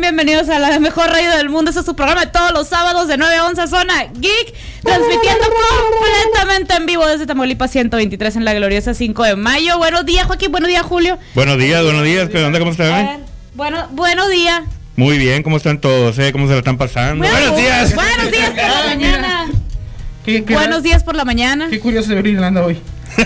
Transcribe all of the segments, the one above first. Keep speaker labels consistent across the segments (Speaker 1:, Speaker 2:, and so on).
Speaker 1: bienvenidos a la mejor radio del mundo. Este es su programa de todos los sábados de 9 a 11 zona geek, transmitiendo completamente en vivo desde Tamaulipas 123 en la gloriosa 5 de mayo. Buenos días, Joaquín. Buenos días, Julio.
Speaker 2: Buenos días, buenos días. ¿Qué onda? ¿Cómo están?
Speaker 1: Eh, bueno, buenos días.
Speaker 2: Muy bien, ¿cómo están todos? Eh? ¿Cómo se la están pasando?
Speaker 1: Bueno, buenos días. Buenos días por la mañana. ¿Qué, qué, buenos días por la mañana.
Speaker 3: Qué curioso de ver Irlanda hoy.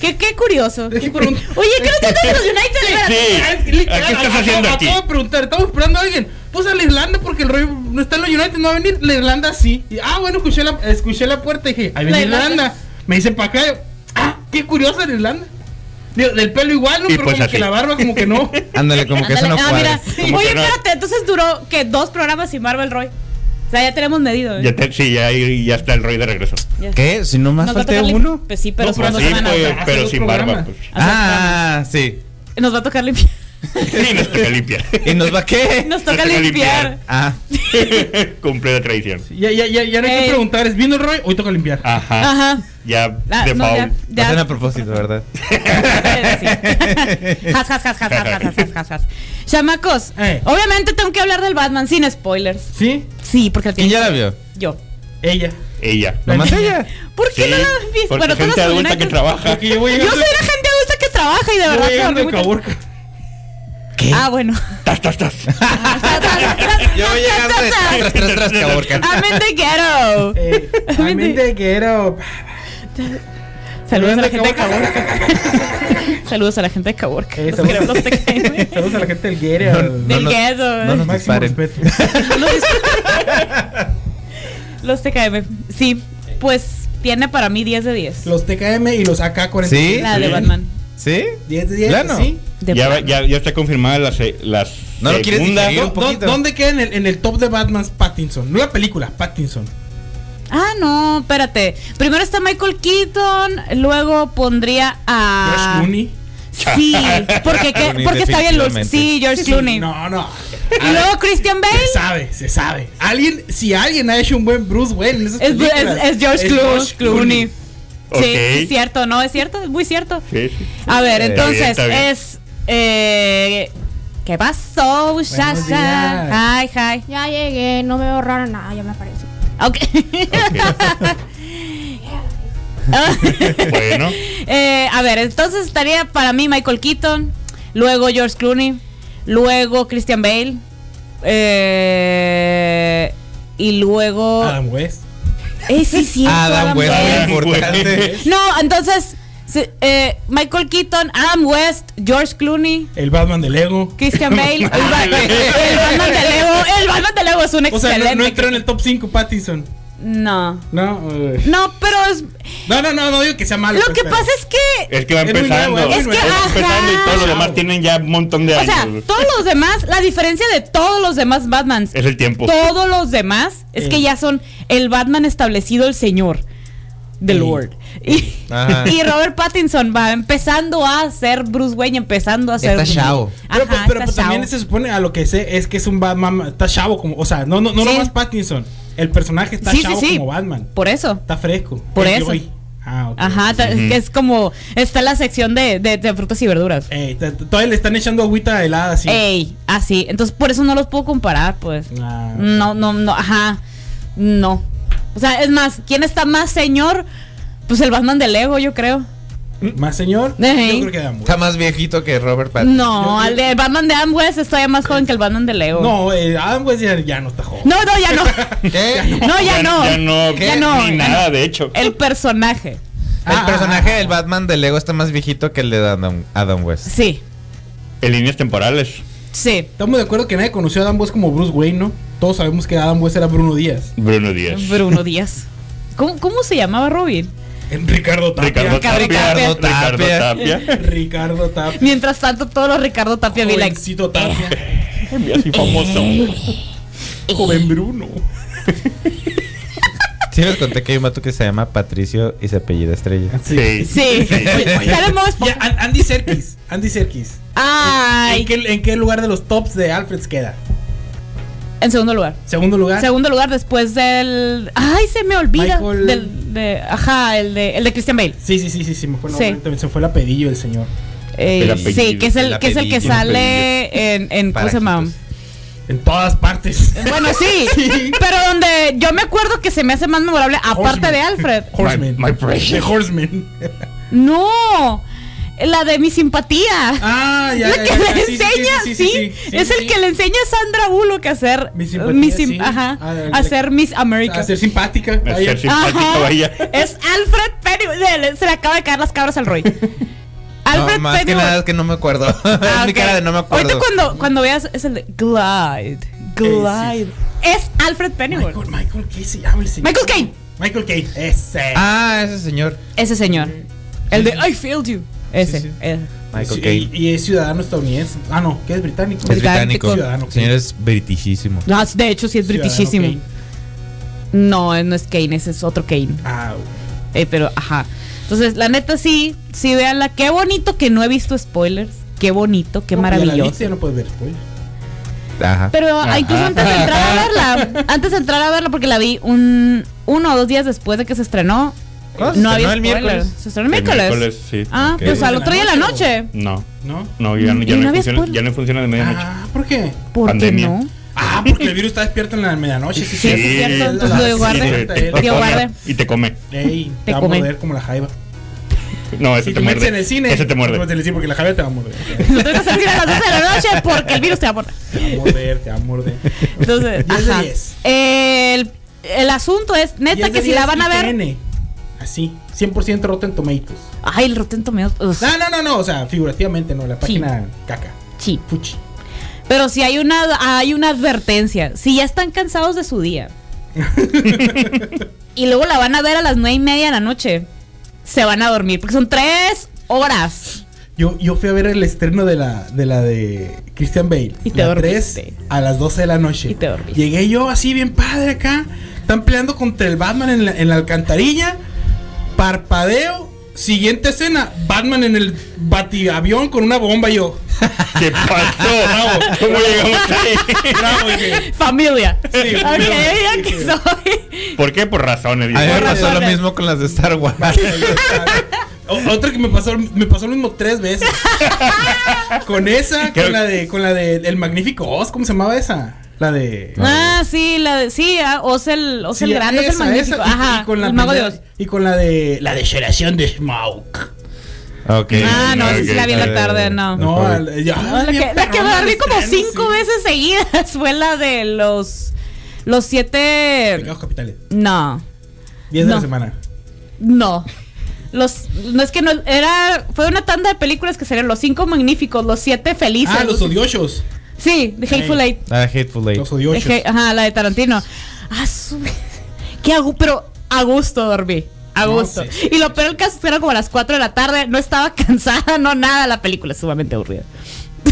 Speaker 1: qué, qué curioso. Oye, ¿qué no estás en los United?
Speaker 3: Sí, ¿A ¿Qué estás haciendo aquí? Acabo de preguntar, estamos esperando a alguien. Pues a la Irlanda porque el rollo no está en los United, no va a venir. La Irlanda sí. Y, ah, bueno, escuché la, escuché la puerta y dije, ahí viene Irlanda. Irlanda. Me dice para acá. Yo, ah, qué curiosa la Irlanda. Digo, del pelo igual, ¿no?
Speaker 2: Y
Speaker 3: pero
Speaker 2: pues
Speaker 3: como
Speaker 2: así.
Speaker 3: que la barba como que no.
Speaker 2: Ándale, como que eso no
Speaker 1: Ah,
Speaker 2: cuadra.
Speaker 1: mira. Oye, espérate, entonces duró que dos programas sin Marvel Roy. O sea, ya tenemos medido. ¿eh?
Speaker 2: Ya te- sí, ya, ya está el rey de regreso.
Speaker 1: Ya.
Speaker 4: ¿Qué? Si no más
Speaker 1: Nos va a
Speaker 4: falta
Speaker 1: tocar lim-
Speaker 4: uno.
Speaker 1: Pues sí, pero
Speaker 2: No,
Speaker 1: son
Speaker 2: pues
Speaker 1: dos
Speaker 2: sí,
Speaker 1: semanas.
Speaker 2: pues,
Speaker 3: atrás,
Speaker 2: pero
Speaker 3: hace
Speaker 2: sin
Speaker 3: dos
Speaker 2: barba.
Speaker 3: programas.
Speaker 2: Pues.
Speaker 4: Ah, sí.
Speaker 1: Nos va a tocar limpiar.
Speaker 2: Sí, nos toca limpiar.
Speaker 4: ¿Y nos va qué?
Speaker 1: Nos toca limpiar.
Speaker 4: Ah,
Speaker 2: Cumple la tradición.
Speaker 3: Ya, ya, ya, ya no hay
Speaker 1: Ey.
Speaker 3: que preguntar. Es viendo el rollo, hoy toca limpiar.
Speaker 2: Ajá.
Speaker 1: Ajá.
Speaker 2: Ya,
Speaker 1: Ah,
Speaker 2: de
Speaker 1: no,
Speaker 2: faul.
Speaker 4: lo hacen
Speaker 1: ya,
Speaker 4: a propósito, ¿verdad?
Speaker 1: Sí. Jas, jas, jas, jas, jas, jas, jas, jas, jas. Chamacos,
Speaker 3: Eh.
Speaker 1: obviamente tengo que hablar del Batman sin spoilers.
Speaker 3: ¿Sí?
Speaker 1: Sí, porque la
Speaker 4: ¿Quién
Speaker 1: tiene-
Speaker 4: ya la vio?
Speaker 1: Yo.
Speaker 3: Ella.
Speaker 2: Ella.
Speaker 4: ¿Nomás ella?
Speaker 1: ¿Por qué
Speaker 2: Sí,
Speaker 1: no la viste?
Speaker 2: porque
Speaker 1: tú
Speaker 2: gente
Speaker 1: no
Speaker 2: adulta que trabaja.
Speaker 3: Porque yo voy
Speaker 1: Yo
Speaker 3: llegando,
Speaker 1: soy la gente adulta que trabaja y de
Speaker 3: yo
Speaker 1: verdad
Speaker 3: voy
Speaker 1: que
Speaker 3: llegando de
Speaker 1: dormí muy
Speaker 3: Caborca.
Speaker 1: tarde. Ah, bueno.
Speaker 2: Tas, tas, tas.
Speaker 4: Yo voy a llegar de tras, tras, tras, caborca.
Speaker 1: Amén te quiero.
Speaker 3: Eh, también te quiero.
Speaker 1: Saludos a la gente de
Speaker 3: Caborca.
Speaker 1: Caborca. Saludos a la gente de Caborca.
Speaker 3: Eh,
Speaker 1: Los
Speaker 3: saludos.
Speaker 1: queremos, te queremos.
Speaker 3: Saludos a la gente del Guerrero.
Speaker 4: No, no
Speaker 1: Del
Speaker 4: nos-
Speaker 1: queso,
Speaker 4: No
Speaker 1: eh.
Speaker 4: nos
Speaker 3: Máximo
Speaker 4: disparen.
Speaker 3: respeto.
Speaker 1: Los, los TKM. Sí, pues tiene para mí 10 de 10.
Speaker 3: Los TKM y los AK-47.
Speaker 4: ¿Sí?
Speaker 1: la de
Speaker 2: sí.
Speaker 1: Batman.
Speaker 4: ¿Sí?
Speaker 3: 10 de 10.
Speaker 4: Plano.
Speaker 3: Sí.
Speaker 1: De
Speaker 2: ya, va-
Speaker 1: plano.
Speaker 2: ya, ya está confirmada la, se- la
Speaker 4: No lo quieres
Speaker 2: segunda.
Speaker 4: digerir. un
Speaker 3: ¿Dó-
Speaker 4: poquito.
Speaker 3: ¿Dónde queda en el, en el top de Batman Pattinson? No la película, Pattinson.
Speaker 1: Ah, no, espérate. Primero está Michael Keaton, luego pondría a.
Speaker 3: Josh Clooney.
Speaker 1: Sí, porque, que-
Speaker 4: Clooney,
Speaker 1: porque está bien Luz.
Speaker 4: definitivamente.
Speaker 1: Sí, George Clooney.
Speaker 3: No, no.
Speaker 1: Y luego Christian Bale.
Speaker 3: Se sabe, se sabe. Alguien, si alguien ha hecho un buen Bruce Wayne en esas
Speaker 1: Es,
Speaker 3: películas,
Speaker 1: es- es George Clooney. Clooney. Sí,
Speaker 2: Ok.
Speaker 1: es cierto, no, es cierto, es muy cierto.
Speaker 2: Sí, sí.
Speaker 1: A ver,
Speaker 4: Está
Speaker 1: entonces
Speaker 2: bien, está bien.
Speaker 1: es. Eh, ¿Qué pasó, muchacha? Hi, hi.
Speaker 5: Ya llegué, no me ahorraron nada, ya me apareció.
Speaker 1: Ok.
Speaker 2: Bueno.
Speaker 1: Eh, a ver, entonces estaría para mí Michael Keaton, luego George Clooney, luego Christian Bale, eh, y luego.
Speaker 3: Adam West.
Speaker 1: Eh, sí, sí,
Speaker 4: Adam
Speaker 1: Adam
Speaker 4: West,
Speaker 1: West.
Speaker 4: muy Ah, importante.
Speaker 2: West.
Speaker 1: No, entonces sí, eh, Michael Keaton, Adam West, George Clooney.
Speaker 3: El Batman del Lego.
Speaker 1: Christian Bale, el, Ba- el Batman de Lego, el Batman de Lego es un
Speaker 3: O sea,
Speaker 1: excelente.
Speaker 3: no, no entró en el top 5 Pattinson.
Speaker 1: No.
Speaker 3: No, eh.
Speaker 1: No, pero es,
Speaker 3: no, no, no, no digo que sea malo.
Speaker 1: lo
Speaker 3: pues,
Speaker 1: que
Speaker 3: pero-
Speaker 1: pasa es que
Speaker 2: Es que va
Speaker 3: Es muy
Speaker 2: empezando.
Speaker 3: nuevo,
Speaker 1: es muy
Speaker 2: va
Speaker 1: nuevo.
Speaker 2: empezando y todos los
Speaker 1: Ajá.
Speaker 2: demás tienen ya un montón de
Speaker 1: O sea,
Speaker 2: años.
Speaker 1: todos los demás, la diferencia de todos los demás Batmans,
Speaker 2: es el tiempo.
Speaker 1: todos los demás, es
Speaker 3: Eh.
Speaker 1: que ya son el Batman establecido, el señor, the
Speaker 3: Eh.
Speaker 1: Lord. Y,
Speaker 4: Ajá.
Speaker 1: y Robert Pattinson va empezando a ser Bruce Wayne, empezando a ser.
Speaker 4: Está
Speaker 1: Bruce
Speaker 4: chavo.
Speaker 1: Wayne.
Speaker 3: Pero,
Speaker 1: Ajá,
Speaker 3: pero,
Speaker 1: está
Speaker 3: pero también
Speaker 1: chavo.
Speaker 3: se supone a lo que sé es que es un Batman. Está chavo como. O sea, no, no, no
Speaker 1: Sí.
Speaker 3: nomás Pattinson. El personaje está
Speaker 1: Sí, sí,
Speaker 3: chavo
Speaker 1: sí.
Speaker 3: como Batman.
Speaker 1: Por eso.
Speaker 3: Está fresco.
Speaker 1: Por
Speaker 3: Es
Speaker 1: eso.
Speaker 3: Joy. Ah, ok.
Speaker 1: Ajá, ta- que es como. Está la sección de, de- de frutas y verduras.
Speaker 3: Ey, Eh, t- t- todavía le están echando agüita helada así.
Speaker 1: Ey, así. Entonces, por eso no los puedo comparar, pues.
Speaker 3: Ah.
Speaker 1: No, no, no, ajá. No. O sea, es más, ¿quién está más señor? Pues el Batman de Lego, yo creo.
Speaker 3: Más señor,
Speaker 1: Ey.
Speaker 3: yo creo que Dan West.
Speaker 6: Está más viejito que Robert Pattinson.
Speaker 1: No, el, de- el Batman de Adam West está ya más joven que el Batman de Leo.
Speaker 3: No, eh, Adam West ya, ya no está joven.
Speaker 1: no, no, ya no.
Speaker 6: ¿Qué?
Speaker 1: No, ya no.
Speaker 2: Ya no,
Speaker 6: ¿Qué?
Speaker 1: no,
Speaker 2: ni
Speaker 1: ya
Speaker 2: nada, de hecho.
Speaker 1: El personaje.
Speaker 3: Ah,
Speaker 6: El personaje
Speaker 3: ah, ah,
Speaker 6: del Batman de Lego está más viejito que el de Adam, Adam West.
Speaker 1: Sí,
Speaker 2: En líneas temporales.
Speaker 1: sí.
Speaker 3: Estamos de acuerdo que nadie conoció a Adam West como Bruce Wayne, ¿no? Todos sabemos que Adam West era Bruno Díaz.
Speaker 2: Bruno Díaz.
Speaker 1: Bruno Díaz. ¿Cómo, cómo se llamaba Robin?
Speaker 3: Ricardo Tapia.
Speaker 2: Ricardo Tapia.
Speaker 6: Ricardo
Speaker 2: Ricardo
Speaker 6: Tapia.
Speaker 2: Tapia.
Speaker 3: Ricardo Tapia.
Speaker 1: Mientras tanto, todos los Ricardo Tapia vi like.
Speaker 3: Jovencito
Speaker 1: Eh.
Speaker 3: Tapia.
Speaker 2: Y así famoso.
Speaker 3: Joven Bruno.
Speaker 6: Sí, les conté que hay un vato que se llama Patricio y se apellida Estrella.
Speaker 2: Sí.
Speaker 1: Sí. ¿Sale Bob Esponja?
Speaker 3: Ya, An- Andy Serkis. Andy Serkis.
Speaker 1: Ay.
Speaker 3: ¿En qué, en qué lugar de los tops de Alfreds queda?
Speaker 1: En segundo lugar.
Speaker 3: Segundo lugar.
Speaker 1: Segundo lugar después del. Ay, se me olvida.
Speaker 3: Michael-
Speaker 1: Del, de, ajá, el de, el de Christian Bale.
Speaker 3: sí, sí, sí, sí, sí, me fue el nombre,
Speaker 1: Sí.
Speaker 3: también se fue el apellido del señor.
Speaker 1: Eh,
Speaker 2: El apellido,
Speaker 1: sí, que es el,
Speaker 6: el
Speaker 1: que es el que
Speaker 6: apellido, el
Speaker 1: sale en, en ¿cómo se llama?
Speaker 6: Parásitos.
Speaker 3: En todas partes.
Speaker 1: Bueno, sí, pero donde yo me acuerdo que se me hace más memorable, aparte
Speaker 3: Horseman.
Speaker 1: de Alfred.
Speaker 3: Horseman.
Speaker 2: My- my precious.
Speaker 3: The Horseman.
Speaker 1: No, la de mi simpatía.
Speaker 3: Ah, ya.
Speaker 1: la
Speaker 3: ya,
Speaker 1: que
Speaker 3: ya,
Speaker 1: le
Speaker 3: ya, sí, sí,
Speaker 1: enseña, sí,
Speaker 3: sí, sí, sí, sí,
Speaker 1: es
Speaker 3: sí,
Speaker 1: el
Speaker 3: sí.
Speaker 1: que le enseña a Sandra Bullock a hacer
Speaker 3: Mi simpatía,
Speaker 1: mi sim-
Speaker 3: sí.
Speaker 1: ajá,
Speaker 3: Ah,
Speaker 1: a
Speaker 3: le-
Speaker 1: ser Miss America.
Speaker 3: A ser simpática.
Speaker 2: A
Speaker 3: Ahí-
Speaker 2: ser simpático,
Speaker 1: Ajá.
Speaker 2: vaya.
Speaker 1: Es Alfred Pennyworth. Le- Se le acaba de caer las cabras al Roy. Alfred
Speaker 6: no, más que
Speaker 1: Pennyworth.
Speaker 6: nada es que no me acuerdo.
Speaker 1: Ah,
Speaker 6: es mi
Speaker 1: ok.
Speaker 6: cara de no me acuerdo.
Speaker 1: Ahorita cuando, cuando veas es el de Glide. Glide. Es Alfred Pennyworth.
Speaker 3: Michael, Michael, ¿qué se llama el señor?
Speaker 1: Michael Caine.
Speaker 3: Michael Kane. Ese.
Speaker 6: Ah, ese señor.
Speaker 1: Ese señor. El de I failed you. Ese.
Speaker 6: sí.
Speaker 1: eh.
Speaker 6: Michael
Speaker 3: Sí,
Speaker 6: Caine.
Speaker 3: Y, y es ciudadano estadounidense. Ah, no, que es británico.
Speaker 6: Es británico.
Speaker 3: Ciudadano,
Speaker 6: El señor es britisísimo.
Speaker 1: No, de hecho, sí es
Speaker 3: Ciudadano
Speaker 1: britisísimo.
Speaker 3: Kane.
Speaker 1: No, no es Kane, ese es otro Kane.
Speaker 3: Ah,
Speaker 1: Eh, pero, ajá. Entonces, la neta sí, sí, véanla. Qué bonito que no he visto spoilers. Qué bonito, qué
Speaker 3: no, pues ya la
Speaker 1: maravilloso.
Speaker 3: viste, Ya no puedes ver pues, spoiler.
Speaker 6: Ajá.
Speaker 1: Pero
Speaker 6: Ajá.
Speaker 1: ah, incluso antes de entrar a verla, antes de entrar a verla, porque la vi un uno o dos días después de que se estrenó.
Speaker 6: Ah,
Speaker 1: No
Speaker 6: se
Speaker 1: había
Speaker 6: estrenó el
Speaker 1: spoilers.
Speaker 6: miércoles.
Speaker 1: Se estrenó el miércoles.
Speaker 2: sí.
Speaker 1: Ah,
Speaker 6: Ok.
Speaker 1: pues al otro día de la noche.
Speaker 2: No.
Speaker 3: ¿No?
Speaker 2: No, ya, no-
Speaker 1: ¿Y
Speaker 2: ya,
Speaker 1: no
Speaker 2: no,
Speaker 1: había
Speaker 2: funciona,
Speaker 1: spoiler?
Speaker 2: ya no funciona de medianoche.
Speaker 3: Ah, ¿por qué?
Speaker 1: ¿Por
Speaker 2: Pandemia.
Speaker 1: qué no?
Speaker 3: Ah, porque el virus está despierto en la medianoche.
Speaker 1: Sí,
Speaker 3: Sí,
Speaker 1: sí, es cierto. Entonces,
Speaker 3: la-
Speaker 1: lo de guarde.
Speaker 3: sí,
Speaker 2: te-
Speaker 3: está
Speaker 2: te
Speaker 3: él.
Speaker 1: Que
Speaker 2: come
Speaker 1: guarde.
Speaker 2: Y te come.
Speaker 3: Ey,
Speaker 1: Te
Speaker 3: te va a
Speaker 1: come.
Speaker 3: morder como la jaiba.
Speaker 2: No, ese
Speaker 3: Si
Speaker 2: te
Speaker 3: te metes
Speaker 2: muerde.
Speaker 3: en el cine,
Speaker 2: Ese te
Speaker 3: no
Speaker 2: muerde.
Speaker 3: metes en el cine porque la jaiba te va a morder.
Speaker 1: Lo tengo que hacer a las 12 de la noche porque el virus te va a poner.
Speaker 3: Te va a morder, te va a morder.
Speaker 1: Entonces,
Speaker 3: 10 de
Speaker 1: ajá.
Speaker 3: 10.
Speaker 1: El, el asunto es, neta,
Speaker 3: 10 de
Speaker 1: que si la
Speaker 3: 10
Speaker 1: van a ver.
Speaker 3: IPN. Así, 100% Rotten Tomatoes.
Speaker 1: Ay, el Rotten Tomatoes. ugh,
Speaker 3: No, no, no, no, o sea, figurativamente no, la
Speaker 1: Sí.
Speaker 3: página caca.
Speaker 1: sí.
Speaker 3: Fuchi.
Speaker 1: Pero si hay una, hay una advertencia. Si ya están cansados de su día. y luego la van a ver a las nueve y media de la noche. Se van a dormir. Porque son tres horas.
Speaker 3: Yo, yo fui a ver el estreno de la de, la de Christian Bale.
Speaker 1: Y te
Speaker 3: la
Speaker 1: dormiste.
Speaker 3: 3 a las 12 de la noche.
Speaker 1: Y te dormiste.
Speaker 3: Llegué yo así bien padre acá. Están peleando contra el Batman en la, en la alcantarilla. Parpadeo. Siguiente escena. Batman en el batiavión con una bomba y yo.
Speaker 2: ¿Qué pasó? ¿Cómo llegamos ahí?
Speaker 3: Bravo, dije.
Speaker 1: Familia.
Speaker 3: Sí,
Speaker 1: Ok,
Speaker 3: no,
Speaker 1: ya
Speaker 3: sí,
Speaker 1: que
Speaker 3: sí.
Speaker 1: soy.
Speaker 2: ¿Por qué? Por razones.
Speaker 6: A mí me
Speaker 2: digo.
Speaker 6: pasó lo
Speaker 1: razones.
Speaker 6: mismo con las de Star Wars.
Speaker 3: O- Otra que me pasó, me pasó lo mismo tres veces. con esa,
Speaker 2: Creo-
Speaker 3: con la de, con la de El Magnífico Oz, ¿cómo se llamaba esa? La de.
Speaker 1: Ah, sí, la de. Sí, ah, Oz el, Oz el
Speaker 3: Sí,
Speaker 1: Grande, Oz el
Speaker 3: esa,
Speaker 1: Magnífico.
Speaker 3: esa, y-
Speaker 1: Ajá.
Speaker 3: y con la
Speaker 1: el Mago de
Speaker 3: primera-
Speaker 1: Oz.
Speaker 3: Y con la de. La degeneración de Smaug.
Speaker 6: Ok.
Speaker 1: Ah, no, esa sí la vi en la
Speaker 6: Ok.
Speaker 1: tarde, no.
Speaker 3: No,
Speaker 6: Ok.
Speaker 3: al- ya.
Speaker 1: No, Ah, la, que, la que me dormí como cinco veces seguidas fue la de los. Los siete.
Speaker 3: Pecados capitales.
Speaker 1: No.
Speaker 3: 10 de
Speaker 1: No.
Speaker 3: la semana.
Speaker 1: No. Los, no es que no, era, fue una tanda de películas que serían Los Cinco Magníficos, Los Siete Felices.
Speaker 3: Ah, los odiosos.
Speaker 1: Sí, de Hateful Eight.
Speaker 6: Ah, Hateful Eight.
Speaker 3: Los
Speaker 1: De
Speaker 3: odiosos.
Speaker 1: Hate- ajá, la de Tarantino. Ah, su- qué hago, pero a gusto dormí. A
Speaker 3: No
Speaker 1: gusto.
Speaker 3: sé.
Speaker 1: Y lo peor del caso es que era como a las 4 de la tarde, no estaba cansada, no nada, la película es sumamente aburrida.
Speaker 3: Ah,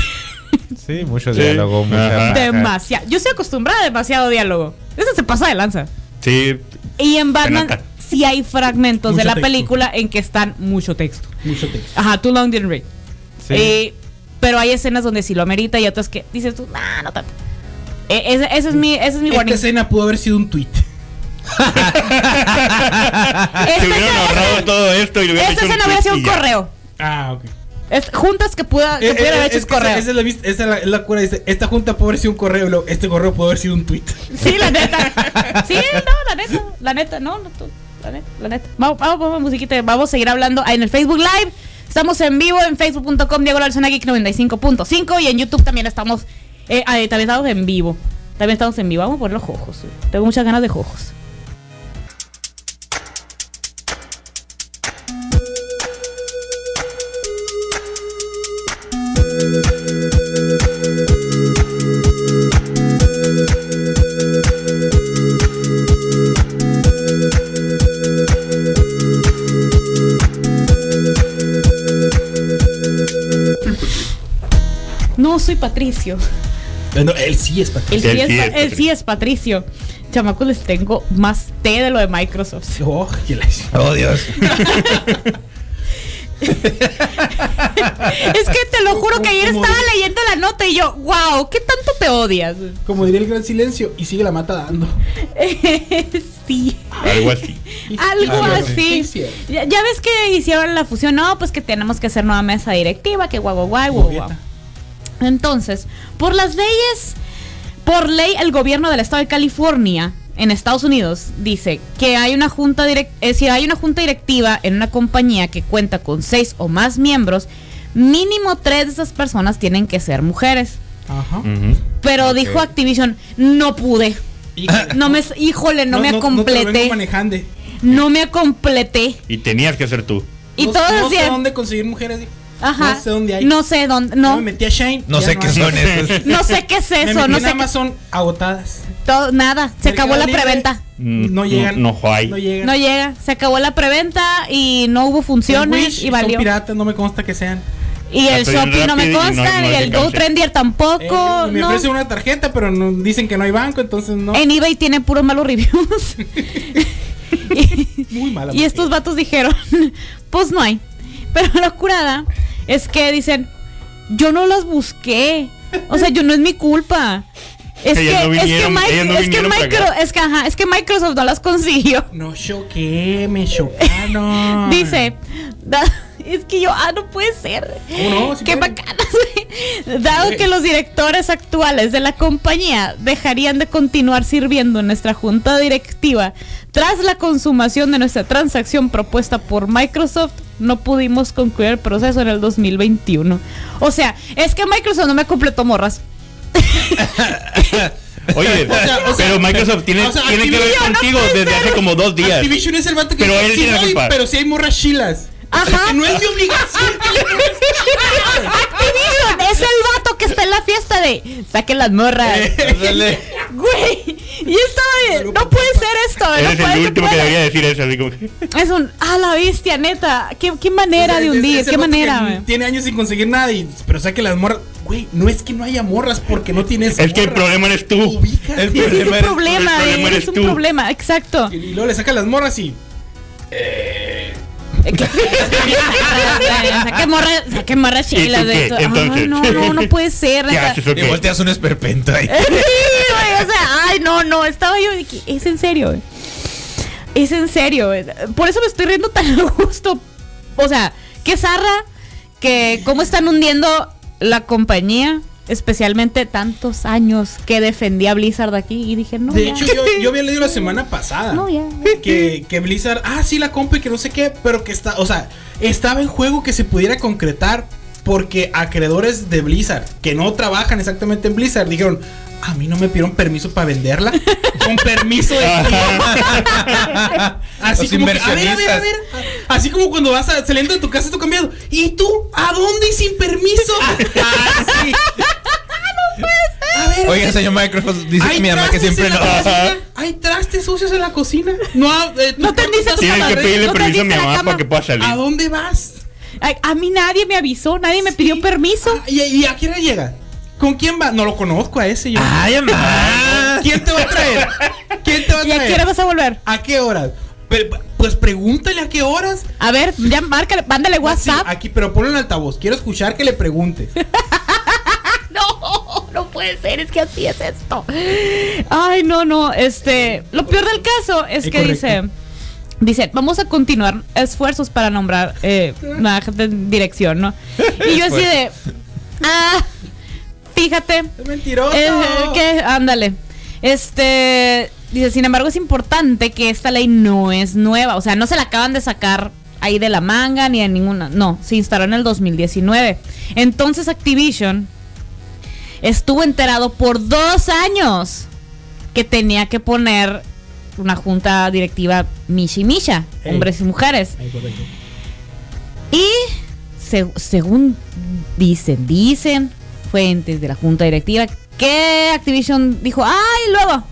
Speaker 6: Sí, mucho
Speaker 2: Sí.
Speaker 6: diálogo. mucha-
Speaker 2: Ajá.
Speaker 1: Demasiado. Yo estoy acostumbrada a demasiado diálogo. Eso se pasa de lanza.
Speaker 2: Sí.
Speaker 1: Y en Batman
Speaker 2: nota.
Speaker 1: sí hay fragmentos
Speaker 3: Mucho
Speaker 1: de la
Speaker 3: texto.
Speaker 1: película en que están mucho texto.
Speaker 3: Mucho texto.
Speaker 1: Ajá, Too Long Didn't Read.
Speaker 6: Sí.
Speaker 1: Eh, pero hay escenas donde sí lo amerita y otras que dices tú, nah, no tanto. Eh, ese, ese es mi, ese es mi
Speaker 3: Esta
Speaker 1: warning.
Speaker 3: escena pudo haber sido un tweet.
Speaker 2: Se hubieran
Speaker 1: escena-
Speaker 2: ahorrado todo esto y lo hubieran
Speaker 1: Esta
Speaker 2: hecho un
Speaker 1: escena hubiera
Speaker 2: tweet
Speaker 1: sido un
Speaker 2: y ya.
Speaker 1: correo.
Speaker 3: Ah, ok.
Speaker 1: Es- juntas que, pueda, que
Speaker 3: Eh,
Speaker 1: pudiera
Speaker 3: eh,
Speaker 1: haber hecho
Speaker 3: es
Speaker 1: un
Speaker 3: que esa-
Speaker 1: correo.
Speaker 3: Esa es la, vis- esa es la- es la cura. Dice: Esta junta pudo haber sido un correo. y luego, este correo pudo haber sido un tweet.
Speaker 1: Sí, la neta. Sí, no, la neta. La neta, no. no, tú- la neta, la neta. Vamos, vamos, vamos, musiquita, vamos a seguir hablando en el Facebook Live. Estamos en vivo en facebook.com diagonal zona geek 95.5 y en YouTube también estamos, eh, ah, eh, también estamos en vivo. También estamos en vivo. Vamos por los ojos. Tengo muchas ganas de ojos. No soy Patricio.
Speaker 4: Bueno, él sí es Patricio.
Speaker 1: Él sí,
Speaker 2: Él
Speaker 1: es,
Speaker 2: sí
Speaker 1: Pa-
Speaker 2: es
Speaker 1: él sí es Patricio. Chamacos, les tengo más té de lo de Microsoft.
Speaker 4: Oh, qué la- oh, Dios.
Speaker 1: Es que te lo juro que ayer estaba leyendo la nota y yo, wow, ¿qué tanto te odias?
Speaker 3: Como diría el gran silencio, y sigue la mata dando.
Speaker 1: sí.
Speaker 2: Algo así.
Speaker 1: Algo
Speaker 3: Algo
Speaker 1: así.
Speaker 3: así. Sí, sí.
Speaker 1: Ya, ya ves que hicieron la fusión. No, pues que tenemos que hacer nueva mesa directiva, que guau, guau, guau, guau, guau. Entonces, por las leyes, por ley, el gobierno del estado de California en Estados Unidos dice que hay una junta direc- eh, si hay una junta directiva en una compañía que cuenta con seis o más miembros, mínimo tres de esas personas tienen que ser mujeres.
Speaker 3: Ajá.
Speaker 2: Ujú.
Speaker 1: Pero dijo Activision, no pude. No me, híjole, no, me
Speaker 3: No te lo vengo
Speaker 1: completé.
Speaker 3: manejando.
Speaker 1: No me completé.
Speaker 2: Y tenías que ser tú.
Speaker 1: Y
Speaker 3: no,
Speaker 1: todos
Speaker 3: no sé
Speaker 1: decían,
Speaker 3: dónde conseguir mujeres. dijo.
Speaker 1: ajá,
Speaker 3: No sé dónde hay.
Speaker 1: No sé dónde,
Speaker 3: Yo
Speaker 1: no.
Speaker 3: Me metí a Shane.
Speaker 4: No
Speaker 3: ya
Speaker 4: sé qué
Speaker 3: hay.
Speaker 4: son esos.
Speaker 1: No sé qué es
Speaker 3: Me
Speaker 1: eso,
Speaker 3: metí
Speaker 1: no sé
Speaker 3: en
Speaker 1: qué-
Speaker 3: Amazon agotadas.
Speaker 1: todo- nada, se
Speaker 3: Mercado
Speaker 1: acabó la
Speaker 3: Libre,
Speaker 1: preventa.
Speaker 2: Mm,
Speaker 3: No llegan.
Speaker 2: No, no hay.
Speaker 3: No llegan.
Speaker 1: No llega, se acabó la preventa y no hubo
Speaker 3: Son
Speaker 1: funciones
Speaker 3: Wish,
Speaker 1: y valió.
Speaker 3: Son piratas, no me consta que sean.
Speaker 1: Y el
Speaker 2: Hasta bien
Speaker 1: shopping no me
Speaker 2: rápido y no-
Speaker 1: consta
Speaker 2: no
Speaker 1: y
Speaker 2: hay
Speaker 1: el
Speaker 2: alcance.
Speaker 1: GoTrendier
Speaker 3: Eh,
Speaker 1: tampoco,
Speaker 3: y me
Speaker 1: no.
Speaker 3: ofrecen una tarjeta, pero no- dicen que no hay banco, entonces no.
Speaker 1: En eBay tiene puros malos reviews. y,
Speaker 3: Muy mala.
Speaker 1: y estos vatos dijeron, pues no hay. Pero la curada es que dicen, yo no las busqué. O sea, yo no es mi culpa. Es que,
Speaker 2: Ellas no
Speaker 1: es que,
Speaker 2: vinieron-
Speaker 1: Mike-
Speaker 2: ellas no
Speaker 1: es que
Speaker 2: vinieron para
Speaker 1: Micro-
Speaker 2: acá.
Speaker 1: es que, ajá, es que Microsoft no las consiguió.
Speaker 3: No choqué, me chocaron.
Speaker 1: Dice, da- es que yo, ah, no puede ser.
Speaker 3: ¿Cómo no? Sí
Speaker 1: Qué
Speaker 3: pueden.
Speaker 1: bacana. Dado que los directores actuales de la compañía dejarían de continuar sirviendo en nuestra junta directiva tras la consumación de nuestra transacción propuesta por Microsoft, no pudimos concluir el proceso en el 2021. O sea, es que Microsoft no me completó morras.
Speaker 2: Oye,
Speaker 3: sea, o sea,
Speaker 2: pero Microsoft tiene,
Speaker 3: o sea,
Speaker 2: tiene que ver
Speaker 1: Activision, no
Speaker 2: contigo
Speaker 1: puede
Speaker 2: desde
Speaker 1: ser.
Speaker 2: hace como dos días.
Speaker 3: Activision es el vato que
Speaker 2: Pero
Speaker 3: dice,
Speaker 2: él
Speaker 3: "Sí
Speaker 2: tiene la
Speaker 3: doy,
Speaker 2: culpa".
Speaker 3: Pero si hay morras chilas.
Speaker 1: Ajá.
Speaker 3: No es mi obligación.
Speaker 1: Activision es el vato que está en la fiesta de saquen las morras.
Speaker 4: Ándale.
Speaker 1: Güey, y estaba de- no puede ser esto, no
Speaker 2: Eres
Speaker 1: puede ser
Speaker 2: el último
Speaker 1: puede.
Speaker 2: que debería decir eso. Así como que-
Speaker 1: Es un ah la bestia, neta, qué, qué manera de
Speaker 3: Es- es-
Speaker 1: hundir,
Speaker 3: es el
Speaker 1: qué
Speaker 3: vato que
Speaker 1: manera. güey.
Speaker 3: Tiene años sin conseguir nada, y, pero saque las morras. Güey, no es que no haya morras porque no tienes.
Speaker 2: Es que el
Speaker 3: morras.
Speaker 2: problema eres tú.
Speaker 3: Ubícate.
Speaker 4: El
Speaker 1: Sí, sí, es un
Speaker 4: problema eres-
Speaker 1: problema, eh,
Speaker 2: el problema
Speaker 1: es
Speaker 2: eres
Speaker 1: un
Speaker 2: tú.
Speaker 1: problema, exacto.
Speaker 3: Y, y luego le saca las morras y.
Speaker 1: Saque morra, saque morra chila
Speaker 2: tú
Speaker 1: de
Speaker 2: qué,
Speaker 1: esto. Ay,
Speaker 2: entonces?
Speaker 1: no, no, no puede ser.
Speaker 2: ¿Qué
Speaker 1: neta.
Speaker 2: haces o
Speaker 4: Y
Speaker 2: qué?
Speaker 4: volteas un esperpento ahí.
Speaker 1: Sí, güey, o sea, ay, no, no, estaba yo de que, es en serio, güey. es en serio, güey. por eso me estoy riendo tan a gusto, o sea, qué zarra, que cómo están hundiendo la compañía, especialmente tantos años que defendía a Blizzard aquí, y dije, no,
Speaker 3: De
Speaker 1: ya.
Speaker 3: hecho, yo, yo había leído la semana pasada
Speaker 5: No, ya.
Speaker 3: que, que Blizzard, ah, sí, la compra y que no sé qué, pero que está, o sea, estaba en juego que se pudiera concretar porque acreedores de Blizzard que no trabajan exactamente en Blizzard dijeron, a mí no me pidieron permiso para venderla, con permiso de Así
Speaker 4: Los
Speaker 3: como que, a ver, a ver, a
Speaker 4: inversionistas.
Speaker 3: ver. a- Así como cuando vas a- saliendo de tu casa, tu cambiado. ¿Y tú? ¿A dónde y sin permiso?
Speaker 4: Ah,
Speaker 3: Ah, Así. A ver,
Speaker 4: Oiga, señor Microsoft, dice
Speaker 3: hay
Speaker 4: mi mamá que
Speaker 3: trastes
Speaker 4: siempre
Speaker 3: en
Speaker 4: no.
Speaker 3: la cocina, Hay trastes sucios en la cocina. No, eh,
Speaker 1: No te
Speaker 3: cuarto
Speaker 1: dice
Speaker 3: está
Speaker 1: tu
Speaker 2: Tienes
Speaker 1: mamá,
Speaker 2: que
Speaker 1: pedir- ¿no
Speaker 2: pedirle
Speaker 3: separado.
Speaker 1: te
Speaker 2: permiso a
Speaker 1: dice
Speaker 2: mi
Speaker 1: la
Speaker 2: mamá
Speaker 1: cama? Ah,
Speaker 2: para que pueda salir.
Speaker 3: ¿A dónde vas?
Speaker 1: Ay, a mí nadie me avisó, nadie me pidió permiso.
Speaker 3: Ah, ¿Y, y a quién le llega? ¿Con quién va? No lo conozco a ese yo.
Speaker 4: Ay, mamá.
Speaker 3: ¿Quién te va a traer? ¿Quién te va a
Speaker 1: ¿Y a qué hora
Speaker 3: traer?
Speaker 1: vas a volver?
Speaker 3: ¿A qué horas? Pe- Pues pregúntale a qué horas.
Speaker 1: A ver, ya márcale, mándale
Speaker 3: Sí,
Speaker 1: WhatsApp.
Speaker 3: aquí, pero ponlo en altavoz. Quiero escuchar que le preguntes.
Speaker 1: No, no puede ser, es que así es esto. Ay, no, no, este, lo peor del caso es
Speaker 3: Eh,
Speaker 1: que
Speaker 3: correcto.
Speaker 1: dice, dice, vamos a continuar esfuerzos para nombrar eh, una gente en dirección, ¿no? Y yo así de, ah, fíjate,
Speaker 3: Es mentiroso.
Speaker 1: eh, que, ándale, este, Dice, sin embargo, es importante que esta ley no es nueva. O sea, no se la acaban de sacar ahí de la manga ni de ninguna. No, se instaló en el 2019. Entonces Activision estuvo enterado por dos años que tenía que poner una junta directiva Mishi Misha,
Speaker 3: Ey.
Speaker 1: hombres y mujeres.
Speaker 3: Ahí, correcto.
Speaker 1: Y se- según dicen, dicen fuentes de la junta directiva que Activision dijo, ay, luego,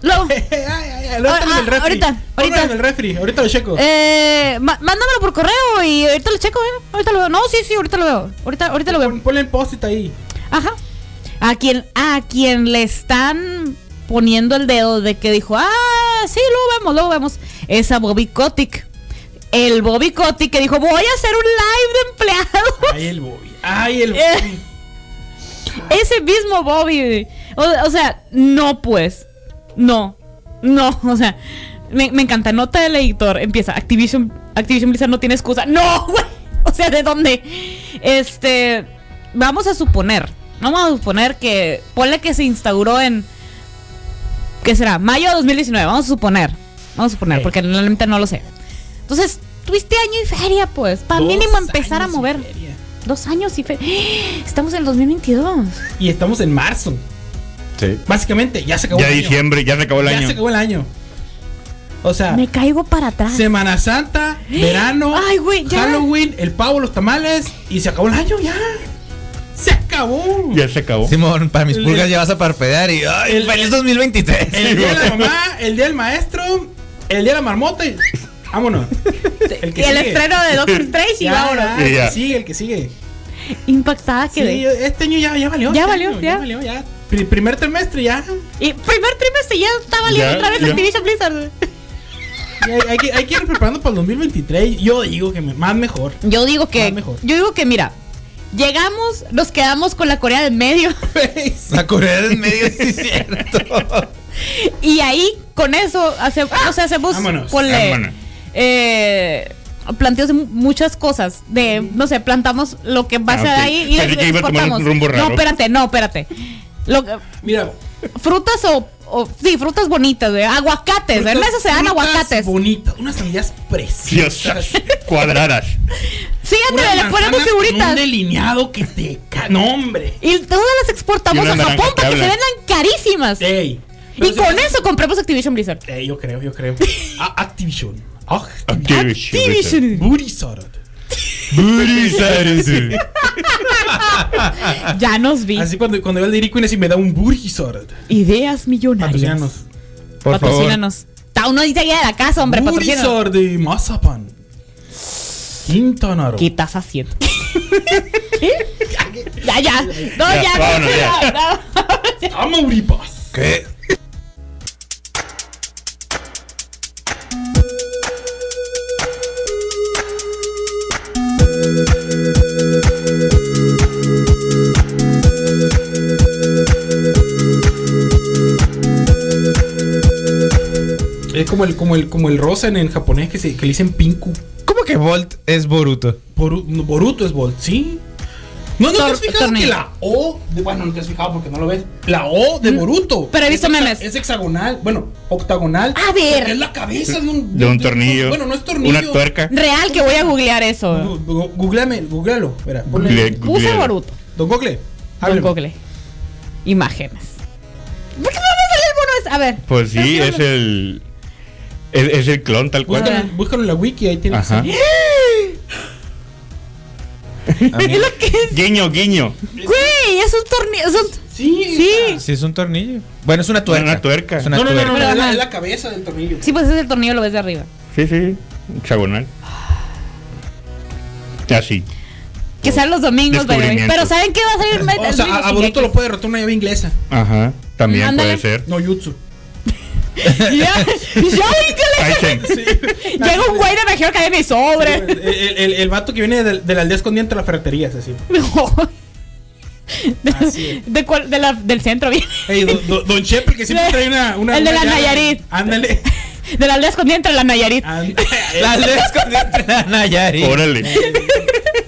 Speaker 1: luego,
Speaker 3: Ay, ay, ay,
Speaker 1: Ah,
Speaker 3: ahorita en el
Speaker 1: ah,
Speaker 3: refri.
Speaker 1: ahorita,
Speaker 3: Ponlo en
Speaker 1: ahorita.
Speaker 3: el refri, ahorita lo checo.
Speaker 1: eh, ma- mándamelo por correo y ahorita lo checo, ¿eh? Ahorita lo veo. No, sí, sí, ahorita lo veo. Ahorita, ahorita lo veo.
Speaker 3: Pon- Ponle el post-it ahí.
Speaker 1: Ajá. A quien, a quien le están poniendo el dedo de que dijo, ah, sí, lo vemos, lo vemos, es a Bobby Kotick. El Bobby Kotick que dijo, voy a hacer un live de empleados.
Speaker 3: Ay, el Bobby. Ay, el
Speaker 1: Eh.
Speaker 3: Bobby.
Speaker 1: Ese mismo Bobby. güey. O, o sea, no pues. No. No, o sea, me, me encanta. Nota del editor. Empieza. Activision, Activision Blizzard no tiene excusa. No, güey. O sea, ¿de dónde? Este, vamos a suponer. Vamos a suponer que ponle que se instauró en ¿qué será? Mayo de 2019, vamos a suponer. Vamos a suponer,
Speaker 3: Ey.
Speaker 1: porque realmente no lo sé. Entonces, tuviste año y feria, pues, para
Speaker 3: Dos
Speaker 1: mínimo empezar a
Speaker 3: años y
Speaker 1: mover.
Speaker 3: feria.
Speaker 1: Dos años y feria. Estamos en el 2022.
Speaker 3: Y estamos en marzo.
Speaker 2: Sí.
Speaker 3: Básicamente, ya se acabó
Speaker 2: Ya
Speaker 3: el año.
Speaker 2: diciembre, ya se acabó el
Speaker 3: Ya se
Speaker 2: año.
Speaker 3: acabó el año. O sea,
Speaker 1: Me caigo para atrás.
Speaker 3: Semana Santa, verano,
Speaker 1: Ay, güey, ya.
Speaker 3: Halloween, el pavo, los tamales y se acabó el año ya. Se acabó.
Speaker 2: Ya se acabó.
Speaker 4: Simón, para mis
Speaker 3: Le-
Speaker 4: pulgas ya vas a parpadear y. ¡Ay,
Speaker 3: El-
Speaker 4: feliz 2023!
Speaker 3: El día de la mamá, el día del maestro, el día de la marmota y vámonos. El
Speaker 1: y el estreno de Doctor Strange y
Speaker 3: Ya,
Speaker 1: vámonos.
Speaker 3: ya, el
Speaker 2: Ya.
Speaker 3: que sigue, el que sigue.
Speaker 1: Impactada
Speaker 3: Sí,
Speaker 1: quedé.
Speaker 3: este año ya, ya valió.
Speaker 1: Ya
Speaker 3: este
Speaker 1: valió,
Speaker 3: año,
Speaker 1: ya.
Speaker 3: valió, ya. Pri- primer trimestre ya.
Speaker 1: y primer trimestre ya está valiendo
Speaker 2: Ya,
Speaker 1: otra vez
Speaker 2: ya.
Speaker 1: Activision Blizzard.
Speaker 3: Ya hay, hay que, hay que ir preparando para el 2023. Yo digo que me- más mejor.
Speaker 1: Yo digo que
Speaker 3: Ah, mejor.
Speaker 1: yo digo que mira, llegamos, nos quedamos con la Corea del medio
Speaker 4: La Corea del Medio, sí, es cierto.
Speaker 1: y ahí con eso hace, o sea, hacemos
Speaker 3: Vámonos,
Speaker 1: ponle,
Speaker 2: vámonos.
Speaker 1: eh, planteos de mu- muchas cosas de no sé, plantamos lo que va a
Speaker 2: Ah,
Speaker 1: ser
Speaker 2: ok.
Speaker 1: ahí y
Speaker 2: Pensé
Speaker 1: les-
Speaker 2: que iba a tomar un
Speaker 1: exportamos.
Speaker 2: rumbo
Speaker 1: No,
Speaker 2: raro.
Speaker 1: espérate, no, espérate. Lo que-
Speaker 3: Mira,
Speaker 1: frutas o, o- sí, frutas bonitas, ¿eh? aguacates, en
Speaker 3: frutas-
Speaker 1: eso se dan
Speaker 3: frutas
Speaker 1: aguacates.
Speaker 3: Bonitas, unas semillas preciosas.
Speaker 2: Diosas. Cuadradas.
Speaker 1: Sí,
Speaker 3: Una
Speaker 1: ándale, le
Speaker 3: manzana
Speaker 1: ponemos
Speaker 3: con Un
Speaker 1: figuritas.
Speaker 3: delineado que te. ca- ¡No, hombre!
Speaker 1: Y todas las exportamos
Speaker 2: Y
Speaker 1: a
Speaker 2: una naranja
Speaker 1: Japón para que
Speaker 2: que
Speaker 1: se
Speaker 2: habla.
Speaker 1: vendan carísimas.
Speaker 3: ¡Ey!
Speaker 1: Y
Speaker 3: Pero se-
Speaker 1: con eso compramos Activision Blizzard.
Speaker 3: Ey, yo creo, yo creo. A- Activision. Activision.
Speaker 2: Activision.
Speaker 3: Burizarod.
Speaker 2: Blizzard.
Speaker 1: Ya nos vi.
Speaker 3: Así cuando, cuando yo al Dairy Queen así me da un Burizarod.
Speaker 1: Ideas millonarias.
Speaker 3: Patrocinanos.
Speaker 4: Por favor.
Speaker 1: Patrocínanos. Está uno dice que de la casa, hombre, patrocínanos.
Speaker 3: Burizard de Mazapan. Quintana Roo.
Speaker 1: ¿Qué estás haciendo? ¿Eh? ya, ya. No, ya.
Speaker 2: Ya, vámonos, ya.
Speaker 1: no, no.
Speaker 3: Tamaulipas.
Speaker 4: ¿Qué?
Speaker 3: Es como el, como el, como el Rosen en japonés que, se, que le dicen Pinku.
Speaker 4: ¿Cómo que Volt es Boruto?
Speaker 3: Boru- no, Boruto es Bolt, ¿sí? No, no te has
Speaker 1: Tor-
Speaker 3: fijado
Speaker 1: torneo.
Speaker 3: que la O. de- bueno, no te has fijado porque no lo ves. La O de Boruto.
Speaker 1: Mm. pero he
Speaker 3: es
Speaker 1: visto
Speaker 3: hexa-
Speaker 1: memes.
Speaker 3: Es hexagonal. Bueno, octagonal.
Speaker 1: A ver.
Speaker 3: Es la cabeza de un.
Speaker 2: De un tornillo.
Speaker 3: Bueno, no es tornillo.
Speaker 2: Una tuerca.
Speaker 1: Real que voy a googlear eso.
Speaker 3: Gu- gu- Googleame, googlealo. Espera, ponle-
Speaker 2: Le-
Speaker 1: Puse
Speaker 2: le-
Speaker 1: Boruto.
Speaker 3: Don Google.
Speaker 1: Don
Speaker 3: hábleme.
Speaker 1: Google. Imágenes. ¿Por qué no me sale el mono ese? A ver.
Speaker 2: Pues sí, es el. el- Es el clon tal cual.
Speaker 3: Búscalo, búscalo en la wiki, ahí ¿Eh? tiene. que
Speaker 2: Ajá.
Speaker 3: salir.
Speaker 1: Es lo que es.
Speaker 2: Guiño, guiño.
Speaker 1: Güey, es un torneo. es un-
Speaker 3: Sí.
Speaker 1: Sí.
Speaker 4: Sí, es un tornillo. Bueno, es una tuerca.
Speaker 2: Una tuerca.
Speaker 4: Es una
Speaker 3: No, no, no,
Speaker 4: tuerca.
Speaker 3: no,
Speaker 1: Pero,
Speaker 3: Ah, es, la,
Speaker 1: ajá.
Speaker 3: es la cabeza del tornillo.
Speaker 1: Sí, pues es el tornillo, lo ves de arriba.
Speaker 2: Sí, sí. Hexagonal. Ah, Así.
Speaker 1: Que salen los domingos, by the way.
Speaker 2: Descubrimiento.
Speaker 1: pero ¿saben qué va a salir?
Speaker 3: O sea, a, a Boruto lo puede derrotar una llave inglesa.
Speaker 2: Ajá. También
Speaker 1: Ándale.
Speaker 2: puede ser.
Speaker 3: No, Jutsu.
Speaker 1: Ya, ya, Inglaterra.
Speaker 2: Tyson.
Speaker 1: Llega un güey de Mejor que mi
Speaker 3: El,
Speaker 1: sobre.
Speaker 3: el, el- el vato que viene del- de, la aldea escondida entre las ferreterías, así.
Speaker 1: No.
Speaker 3: Así
Speaker 1: De,
Speaker 3: es.
Speaker 1: de cuál- de la- del centro viene.
Speaker 3: Ey, do- do- don Chepe, que siempre trae una. una
Speaker 1: El de
Speaker 3: una
Speaker 1: la
Speaker 3: llave.
Speaker 1: Nayarit.
Speaker 3: Ándale. eh,
Speaker 1: De la aldea escondida entre la Nayarit.
Speaker 3: Ándale.
Speaker 4: La aldea escondida entre la Nayarit.
Speaker 2: Órale.
Speaker 3: Nay-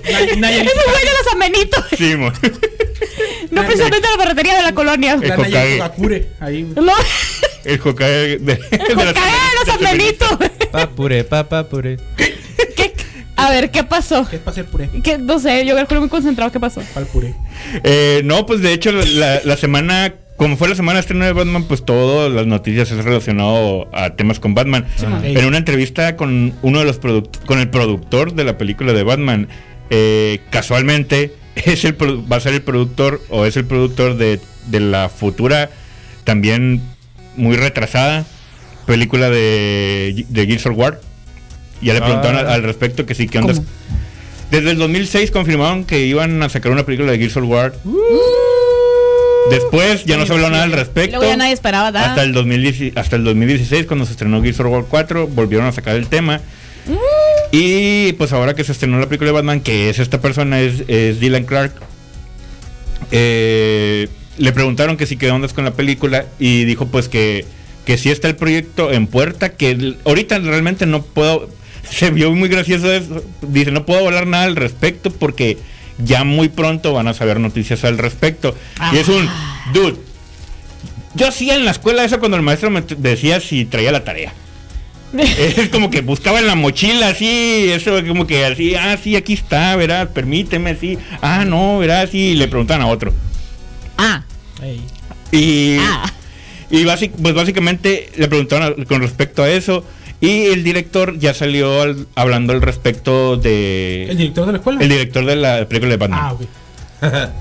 Speaker 1: Ese
Speaker 3: Nayarit.
Speaker 1: güey de los amenitos.
Speaker 2: Sí, mo.
Speaker 1: No precisamente la ferretería de la colonia.
Speaker 2: Eh.
Speaker 3: La
Speaker 2: Kokage.
Speaker 3: Nayarit Kakure. Ahí.
Speaker 1: No.
Speaker 2: El Hokage de, de la-
Speaker 1: ¡Cagué los San Benito!
Speaker 4: Papure, papapure.
Speaker 1: ¿Qué- A ver, ¿qué pasó?
Speaker 3: ¿Qué es para hacer puré?
Speaker 1: ¿Qué? No sé, yo calculo muy concentrado. ¿Qué pasó?
Speaker 3: Para el puré.
Speaker 2: Eh, no, pues de hecho, la, la semana. Como fue la semana de estreno de Batman, pues todas las noticias es relacionado a temas con Batman.
Speaker 3: man.
Speaker 2: en una entrevista con uno de los product- con el productor de la película de Batman, eh, casualmente es el produ- va a ser el productor o es el productor de, de la futura también muy retrasada película de, de Gears of War. Ya le preguntaron
Speaker 4: Ah.
Speaker 2: al, al respecto que sí, ¿qué onda? Desde el 2006 confirmaron que iban a sacar una película de Gears of War.
Speaker 1: Uh.
Speaker 2: Después ya no se habló nada al respecto.
Speaker 1: Luego ya nadie esperaba, ¿da?
Speaker 2: Hasta el, 2010 hasta el 2016, cuando se estrenó Gears of War 4, volvieron a sacar el tema.
Speaker 1: Uh.
Speaker 2: Y pues ahora que se estrenó la película de Batman, que es esta persona, es, es Dylan Clark, eh, le preguntaron que si qué onda es con la película y dijo pues que, que sí está el proyecto en puerta, que el- ahorita realmente no puedo, se vio muy gracioso eso, dice no puedo hablar nada al respecto porque ya muy pronto van a saber noticias al respecto. Y es un, dude, yo hacía en la escuela eso cuando el maestro me t- decía si traía la tarea. Es como que buscaba en la mochila, así, eso, como que así, ah, sí, aquí está, verás, permíteme, sí, ah, no, verás, sí, y le preguntan a otro.
Speaker 1: Ah,
Speaker 3: Ey.
Speaker 2: Y,
Speaker 1: ah.
Speaker 2: y basic- pues básicamente le preguntaron a- con respecto a eso, y el director ya salió al- hablando al respecto
Speaker 3: ¿El
Speaker 2: de...
Speaker 3: director de la escuela?
Speaker 2: El director de la película de Batman.
Speaker 3: ah, ok.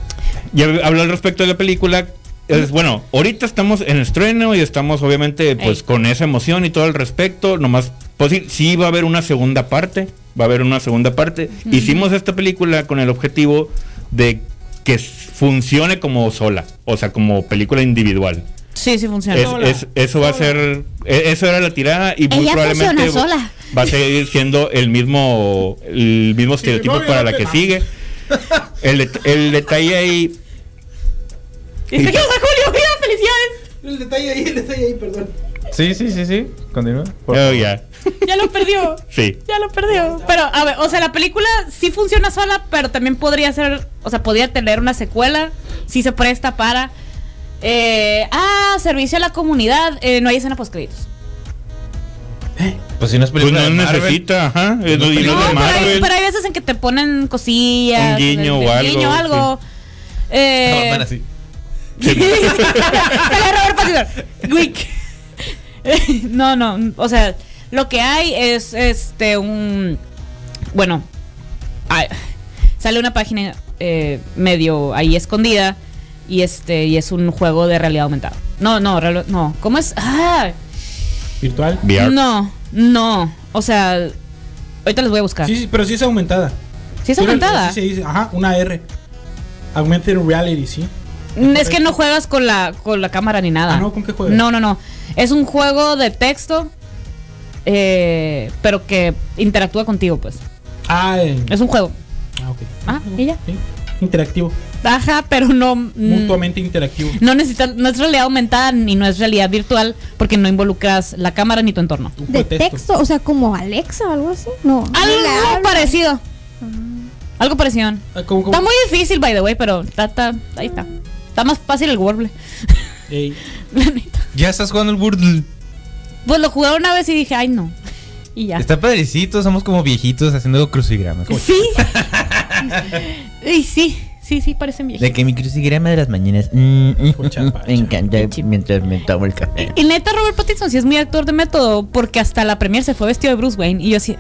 Speaker 2: Ya habló al respecto de la película. Es, bueno, ahorita estamos en estreno y estamos obviamente pues
Speaker 1: Ey.
Speaker 2: con esa emoción y todo al respecto. Nomás, pues sí, sí va a haber una segunda parte. Va a haber una segunda parte. Hicimos esta película con el objetivo de que s- funcione como sola, o sea, como película individual.
Speaker 1: Sí, sí funciona.
Speaker 2: Es- es- eso va a ser, e- eso era la tirada y muy
Speaker 5: Ella
Speaker 2: probablemente
Speaker 5: funciona sola.
Speaker 2: va a seguir siendo el mismo, el mismo estereotipo
Speaker 3: no,
Speaker 2: para
Speaker 3: no
Speaker 2: la
Speaker 3: te-
Speaker 2: que
Speaker 3: no.
Speaker 2: sigue. El, det- el detalle ahí
Speaker 1: Y se quedó San Julio, mira, felicidades.
Speaker 3: El detalle ahí, el detalle ahí, perdón.
Speaker 4: Sí, sí, sí, sí. Continúa. por
Speaker 2: Oh,
Speaker 4: favor.
Speaker 2: ya.
Speaker 1: Ya lo perdió.
Speaker 2: Sí.
Speaker 1: Ya lo perdió. Pero, a ver, o sea, la película sí funciona sola, pero también podría ser, o sea, podría tener una secuela, si se presta para... eh, ah, servicio a la comunidad, eh, no hay escena post créditos.
Speaker 4: Pues si no es
Speaker 2: Pues no
Speaker 4: película de Marvel.
Speaker 2: necesita, ajá. Es lo- y
Speaker 1: No,
Speaker 2: no es
Speaker 1: pero,
Speaker 2: de
Speaker 1: hay,
Speaker 2: Marvel.
Speaker 1: pero hay veces en que te ponen cosillas.
Speaker 2: Un guiño
Speaker 1: de-
Speaker 2: o
Speaker 1: de- guiño,
Speaker 2: algo,
Speaker 1: algo. Eh,
Speaker 4: Batman así.
Speaker 1: Sí. Pelea Robert Pattinson. Quick. Eh, No, no, o sea, lo que hay es este un bueno, ay, sale una página eh, medio ahí escondida y este y es un juego de realidad aumentada. No, no, real- no, ¿cómo es? Ah,
Speaker 3: ¿Virtual?
Speaker 2: VR.
Speaker 1: no, no, o sea, ahorita les voy a buscar.
Speaker 3: Sí,
Speaker 1: Sí,
Speaker 3: sí, pero sí es aumentada.
Speaker 1: es aumentada.
Speaker 3: Sí se dice, ajá, una R. Augmented Reality, sí.
Speaker 1: Mm, Es que no juegas con la, con la cámara ni nada.
Speaker 3: Ah, ¿no? ¿Con qué juegas?
Speaker 1: No, no, no. Es un juego de texto, eh, pero que interactúa contigo, pues.
Speaker 3: Ah, en-
Speaker 1: Es un juego.
Speaker 3: ah, ok.
Speaker 1: Ah, ¿y ya?
Speaker 3: Sí. Interactivo.
Speaker 1: Ajá, pero no... mm,
Speaker 3: Mutuamente interactivo.
Speaker 1: No, necesita, no es realidad aumentada ni no es realidad virtual porque no involucras la cámara ni tu entorno.
Speaker 3: Un
Speaker 5: De
Speaker 3: pretexto.
Speaker 5: texto, o sea, como Alexa o algo así. No. no le
Speaker 1: Algo
Speaker 5: hablo.
Speaker 1: parecido. Algo parecido.
Speaker 3: Ah, ¿cómo, cómo?
Speaker 1: Está muy difícil, by the way, pero está, está- ahí está. Está más fácil el Wordle.
Speaker 3: Ey.
Speaker 1: La neta.
Speaker 4: Ya estás jugando el Wordle.
Speaker 1: Pues lo jugué una vez y dije, ay no. Y ya.
Speaker 4: Está padrecito, somos como viejitos haciendo crucigramas.
Speaker 1: Sí. y sí, sí, sí, parecen
Speaker 4: De
Speaker 1: viejitos.
Speaker 4: que mi crucigrama de las mañanas. mm, mm,
Speaker 3: Concha,
Speaker 4: mm,
Speaker 3: pacha.
Speaker 4: me encanta
Speaker 1: Chip.
Speaker 4: mientras me tomo el café.
Speaker 1: Eh, Y neta, Robert Pattinson sí es muy actor de método, porque hasta la premier se fue vestido de Bruce Wayne. Y yo así,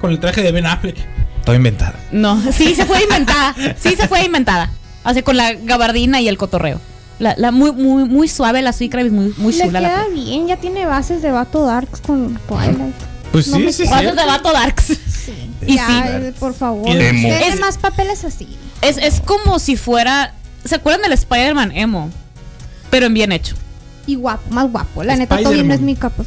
Speaker 3: Con el traje de Ben Affleck.
Speaker 4: Todo inventado.
Speaker 1: no, sí se fue inventada, sí se fue inventada. Hace con la gabardina y el cotorreo. La, la muy, muy, muy suave la Sui Kravitz, muy, muy
Speaker 5: Le
Speaker 1: chula la
Speaker 5: queda bien, ya tiene bases de Vato Darks con Twilight.
Speaker 4: Pues
Speaker 5: No me-
Speaker 4: sí, sí, sí.
Speaker 1: Cuando te vato Darks.
Speaker 5: Sí.
Speaker 1: Y
Speaker 5: ya,
Speaker 1: sí.
Speaker 5: eh, por favor.
Speaker 3: Y de
Speaker 2: emo.
Speaker 5: Denle
Speaker 1: Es-
Speaker 5: más papeles así.
Speaker 1: Es, es como si fuera. ¿Se acuerdan del Spider-Man emo? Pero en bien hecho.
Speaker 5: Y guapo, más guapo. La neta, Toby no
Speaker 3: Spider-Man.
Speaker 5: es mi capa.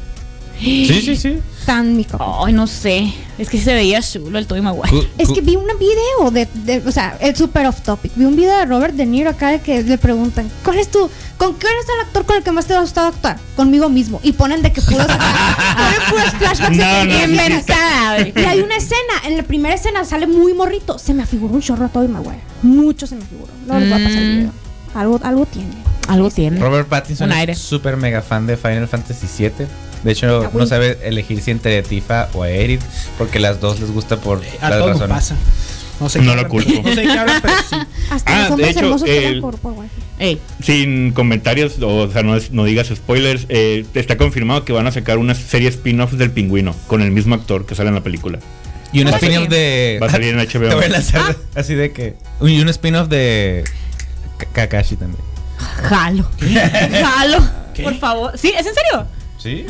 Speaker 4: Sí, sí, sí.
Speaker 5: Tan mi capa.
Speaker 1: Ay, no sé. Es que se veía chulo el Tobey Maguire.
Speaker 4: Cu-
Speaker 5: Es
Speaker 4: cu-
Speaker 5: que vi un video de, de- o sea, es super off topic. Vi un video de Robert De Niro acá de que le preguntan, ¿cuál es tu, con qué eres el actor con el que más te ha gustado actuar? Conmigo mismo. Y ponen de que puros, acá, ponen puros flashbacks.
Speaker 2: No, no,
Speaker 5: acá. Y me-
Speaker 1: Ah, pues, Inventada, güey.
Speaker 5: Y hay una escena, en la primera escena sale muy morrito. Se me afiguró un chorro a Toby Maguire. Mucho se me afiguró. Luego les voy a pasar el
Speaker 1: Mm.
Speaker 5: video. Algo, algo tiene.
Speaker 1: Algo tiene.
Speaker 4: Robert Pattinson
Speaker 1: Un
Speaker 4: es
Speaker 1: aire.
Speaker 4: súper mega fan de Final Fantasy VII. De hecho, no
Speaker 5: güey.
Speaker 4: sabe elegir si entre Tifa o Aerith, porque las dos les gusta por
Speaker 3: Eh, A
Speaker 4: las
Speaker 3: todos nos
Speaker 4: razones.
Speaker 3: pasa. No sé
Speaker 2: No
Speaker 3: qué
Speaker 2: lo
Speaker 3: hablan,
Speaker 2: culpo.
Speaker 3: No sé qué hablan, pero sí.
Speaker 5: Hasta
Speaker 2: Ah,
Speaker 5: los
Speaker 2: de
Speaker 5: hombres
Speaker 2: hecho,
Speaker 5: hermosos que
Speaker 2: el-
Speaker 5: van por, por wifi.
Speaker 1: Ey.
Speaker 2: Sin comentarios, o, sea, no, es- no digas spoilers, eh, está confirmado que van a sacar una serie spin-off del pingüino con el mismo actor que sale en la película.
Speaker 4: Y un
Speaker 1: Va a
Speaker 4: spin-off
Speaker 1: salir.
Speaker 4: de.
Speaker 2: Va a salir en HBO.
Speaker 4: Te voy a lanzar así de que. Y un spin-off de. K- Kakashi también.
Speaker 1: Jalo. Jalo. Por favor. ¿Sí? ¿Es en serio?
Speaker 4: ¿Sí?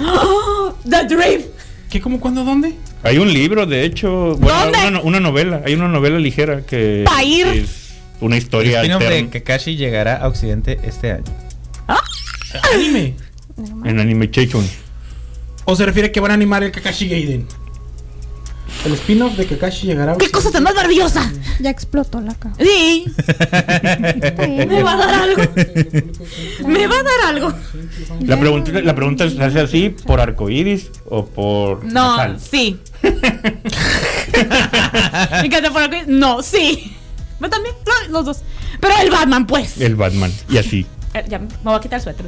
Speaker 1: The Dream.
Speaker 3: ¿Qué, cómo, cuándo, dónde?
Speaker 2: Hay un libro, de hecho, bueno,
Speaker 1: ¿Dónde?
Speaker 2: Una, no- una novela, hay una novela ligera que
Speaker 1: Pa' ir.
Speaker 2: es una
Speaker 4: El
Speaker 2: historia
Speaker 4: spin-off de
Speaker 2: alterna
Speaker 4: Kakashi llegará a Occidente este año.
Speaker 3: Anime.
Speaker 2: en anime Chechun.
Speaker 3: ¿O se refiere que van a animar el Kakashi Gaiden? El spin-off de Kakashi llegará a
Speaker 1: ¡Qué cosa tan más maravillosa!
Speaker 5: Ya explotó la caja.
Speaker 1: Sí. Me va a dar algo. Me va a dar algo.
Speaker 2: La pregunta, la pregunta es, ¿se hace así por arcoíris o por
Speaker 1: No,
Speaker 2: nasal?
Speaker 1: sí. Me encanta por aquí. No, sí. Yo también, lo- los dos. Pero el Batman, pues.
Speaker 2: El Batman y así.
Speaker 1: Eh, Ya, me voy a quitar el suéter.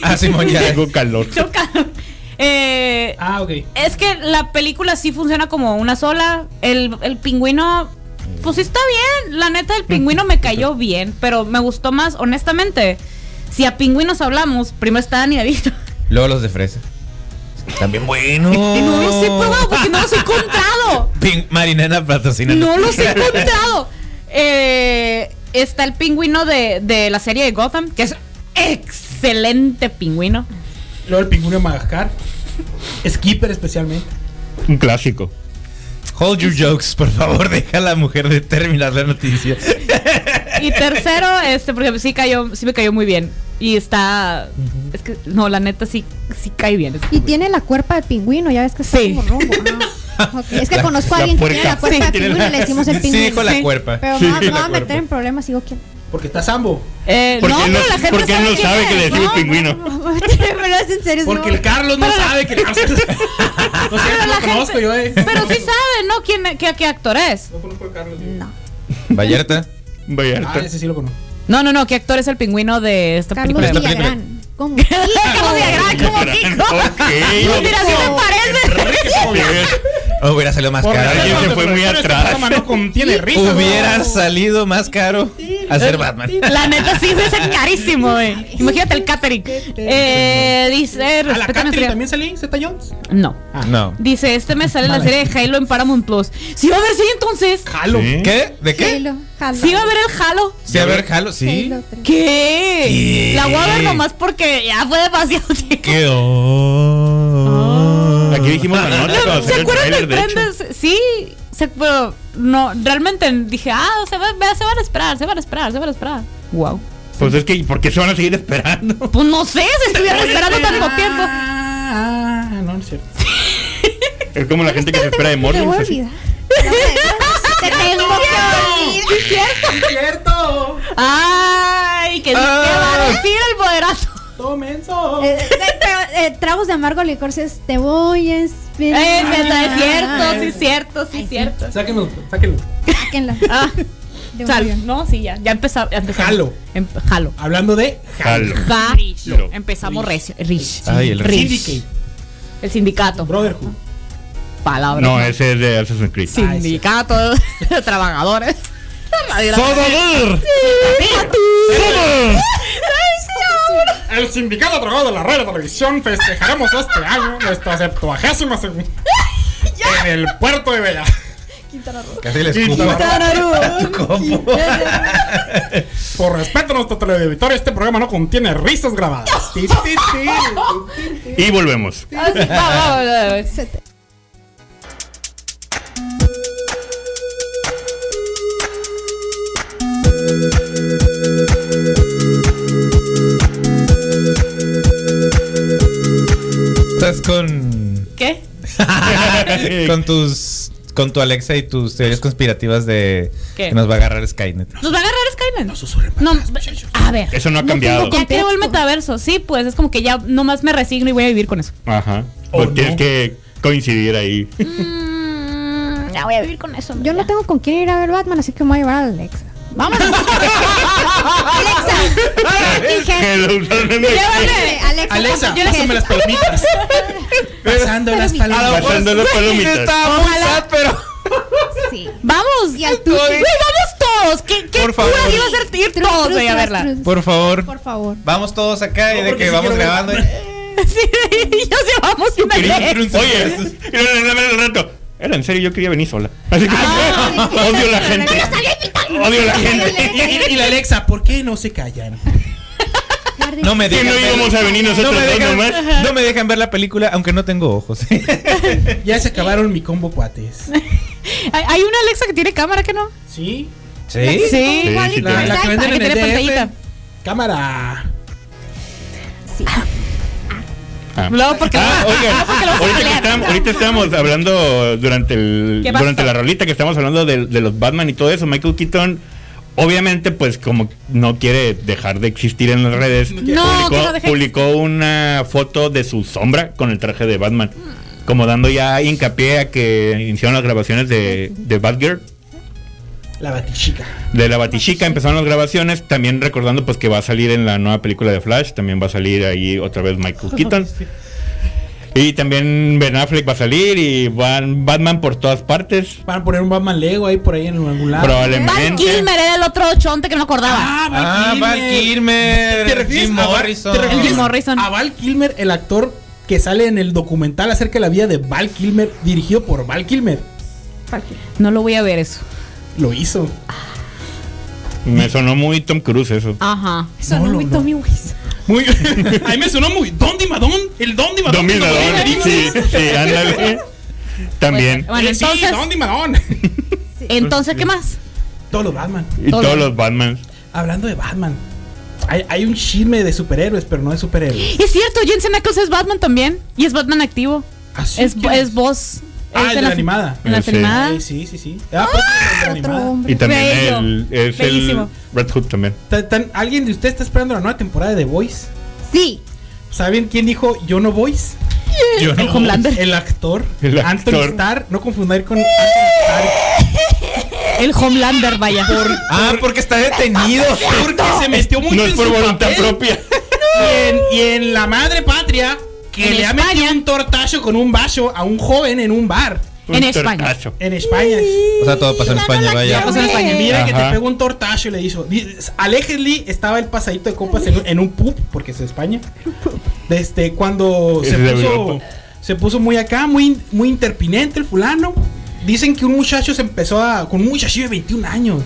Speaker 4: Ah, Simón, ya.
Speaker 2: Tengo calor.
Speaker 1: Yo calor. Eh,
Speaker 3: Ah, ok.
Speaker 1: es que la película sí funciona como una sola. El, el pingüino. Pues sí está bien. La neta, el pingüino me cayó bien. Pero me gustó más, honestamente. Si a pingüinos hablamos, primero está Dani Devito.
Speaker 4: Luego los de fresa. También bueno.
Speaker 1: No los he probado porque no los he encontrado.
Speaker 4: Pin- Marinela patrocina.
Speaker 1: No los he encontrado. Eh, está el pingüino de, de la serie de Gotham, que es excelente pingüino.
Speaker 3: Luego el pingüino de Madagascar. Skipper especialmente.
Speaker 2: Un clásico.
Speaker 4: Hold your jokes, por favor, deja a la mujer de terminar la noticia.
Speaker 1: Y tercero, este, porque sí cayó, sí me cayó muy bien. Y está. Es que, no, la neta sí, sí cae bien. Es-
Speaker 5: Y tiene la cuerpa de pingüino, ya ves que está
Speaker 1: Sí.
Speaker 5: como rojo. Ah, ok. Es que
Speaker 4: La-
Speaker 5: conozco a
Speaker 2: la
Speaker 5: alguien que tiene
Speaker 2: puerca.
Speaker 5: la cuerpa
Speaker 2: Sí,
Speaker 5: de
Speaker 2: tiene
Speaker 5: pingüino y
Speaker 2: la-
Speaker 5: le decimos el
Speaker 4: Sí,
Speaker 5: pingüino.
Speaker 4: dijo la cuerpa.
Speaker 5: Pero
Speaker 2: Sí,
Speaker 5: no, no
Speaker 2: la
Speaker 5: va a meter
Speaker 2: cuerpa.
Speaker 5: en problemas, digo quién.
Speaker 3: Porque está Sambo.
Speaker 1: Eh,
Speaker 2: Porque
Speaker 1: no,
Speaker 2: él no-
Speaker 1: pero la gente
Speaker 2: porque él no
Speaker 1: quién
Speaker 2: sabe que le
Speaker 1: es,
Speaker 2: decimos
Speaker 1: ¿no?
Speaker 2: pingüino.
Speaker 5: pero es en
Speaker 1: Pues
Speaker 5: serio.
Speaker 3: Porque el Carlos no sabe que Carlos. no sé,
Speaker 1: Pero
Speaker 3: no
Speaker 1: la
Speaker 3: lo conozco
Speaker 1: gente-
Speaker 3: yo, eh.
Speaker 1: Pero sí sabe, ¿no? ¿Quién, qué, qué actor es?
Speaker 3: No conozco a Carlos. yo.
Speaker 5: No.
Speaker 4: Vallarta.
Speaker 2: Vaya.
Speaker 3: Ah, ese sí lo conozco.
Speaker 1: No, no, no. ¿Qué actor es el pingüino de esta
Speaker 5: Carlos
Speaker 1: película?
Speaker 4: película.
Speaker 5: Villagrán. ¿Cómo? Sí,
Speaker 1: Carlos Villagrán, como Kiko.
Speaker 2: Ok.
Speaker 1: Mira, sí me parece.
Speaker 4: Oh, hubiera salido más
Speaker 2: Por
Speaker 4: caro.
Speaker 2: Alguien se fue muy atrás.
Speaker 3: No contiene risa.
Speaker 4: Hubiera salido más caro hacer Batman.
Speaker 1: La neta sí debe ser carísimo, güey. Imagínate el catering. Eh, dice,
Speaker 3: A la
Speaker 1: respeta mi
Speaker 3: Catherine
Speaker 1: fría-
Speaker 3: también salí, Z Jones.
Speaker 1: No.
Speaker 4: No.
Speaker 1: Dice, este me sale en la serie de Halo en Paramount Plus. Sí va a ver, sí, entonces.
Speaker 3: Jalo.
Speaker 2: Sí.
Speaker 4: ¿Qué? ¿De qué?
Speaker 5: lo jalo.
Speaker 1: Sí va a ver el Halo.
Speaker 4: Sí, a ver, jalo, sí.
Speaker 5: Halo tres.
Speaker 1: ¿Qué?
Speaker 4: ¿Qué?
Speaker 1: La voy a ver nomás porque ya fue demasiado tiempo.
Speaker 4: ¿Qué?
Speaker 1: Ah.
Speaker 4: Oh.
Speaker 2: Aquí dijimos la
Speaker 1: No,
Speaker 2: nota cuando salió
Speaker 1: ¿Se
Speaker 2: el
Speaker 1: acuerdan del
Speaker 2: tráiler, de
Speaker 1: tren
Speaker 2: hecho.
Speaker 1: de- Sí, se- pero no, realmente dije, ah, se, va- se van a esperar, se van a esperar, se van a esperar. Wow.
Speaker 2: Pues es que, ¿por qué se van a seguir esperando?
Speaker 1: Pues no sé, se estuvieron esperando tanto tiempo.
Speaker 3: Ah, ah, no, no es cierto.
Speaker 2: Es como la gente que se espera de
Speaker 5: Te voy a
Speaker 2: Morbius. así.
Speaker 5: olvidar. No, me- Te tengo que olvidar.
Speaker 3: ¡Cierto!
Speaker 1: Ay, que
Speaker 4: Ah.
Speaker 1: ¿qué va a decir el moderato.
Speaker 3: ¡Tomen eso!
Speaker 5: Eh, eh, tra- eh, tragos de amargo licor si es Ah, te voy a esperar.
Speaker 1: Eh, neta, es cierto, sí, es cierto, sí, es cierto.
Speaker 3: Sáquenlo, sáquenlo.
Speaker 5: Sáquenla.
Speaker 1: Ah,
Speaker 5: De un
Speaker 1: sal,
Speaker 5: avión.
Speaker 1: no, sí, ya, ya empezamos. Ya empezamos.
Speaker 3: Jalo.
Speaker 1: Em- jalo.
Speaker 3: Hablando de
Speaker 2: Jalo.
Speaker 1: Va.
Speaker 2: Lo.
Speaker 1: Empezamos recio. Rich.
Speaker 4: Ay, el
Speaker 1: Rich.
Speaker 3: Syndicate,
Speaker 1: El sindicato.
Speaker 3: Brotherhood.
Speaker 1: Palabra.
Speaker 2: No, ese es de Assassin's Creed.
Speaker 1: Sindicato de trabajadores. Madre-
Speaker 2: ¡Sododor!
Speaker 3: El sindicato drogado de la radio y televisión festejaremos este año nuestra 72 segunda en el puerto de Bella.
Speaker 4: Casi le escupo. Tu compo.
Speaker 3: Por respeto a nuestro teleauditorio, este programa no contiene risas grabadas. Ti, ti, ti.
Speaker 2: Y volvemos.
Speaker 1: Ah, sí, va, va, va, va.
Speaker 5: Se te-
Speaker 4: Estás con.
Speaker 1: ¿Qué?
Speaker 4: con tus. Con tu Alexa y tus teorías conspirativas de
Speaker 1: ¿Qué?
Speaker 4: que nos va a agarrar Skynet.
Speaker 1: ¿Nos va a agarrar Skynet? No,
Speaker 3: susurren
Speaker 1: a ver.
Speaker 2: Eso no ha
Speaker 5: No
Speaker 2: cambiado.
Speaker 5: tengo
Speaker 1: Ya creo el
Speaker 5: Contexto.
Speaker 1: metaverso, sí, pues es como que ya nomás me resigno y voy a vivir con eso.
Speaker 2: Ajá.
Speaker 3: ¿O
Speaker 2: Pues
Speaker 3: no?
Speaker 2: tienes que coincidir ahí.
Speaker 1: Mm, ya voy a vivir con eso.
Speaker 5: Yo no tengo con quién ir a ver Batman, así que me voy a llevar a Alexa.
Speaker 1: Vámonos.
Speaker 5: Alexa.
Speaker 2: Que lo usaron en
Speaker 1: Llévale.
Speaker 5: Alexa.
Speaker 3: Alexa,
Speaker 1: Yo le-
Speaker 3: pásame las palomitas. Pasando las palomitas.
Speaker 2: Pasando las palomitas.
Speaker 1: Ojalá.
Speaker 6: pero.
Speaker 5: Sí.
Speaker 1: Vamos.
Speaker 5: Y al tuyo.
Speaker 1: Güey, vamos todos. ¿Qué, qué
Speaker 6: Por favor.
Speaker 1: cura iba a ser ir
Speaker 5: Trus,
Speaker 1: todos
Speaker 5: trus,
Speaker 1: güey, a
Speaker 5: trus,
Speaker 1: verla?
Speaker 5: trus.
Speaker 4: Por favor.
Speaker 5: Por favor.
Speaker 4: Vamos todos acá y
Speaker 3: No,
Speaker 4: de
Speaker 3: porque
Speaker 4: que
Speaker 3: sí
Speaker 4: vamos
Speaker 3: quiero ver
Speaker 4: grabando.
Speaker 1: Sí, yo sí vamos una vez.
Speaker 2: Oye, el rato. Era en serio, yo quería venir sola. Así que odio la gente. Odio la gente.
Speaker 3: Y, y la Alexa, ¿por qué no se callan?
Speaker 5: Jardín.
Speaker 4: No me
Speaker 2: Que no
Speaker 4: dejan. ver-
Speaker 2: íbamos a venir
Speaker 4: no
Speaker 2: nosotros
Speaker 4: me
Speaker 2: dos
Speaker 4: dejan-
Speaker 2: nomás.
Speaker 4: no me dejan ver la película, aunque no tengo ojos.
Speaker 3: Ya se acabaron mi combo cuates.
Speaker 1: Hay hay una Alexa que tiene cámara que no.
Speaker 3: ¿Eh? ¿Sí?
Speaker 4: ¿Sí?
Speaker 1: Sí.
Speaker 2: Sí,
Speaker 5: Igual
Speaker 2: sí,
Speaker 5: y
Speaker 2: tiene.
Speaker 5: con
Speaker 3: La que
Speaker 5: Skype.
Speaker 3: venden
Speaker 1: que
Speaker 3: en el
Speaker 1: tiene
Speaker 3: DF.
Speaker 1: pantallita.
Speaker 3: Cámara.
Speaker 5: Sí.
Speaker 1: No, porque
Speaker 2: Ah, oigan,
Speaker 1: Ah, porque lo vamos a
Speaker 2: ahorita, que
Speaker 1: pelear.
Speaker 2: estábamos, ahorita estábamos hablando durante el
Speaker 1: ¿Qué pasó?
Speaker 2: durante la rolita que estábamos hablando de, de los Batman y todo eso, Michael Keaton obviamente pues como no quiere dejar de existir en las redes,
Speaker 1: No, que
Speaker 2: publicó,
Speaker 1: no deje de
Speaker 2: publicó una foto de su sombra con el traje de Batman, como dando ya hincapié a que iniciaron las grabaciones de, de Batgirl.
Speaker 3: La batichica.
Speaker 2: De la Batichica empezaron las grabaciones, también recordando pues que va a salir en la nueva película de Flash, también va a salir ahí otra vez Michael Keaton. Y también Ben Affleck va a salir y van Batman por todas partes,
Speaker 3: Van a poner un Batman Lego ahí por ahí en algún lado.
Speaker 1: Val
Speaker 2: probablemente.
Speaker 1: Kilmer era el otro chonte que no me acordaba.
Speaker 3: Ah, Val
Speaker 4: Ah,
Speaker 3: Kilmer.
Speaker 4: Val Kilmer.
Speaker 3: ¿Te refieres
Speaker 4: Jim
Speaker 3: a Val-
Speaker 4: Morrison.
Speaker 3: te refieres
Speaker 1: El Jim Morrison.
Speaker 3: A Val Kilmer, el actor que sale en el documental acerca de la vida de Val Kilmer, dirigido por Val Kilmer.
Speaker 1: No lo voy a ver eso.
Speaker 3: Lo hizo.
Speaker 2: Me sonó muy Tom Cruise eso.
Speaker 1: Ajá.
Speaker 5: Sonó
Speaker 3: No,
Speaker 5: muy
Speaker 3: no, no.
Speaker 5: Tommy Wiz.
Speaker 3: Muy. Ahí me sonó muy. Don Madón? El Don Madón.
Speaker 2: Don Mirador, sí, sí, ándale. También.
Speaker 1: Bueno, entonces,
Speaker 3: Madón.
Speaker 1: entonces ¿qué más?
Speaker 3: Todos los Batman.
Speaker 2: Y todos los Batmans.
Speaker 3: Hablando de Batman. Hay, hay un chisme de superhéroes, pero no de superhéroes.
Speaker 1: Es cierto, Jensen Ackles es Batman también y es Batman activo.
Speaker 3: Así
Speaker 1: Es,
Speaker 3: que-
Speaker 1: es voz.
Speaker 3: Ah,
Speaker 1: Es
Speaker 3: el de
Speaker 1: en
Speaker 3: la
Speaker 1: fi-
Speaker 3: animada.
Speaker 1: En la
Speaker 2: Sí.
Speaker 1: filmada.
Speaker 3: Eh, sí, sí, sí. Ah, pues, el de la
Speaker 5: Otro
Speaker 3: animada.
Speaker 5: hombre.
Speaker 2: Y también
Speaker 1: Bello.
Speaker 2: el, es el
Speaker 1: Bellísimo.
Speaker 2: Red Hood también.
Speaker 3: Tan- tan- ¿Alguien de ustedes está esperando la nueva temporada de The Voice?
Speaker 5: Sí.
Speaker 3: ¿Saben quién dijo Yo no Voice?
Speaker 2: Yo
Speaker 1: El Homelander.
Speaker 3: El actor.
Speaker 2: El
Speaker 3: Anthony
Speaker 2: actor.
Speaker 3: Starr. No confundir
Speaker 1: Eh,
Speaker 3: con Anthony Starr.
Speaker 1: El Homelander, vaya.
Speaker 4: Ah, porque está detenido.
Speaker 3: Porque se metió mucho
Speaker 2: No es
Speaker 3: en
Speaker 2: por
Speaker 3: su
Speaker 2: voluntad
Speaker 3: papel.
Speaker 2: propia.
Speaker 3: Y en, y en la madre patria, que
Speaker 1: En
Speaker 3: le ha
Speaker 1: España.
Speaker 3: metido un tortazo con un vaso a un joven en un bar.
Speaker 1: En
Speaker 2: Un
Speaker 1: España.
Speaker 2: tortazo.
Speaker 3: En España.
Speaker 4: O sea, todo pasó en España, vaya.
Speaker 1: Pasó en España.
Speaker 3: pues, Mira que te
Speaker 2: Ajá.
Speaker 3: pegó un tortazo y le hizo. Allegedly estaba el pasadito de copas en, un- en un pub, porque es España. Desde cuando
Speaker 2: Es
Speaker 3: se
Speaker 2: de
Speaker 3: puso,
Speaker 2: Europa.
Speaker 3: se puso muy acá, muy, muy interpinente el fulano. Dicen que un muchacho se empezó a. con un muchacho de 21 años.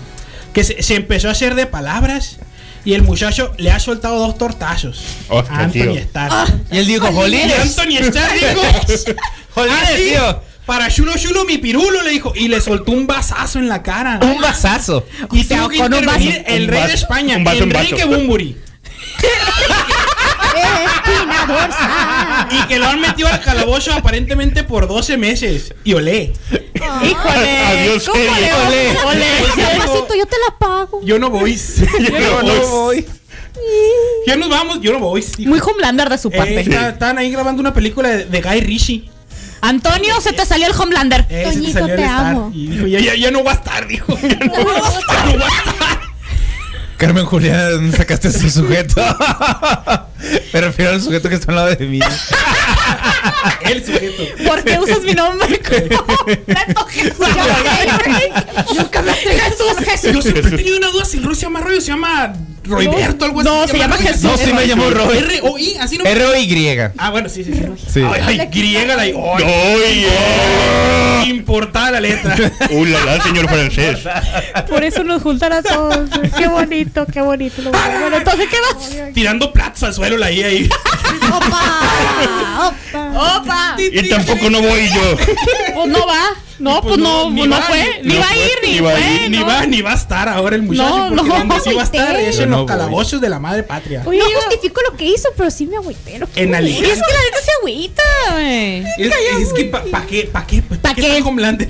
Speaker 3: Que se, se empezó a hacer de palabras. Y el muchacho le ha soltado dos tortazos.
Speaker 2: Hostia,
Speaker 3: a Anthony
Speaker 2: tío.
Speaker 3: Starr.
Speaker 4: Y él dijo,
Speaker 3: Y
Speaker 4: jolines.
Speaker 3: Anthony Starr dijo. "Ah,
Speaker 4: Jolines,
Speaker 3: sí,
Speaker 4: tío.
Speaker 3: Para Chulo Chulo mi pirulo le dijo. Y le soltó un vasazo en la cara.
Speaker 4: Un vasazo.
Speaker 3: Y
Speaker 1: sea,
Speaker 3: tengo que
Speaker 1: con un
Speaker 3: intervenir
Speaker 1: vaso.
Speaker 3: el
Speaker 2: Un
Speaker 3: rey de
Speaker 2: vaso.
Speaker 3: España,
Speaker 2: Un vaso, un
Speaker 3: Enrique
Speaker 2: vaso.
Speaker 3: Bumburi.
Speaker 5: Espinador. Sa.
Speaker 3: Y que lo han metido al calabozo aparentemente por 12 meses. Y olé.
Speaker 1: Híjole.
Speaker 2: Adiós,
Speaker 1: ¿Cómo
Speaker 2: Kelly.
Speaker 1: le va?
Speaker 4: Ole.
Speaker 5: Papacito, yo te la pago.
Speaker 3: Yo no voy.
Speaker 2: Yo no voy.
Speaker 3: Ya nos vamos, yo no voy.
Speaker 1: Muy Homelander de su
Speaker 3: Eh,
Speaker 1: parte.
Speaker 3: está- Están ahí grabando una película de, de Guy Ritchie.
Speaker 1: Antonio, se te salió el Homelander.
Speaker 3: Eh, se
Speaker 5: Toñito,
Speaker 3: salió el
Speaker 5: te
Speaker 3: Star.
Speaker 5: amo.
Speaker 3: Y dijo, ya, ya, ya no va a estar, dijo. Ya no, ya no va a estar.
Speaker 4: Carmen Julián, sacaste su sujeto. Me refiero al sujeto que está al lado de mí.
Speaker 3: El sujeto.
Speaker 1: ¿Por qué usas mi nombre? completo, Jesús?
Speaker 3: Nunca me
Speaker 1: Jesús, Jesús.
Speaker 3: Yo siempre he tenido una duda si Ruth se llama Roy o se llama Roiberto, algo así.
Speaker 1: No, se llama Jesús.
Speaker 4: No, sí me llamó Roy.
Speaker 3: R-O-I, así no.
Speaker 4: R-O-Y.
Speaker 3: Ah, bueno, sí, sí, sí.
Speaker 4: Sí.
Speaker 3: Ay, ay, griega la. ay,
Speaker 2: Oye.
Speaker 3: Importada la letra.
Speaker 2: Uh, la, la, señor francés.
Speaker 1: Por eso nos juntan a todos. Qué bonito, qué bonito. lo bueno. Bueno, entonces, ¿qué más?
Speaker 3: Tirando platos al suelo la I ahí.
Speaker 5: Opa. Opa.
Speaker 1: Opa.
Speaker 2: Y tampoco no voy yo.
Speaker 1: Pues no va. No, pues no,
Speaker 3: ni
Speaker 1: no
Speaker 3: va,
Speaker 1: fue.
Speaker 2: ni-
Speaker 1: Ni
Speaker 2: no
Speaker 1: va a
Speaker 2: fue,
Speaker 1: ir, ni
Speaker 2: ni va a
Speaker 1: fue,
Speaker 2: ir,
Speaker 3: Ni
Speaker 1: no.
Speaker 3: va, ni va a estar ahora el muchacho.
Speaker 1: No,
Speaker 3: porque
Speaker 1: no.
Speaker 3: donde sí va a estar es en
Speaker 4: Yo no
Speaker 3: los
Speaker 4: voy.
Speaker 3: calabozos de la madre patria.
Speaker 1: Oye,
Speaker 5: Oh, no
Speaker 1: yo-
Speaker 5: justifico lo que hizo, pero sí me agüité. lo que
Speaker 3: En
Speaker 5: hizo.
Speaker 1: Y
Speaker 3: Alicante.
Speaker 1: es que la neta se agüita, güey.
Speaker 3: Es, es que pa, pa' qué, pa' qué, pues,
Speaker 1: ¿Pa' qué?
Speaker 3: está Homelander?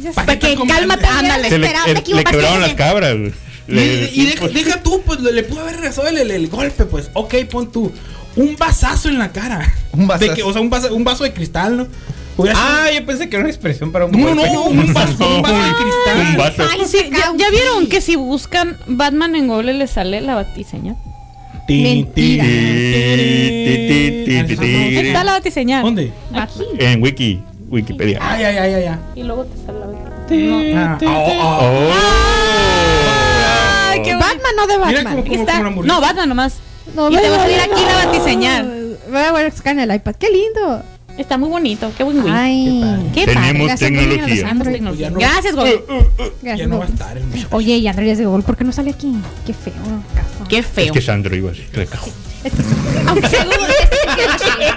Speaker 5: Ya
Speaker 3: Pa'
Speaker 5: sé.
Speaker 1: Para que
Speaker 3: tan
Speaker 1: cálmate,
Speaker 3: comandante?
Speaker 1: ándale.
Speaker 2: Se le,
Speaker 5: Esperaba, te
Speaker 2: el- le
Speaker 5: equivocaste,
Speaker 2: quebraron las
Speaker 5: Vicente.
Speaker 2: cabras. güey.
Speaker 3: Y,
Speaker 2: Le-
Speaker 3: y deja, deja tú, pues le, le pudo haber regresado el, el- el golpe, pues. Ok, pon tú. Un vasazo en la cara.
Speaker 4: Un
Speaker 3: De
Speaker 4: vasazo.
Speaker 3: que, o sea, un vaso, un vaso de cristal, ¿no?
Speaker 7: Hubiera sido-
Speaker 6: Ah, yo pensé que era una expresión para un
Speaker 3: No, no,
Speaker 6: golpe.
Speaker 3: no, un vaso, un vaso de
Speaker 2: Un
Speaker 3: cristal.
Speaker 2: vaso.
Speaker 5: Ay,
Speaker 1: Sí,
Speaker 5: saca
Speaker 1: ¿ya,
Speaker 5: un
Speaker 1: ya vieron
Speaker 5: pi.
Speaker 1: que si buscan Batman en Google le sale la batiseña?
Speaker 5: Mentira.
Speaker 1: Está la batiseña.
Speaker 3: ¿Dónde? Ah,
Speaker 1: Aquí.
Speaker 2: En Wiki, Wikipedia.
Speaker 3: Ay, ay, ay, ay, ay.
Speaker 1: Y luego te sale la batiseña.
Speaker 3: Ah, ah, ah.
Speaker 2: Oh.
Speaker 1: ¡Ah! ¡Qué bueno!
Speaker 5: Batman no de
Speaker 3: Mira
Speaker 5: Batman.
Speaker 3: cómo-
Speaker 1: Aquí
Speaker 3: como-
Speaker 1: está.
Speaker 3: como una hamburguesa.
Speaker 1: No, Batman nomás.
Speaker 5: No,
Speaker 1: Y te va a
Speaker 5: no,
Speaker 1: salir
Speaker 5: no,
Speaker 1: aquí la
Speaker 5: no.
Speaker 1: batiseñal.
Speaker 5: Voy a ver sacar el iPad. Qué lindo.
Speaker 1: Está muy bonito. Qué buen win.
Speaker 5: Ay.
Speaker 1: Qué
Speaker 2: Tenemos
Speaker 1: padre.
Speaker 5: Gracias, niña,
Speaker 2: tecnología.
Speaker 5: los
Speaker 1: Ambos
Speaker 5: Android.
Speaker 1: tecnologías.
Speaker 3: Ya no-
Speaker 1: Gracias,
Speaker 2: Uh, Eh,
Speaker 1: Google.
Speaker 6: ah.
Speaker 5: Gracias,
Speaker 3: Ya no va a
Speaker 5: Google.
Speaker 3: estar el muchacho.
Speaker 5: Oye, y Andrés de Google, ¿por qué no sale aquí? Qué feo. caso.
Speaker 1: Qué
Speaker 2: Es
Speaker 1: feo.
Speaker 2: que es Android, güey.
Speaker 5: Es que- Aunque sea Google,
Speaker 1: este
Speaker 5: es que-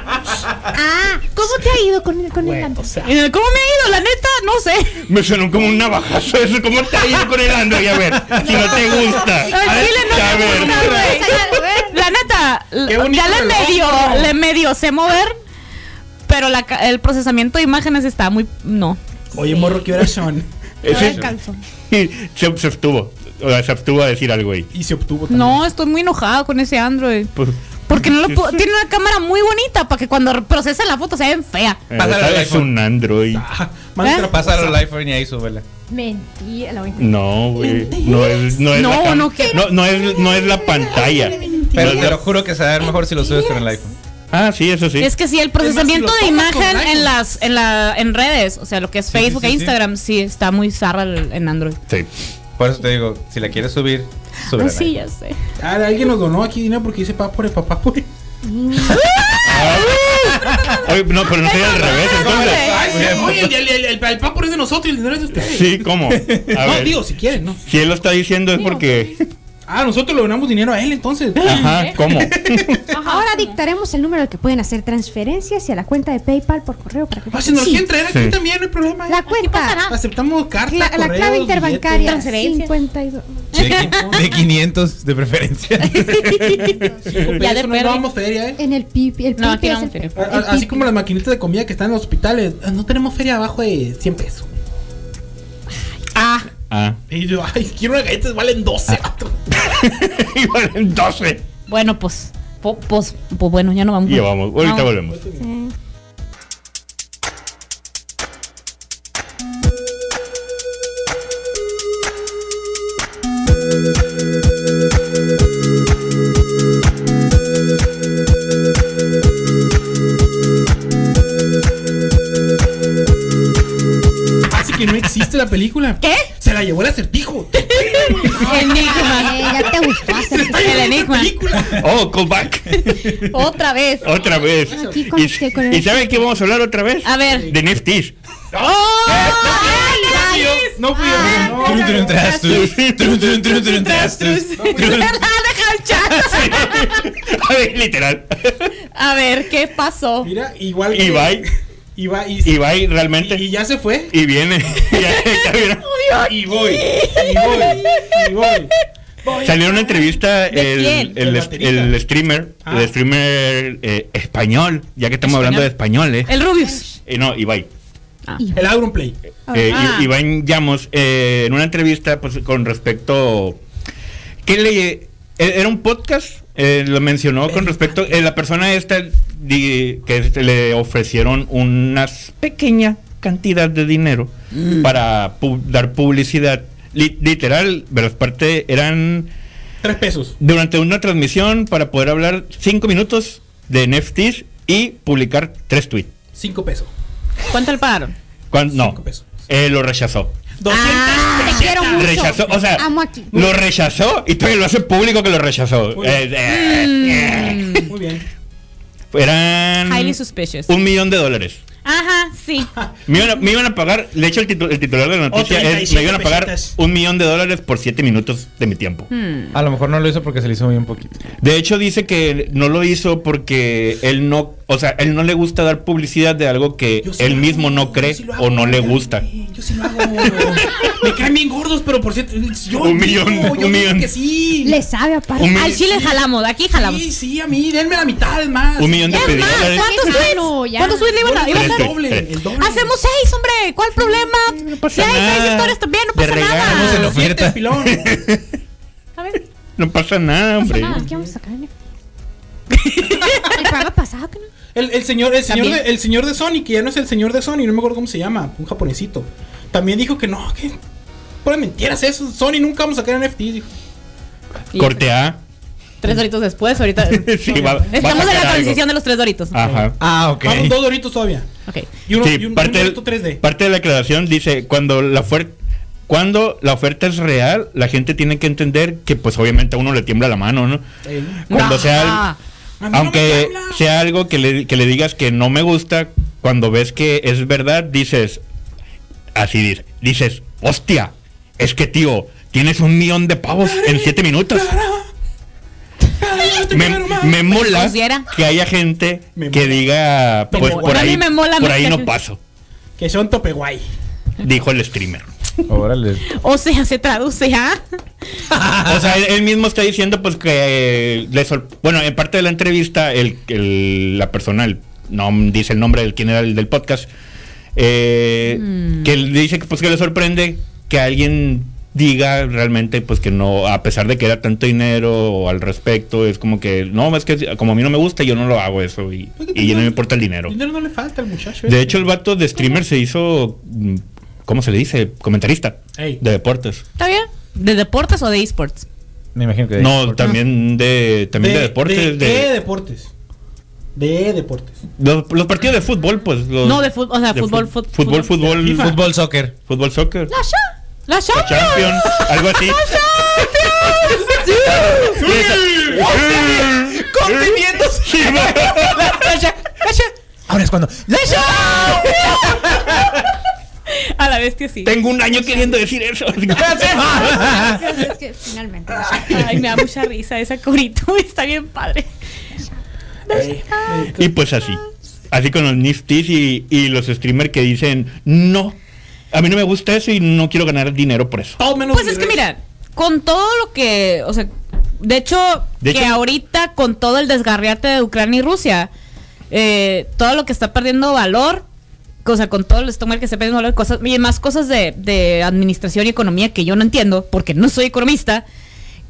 Speaker 5: Ah, ¿cómo te ha ido con el, con el
Speaker 3: Güey, o
Speaker 5: Android?
Speaker 3: sea,
Speaker 1: Eh, ¿Cómo me ha ido? La neta, no sé.
Speaker 2: Me sonó como un navajazo eso. ¿Cómo te ha ido con el Android? A ver, si no te gusta.
Speaker 1: Al chile no
Speaker 2: A
Speaker 1: te
Speaker 2: ver.
Speaker 1: gusta, güey. La neta,
Speaker 3: Qué
Speaker 1: l-
Speaker 3: bonito
Speaker 1: ya le
Speaker 3: reloj,
Speaker 1: medio,
Speaker 3: ¿no?
Speaker 1: le medio sé mover, pero la ca- el procesamiento de imágenes está muy... No.
Speaker 3: Oye, morro, ¿qué hora son?
Speaker 5: No
Speaker 2: Ese-
Speaker 5: alcanzo.
Speaker 2: se, se abstuvo. O sea, se abstuvo a decir algo ahí.
Speaker 3: Y se obtuvo también.
Speaker 1: No, estoy muy enojada con ese Android.
Speaker 2: Pues,
Speaker 1: Porque no lo puedo- tiene una cámara muy bonita para que cuando procesa la foto se ven fea.
Speaker 2: eh,
Speaker 6: Pásale al
Speaker 2: es
Speaker 6: iPhone.
Speaker 2: un Android.
Speaker 3: Ajá,
Speaker 1: ¿Eh?
Speaker 3: mándate
Speaker 6: Pásalo al iPhone y ahí súbela.
Speaker 5: Mentira, la voy a
Speaker 2: No, güey. No es, no es
Speaker 1: No,
Speaker 2: la cam-
Speaker 1: no, ¿qué?
Speaker 2: no, no es, no es la pantalla.
Speaker 6: Pero
Speaker 2: No es
Speaker 6: te lo
Speaker 2: la-
Speaker 6: juro que se va a ver mejor si lo subes con el iPhone.
Speaker 2: Ah, sí, eso sí.
Speaker 1: Es que sí, el procesamiento
Speaker 3: Además, si
Speaker 1: de
Speaker 3: lo tomas
Speaker 1: imagen
Speaker 3: con
Speaker 1: en
Speaker 3: iPhone.
Speaker 1: las en la en redes, o sea, lo que es
Speaker 6: Sí,
Speaker 1: Facebook
Speaker 6: sí,
Speaker 1: e
Speaker 6: sí,
Speaker 1: Instagram, sí. está muy zarra el- en Android.
Speaker 2: Sí.
Speaker 6: Por eso te digo, si la quieres subir, súbela.
Speaker 1: Ay, sí, ya sé.
Speaker 3: Ah, alguien nos donó aquí dinero porque dice papá por el papá por el.
Speaker 2: Oye, no, pero no sería al revés, entonces.
Speaker 3: Ay, sí, oye, el, el, el, el, papá por es de nosotros y el dinero es de ustedes.
Speaker 2: Sí, ¿cómo? A
Speaker 3: no,
Speaker 2: ver,
Speaker 3: digo, si quieren, no.
Speaker 2: si él lo está diciendo es porque...
Speaker 3: Ah, nosotros le donamos dinero a él entonces.
Speaker 2: Ajá, ¿cómo?
Speaker 5: Ahora dictaremos el número al que pueden hacer transferencias y a la cuenta de PayPal por correo para que
Speaker 3: Ah, si nos lo
Speaker 5: Sí,
Speaker 3: quieren traer aquí
Speaker 2: Sí.
Speaker 3: también, no hay problema. ¿eh?
Speaker 5: La cuenta,
Speaker 3: Aceptamos carta,
Speaker 5: la, la
Speaker 3: correos,
Speaker 5: clave interbancaria
Speaker 3: billetes.
Speaker 1: Transferencias.
Speaker 5: 52.
Speaker 4: De, qui- de 500 de preferencia.
Speaker 3: Pero
Speaker 1: Ya de
Speaker 3: eso no
Speaker 1: perro.
Speaker 3: vamos feria, ¿eh?
Speaker 5: En el PIB, el
Speaker 1: No,
Speaker 5: PIB
Speaker 1: aquí
Speaker 5: es
Speaker 1: no
Speaker 5: el-
Speaker 1: tenemos.
Speaker 3: A- a-
Speaker 5: el
Speaker 3: Ah, Así
Speaker 5: PIB.
Speaker 3: como las maquinitas de comida que están en los hospitales, ah, no tenemos feria abajo de 100 pesos.
Speaker 1: Ah,
Speaker 2: Ah.
Speaker 3: Y yo, ay, quiero unas galletas, valen 12. vato.
Speaker 2: Y valen 12.
Speaker 1: bueno, pues po- pues pues bueno, ya no vamos.
Speaker 2: Y ya vamos. Ahorita
Speaker 1: Vamos.
Speaker 2: volvemos.
Speaker 3: Así que no existe la película.
Speaker 1: ¿Qué?
Speaker 3: Se la llevó el acertijo.
Speaker 5: Eh,
Speaker 1: Enigma.
Speaker 5: ya te gustó hacer
Speaker 1: El enigma.
Speaker 2: Oh, callback.
Speaker 1: Otra vez.
Speaker 2: Otra vez.
Speaker 5: Aquí con-
Speaker 2: ¿Y,
Speaker 5: con el-
Speaker 2: ¿y saben qué vamos a hablar otra vez?
Speaker 1: A ver.
Speaker 2: De NFTs.
Speaker 1: ¡Oh!
Speaker 3: No fui
Speaker 5: Ah.
Speaker 3: yo. No,
Speaker 4: Trun, trun, tras, trus. Trun, trun, trun, trun, tras, trus. Trun.
Speaker 1: Ah, Deja el chat.
Speaker 2: A ver, literal.
Speaker 1: A ver, ¿qué pasó?
Speaker 3: Mira, igual que.
Speaker 2: Ibai.
Speaker 3: Ibai. Y,
Speaker 2: Ibai realmente.
Speaker 3: y- y ya se fue.
Speaker 2: Y viene. Ya, ya vieron.
Speaker 3: Y voy. Y voy. Y voy.
Speaker 2: Salió una entrevista
Speaker 1: ¿De
Speaker 2: el,
Speaker 1: quién?
Speaker 2: el,
Speaker 3: Del
Speaker 2: es-
Speaker 3: baterista.
Speaker 2: el streamer,
Speaker 3: Ah.
Speaker 2: el streamer eh, español, ya que estamos hablando de español, ¿eh?
Speaker 1: El Rubius.
Speaker 2: Eh, no, Ibai.
Speaker 3: El Auron Play.
Speaker 2: Eh,
Speaker 1: Ah.
Speaker 2: I- Iván Llamos, eh, en una entrevista pues, con respecto. ¿Qué le.? eh, Era un podcast, eh, lo mencionó con respecto. eh, la persona esta di- que este, le ofrecieron una pequeña cantidad de dinero
Speaker 3: Mm.
Speaker 2: para pu- dar publicidad. Li- literal, de las partes eran
Speaker 3: Tres pesos.
Speaker 2: durante una transmisión para poder hablar cinco minutos de NFTs y publicar tres tweets.
Speaker 3: Cinco pesos.
Speaker 1: ¿Cuánto le pagaron?
Speaker 2: Cuan- No,
Speaker 3: Cinco pesos.
Speaker 2: eh, lo rechazó.
Speaker 3: 200.
Speaker 5: Ah, Te quiero mucho.
Speaker 2: Rechazó, o sea,
Speaker 5: Amo aquí.
Speaker 2: lo rechazó y todavía lo hace público que lo rechazó.
Speaker 3: Muy bien.
Speaker 2: Eh, eh, eh.
Speaker 3: Muy bien.
Speaker 2: Eran
Speaker 1: Mm, Highly suspicious.
Speaker 2: un millón de dólares.
Speaker 1: Ajá, sí.
Speaker 2: Me iban, a, me iban a pagar, de hecho el, titu- el titular de la noticia es,
Speaker 3: 37
Speaker 2: me iban a pagar
Speaker 3: pesitas.
Speaker 2: un millón de dólares por siete minutos de mi tiempo.
Speaker 6: A lo mejor no lo hizo porque se le hizo bien poquito.
Speaker 2: De hecho dice que no lo hizo porque él no, o sea, él no le gusta dar publicidad de algo que
Speaker 3: Yo sí
Speaker 2: él
Speaker 3: lo
Speaker 2: mismo
Speaker 3: hago,
Speaker 2: no cree
Speaker 3: yo sí lo hago,
Speaker 2: o no le
Speaker 3: yo
Speaker 2: gusta.
Speaker 3: también, Yo sí lo hago. Me caen bien gordos, pero por cierto, yo
Speaker 2: Un millón,
Speaker 3: digo,
Speaker 2: un
Speaker 3: yo digo
Speaker 2: millón.
Speaker 3: que sí.
Speaker 5: Le sabe aparte.
Speaker 2: Un mi-
Speaker 1: Al chile jalamos, aquí jalamos.
Speaker 3: Sí, sí, a mí denme la mitad es más.
Speaker 2: Un millón de
Speaker 1: Es
Speaker 2: pedidos.
Speaker 1: más,
Speaker 2: dólares.
Speaker 1: ¿cuántos
Speaker 5: Ah,
Speaker 1: tweets?
Speaker 5: no, ya.
Speaker 1: ¿Cuántos tweets le iban a, iban a
Speaker 2: Tres,
Speaker 3: El
Speaker 1: hacer?
Speaker 3: doble,
Speaker 2: tres.
Speaker 3: el doble.
Speaker 1: Hacemos seis, hombre. ¿Cuál problema? si hay seis
Speaker 2: nada.
Speaker 1: historias también, no
Speaker 2: De
Speaker 1: pasa
Speaker 2: regalo,
Speaker 1: nada.
Speaker 2: se
Speaker 3: Siete
Speaker 2: lo- oferta.
Speaker 3: pilón.
Speaker 1: A ver,
Speaker 2: No pasa nada, hombre.
Speaker 5: Aquí vamos a sacar. El programa pasado, ¿qué no?
Speaker 3: El, el señor, el señor, de,
Speaker 1: También.
Speaker 3: el señor de Sony, que ya no es el señor de Sony, no me acuerdo cómo se llama, un japonesito. También dijo que no, que puras mentiras eso, Sony nunca vamos a sacar NFT, dijo.
Speaker 1: Y
Speaker 2: Corte A.
Speaker 1: Tres doritos después, ahorita.
Speaker 2: Sí, va- va a
Speaker 1: Estamos en
Speaker 2: sacar
Speaker 1: la
Speaker 2: algo.
Speaker 1: transición de los tres doritos.
Speaker 2: Ajá.
Speaker 4: Ah, ok.
Speaker 3: Vamos dos doritos todavía.
Speaker 1: Ok.
Speaker 3: Y uno,
Speaker 2: Sí,
Speaker 3: y un,
Speaker 2: parte,
Speaker 3: y un
Speaker 2: del-
Speaker 3: dorito 3D.
Speaker 2: parte de la aclaración dice, cuando la, fuer- cuando la oferta es real, la gente tiene que entender que pues obviamente a uno le tiembla la mano, ¿no?
Speaker 3: Eh,
Speaker 1: Ajá.
Speaker 2: Cuando
Speaker 1: ah.
Speaker 2: sea,
Speaker 3: a mí no
Speaker 2: aunque
Speaker 3: me habla.
Speaker 2: sea algo que le, que le digas que no me gusta, cuando ves que es verdad, dices, así dice, dices, hostia, es que tío, tienes un millón de pavos en siete minutos. Me, me mola
Speaker 1: pusiera.
Speaker 2: que haya gente
Speaker 3: Pues, Me
Speaker 2: que
Speaker 3: mola.
Speaker 2: diga,
Speaker 3: Me
Speaker 2: pues
Speaker 3: mola.
Speaker 2: por
Speaker 1: A
Speaker 2: ahí,
Speaker 1: mí me mola
Speaker 2: por
Speaker 1: más
Speaker 2: ahí
Speaker 1: que-
Speaker 2: no paso,
Speaker 3: Que son tope guay.
Speaker 2: dijo el streamer.
Speaker 4: Órale.
Speaker 1: O sea, se traduce a.
Speaker 2: O sea, él, él mismo está diciendo pues que le sor- bueno, en parte de la entrevista el, el- la persona el- no dice el nombre del quién era el del podcast eh, que él dice que pues que le sorprende que alguien diga realmente pues que no a pesar de que era tanto dinero o al respecto es como que no es que como a mí no me gusta yo no lo hago eso y, y no me importa el dinero
Speaker 3: Pues, Dinero no le falta al muchacho. eh.
Speaker 2: de hecho el vato de streamer se hizo mm, ¿cómo se le dice? comentarista
Speaker 3: Ey.
Speaker 2: de deportes
Speaker 1: ¿Está bien? ¿De deportes o de esports?
Speaker 4: Me imagino que.
Speaker 2: No, también de también de, deportes,
Speaker 3: De,
Speaker 2: de,
Speaker 3: de deportes. De deportes.
Speaker 2: los, los partidos de fútbol, pues. los-
Speaker 1: No, de fútbol, o sea, fútbol,
Speaker 2: fu-
Speaker 1: fut- fútbol.
Speaker 2: fútbol, fútbol,
Speaker 3: FIFA.
Speaker 2: fútbol,
Speaker 4: Fútbol, soccer.
Speaker 2: fútbol, soccer,
Speaker 1: ¡La cha! ¡La
Speaker 2: la
Speaker 1: Champions!
Speaker 2: Champions, algo así.
Speaker 1: Sí.
Speaker 2: Con pimientos.
Speaker 4: Ahora es cuando.
Speaker 1: A la bestia sí.
Speaker 2: Tengo un año queriendo decir eso.
Speaker 5: Es que finalmente. no sé.
Speaker 1: Ay, me da mucha risa esa corito. Está bien padre.
Speaker 3: Eh,
Speaker 2: y pues así. Así con los nifties y, y los streamers que dicen, no, a mí no me gusta eso y no quiero ganar dinero por eso.
Speaker 3: Todo menos
Speaker 1: Pues es que mira, con todo lo que, o sea, de hecho,
Speaker 2: De
Speaker 1: que
Speaker 2: hecho-
Speaker 1: ahorita con todo el desgarriate de Ucrania y Rusia, eh, todo lo que está perdiendo valor, o sea, con todo el estómago que está perdiendo valor, cosas, y más cosas de, de administración y economía que yo no entiendo, porque no soy economista,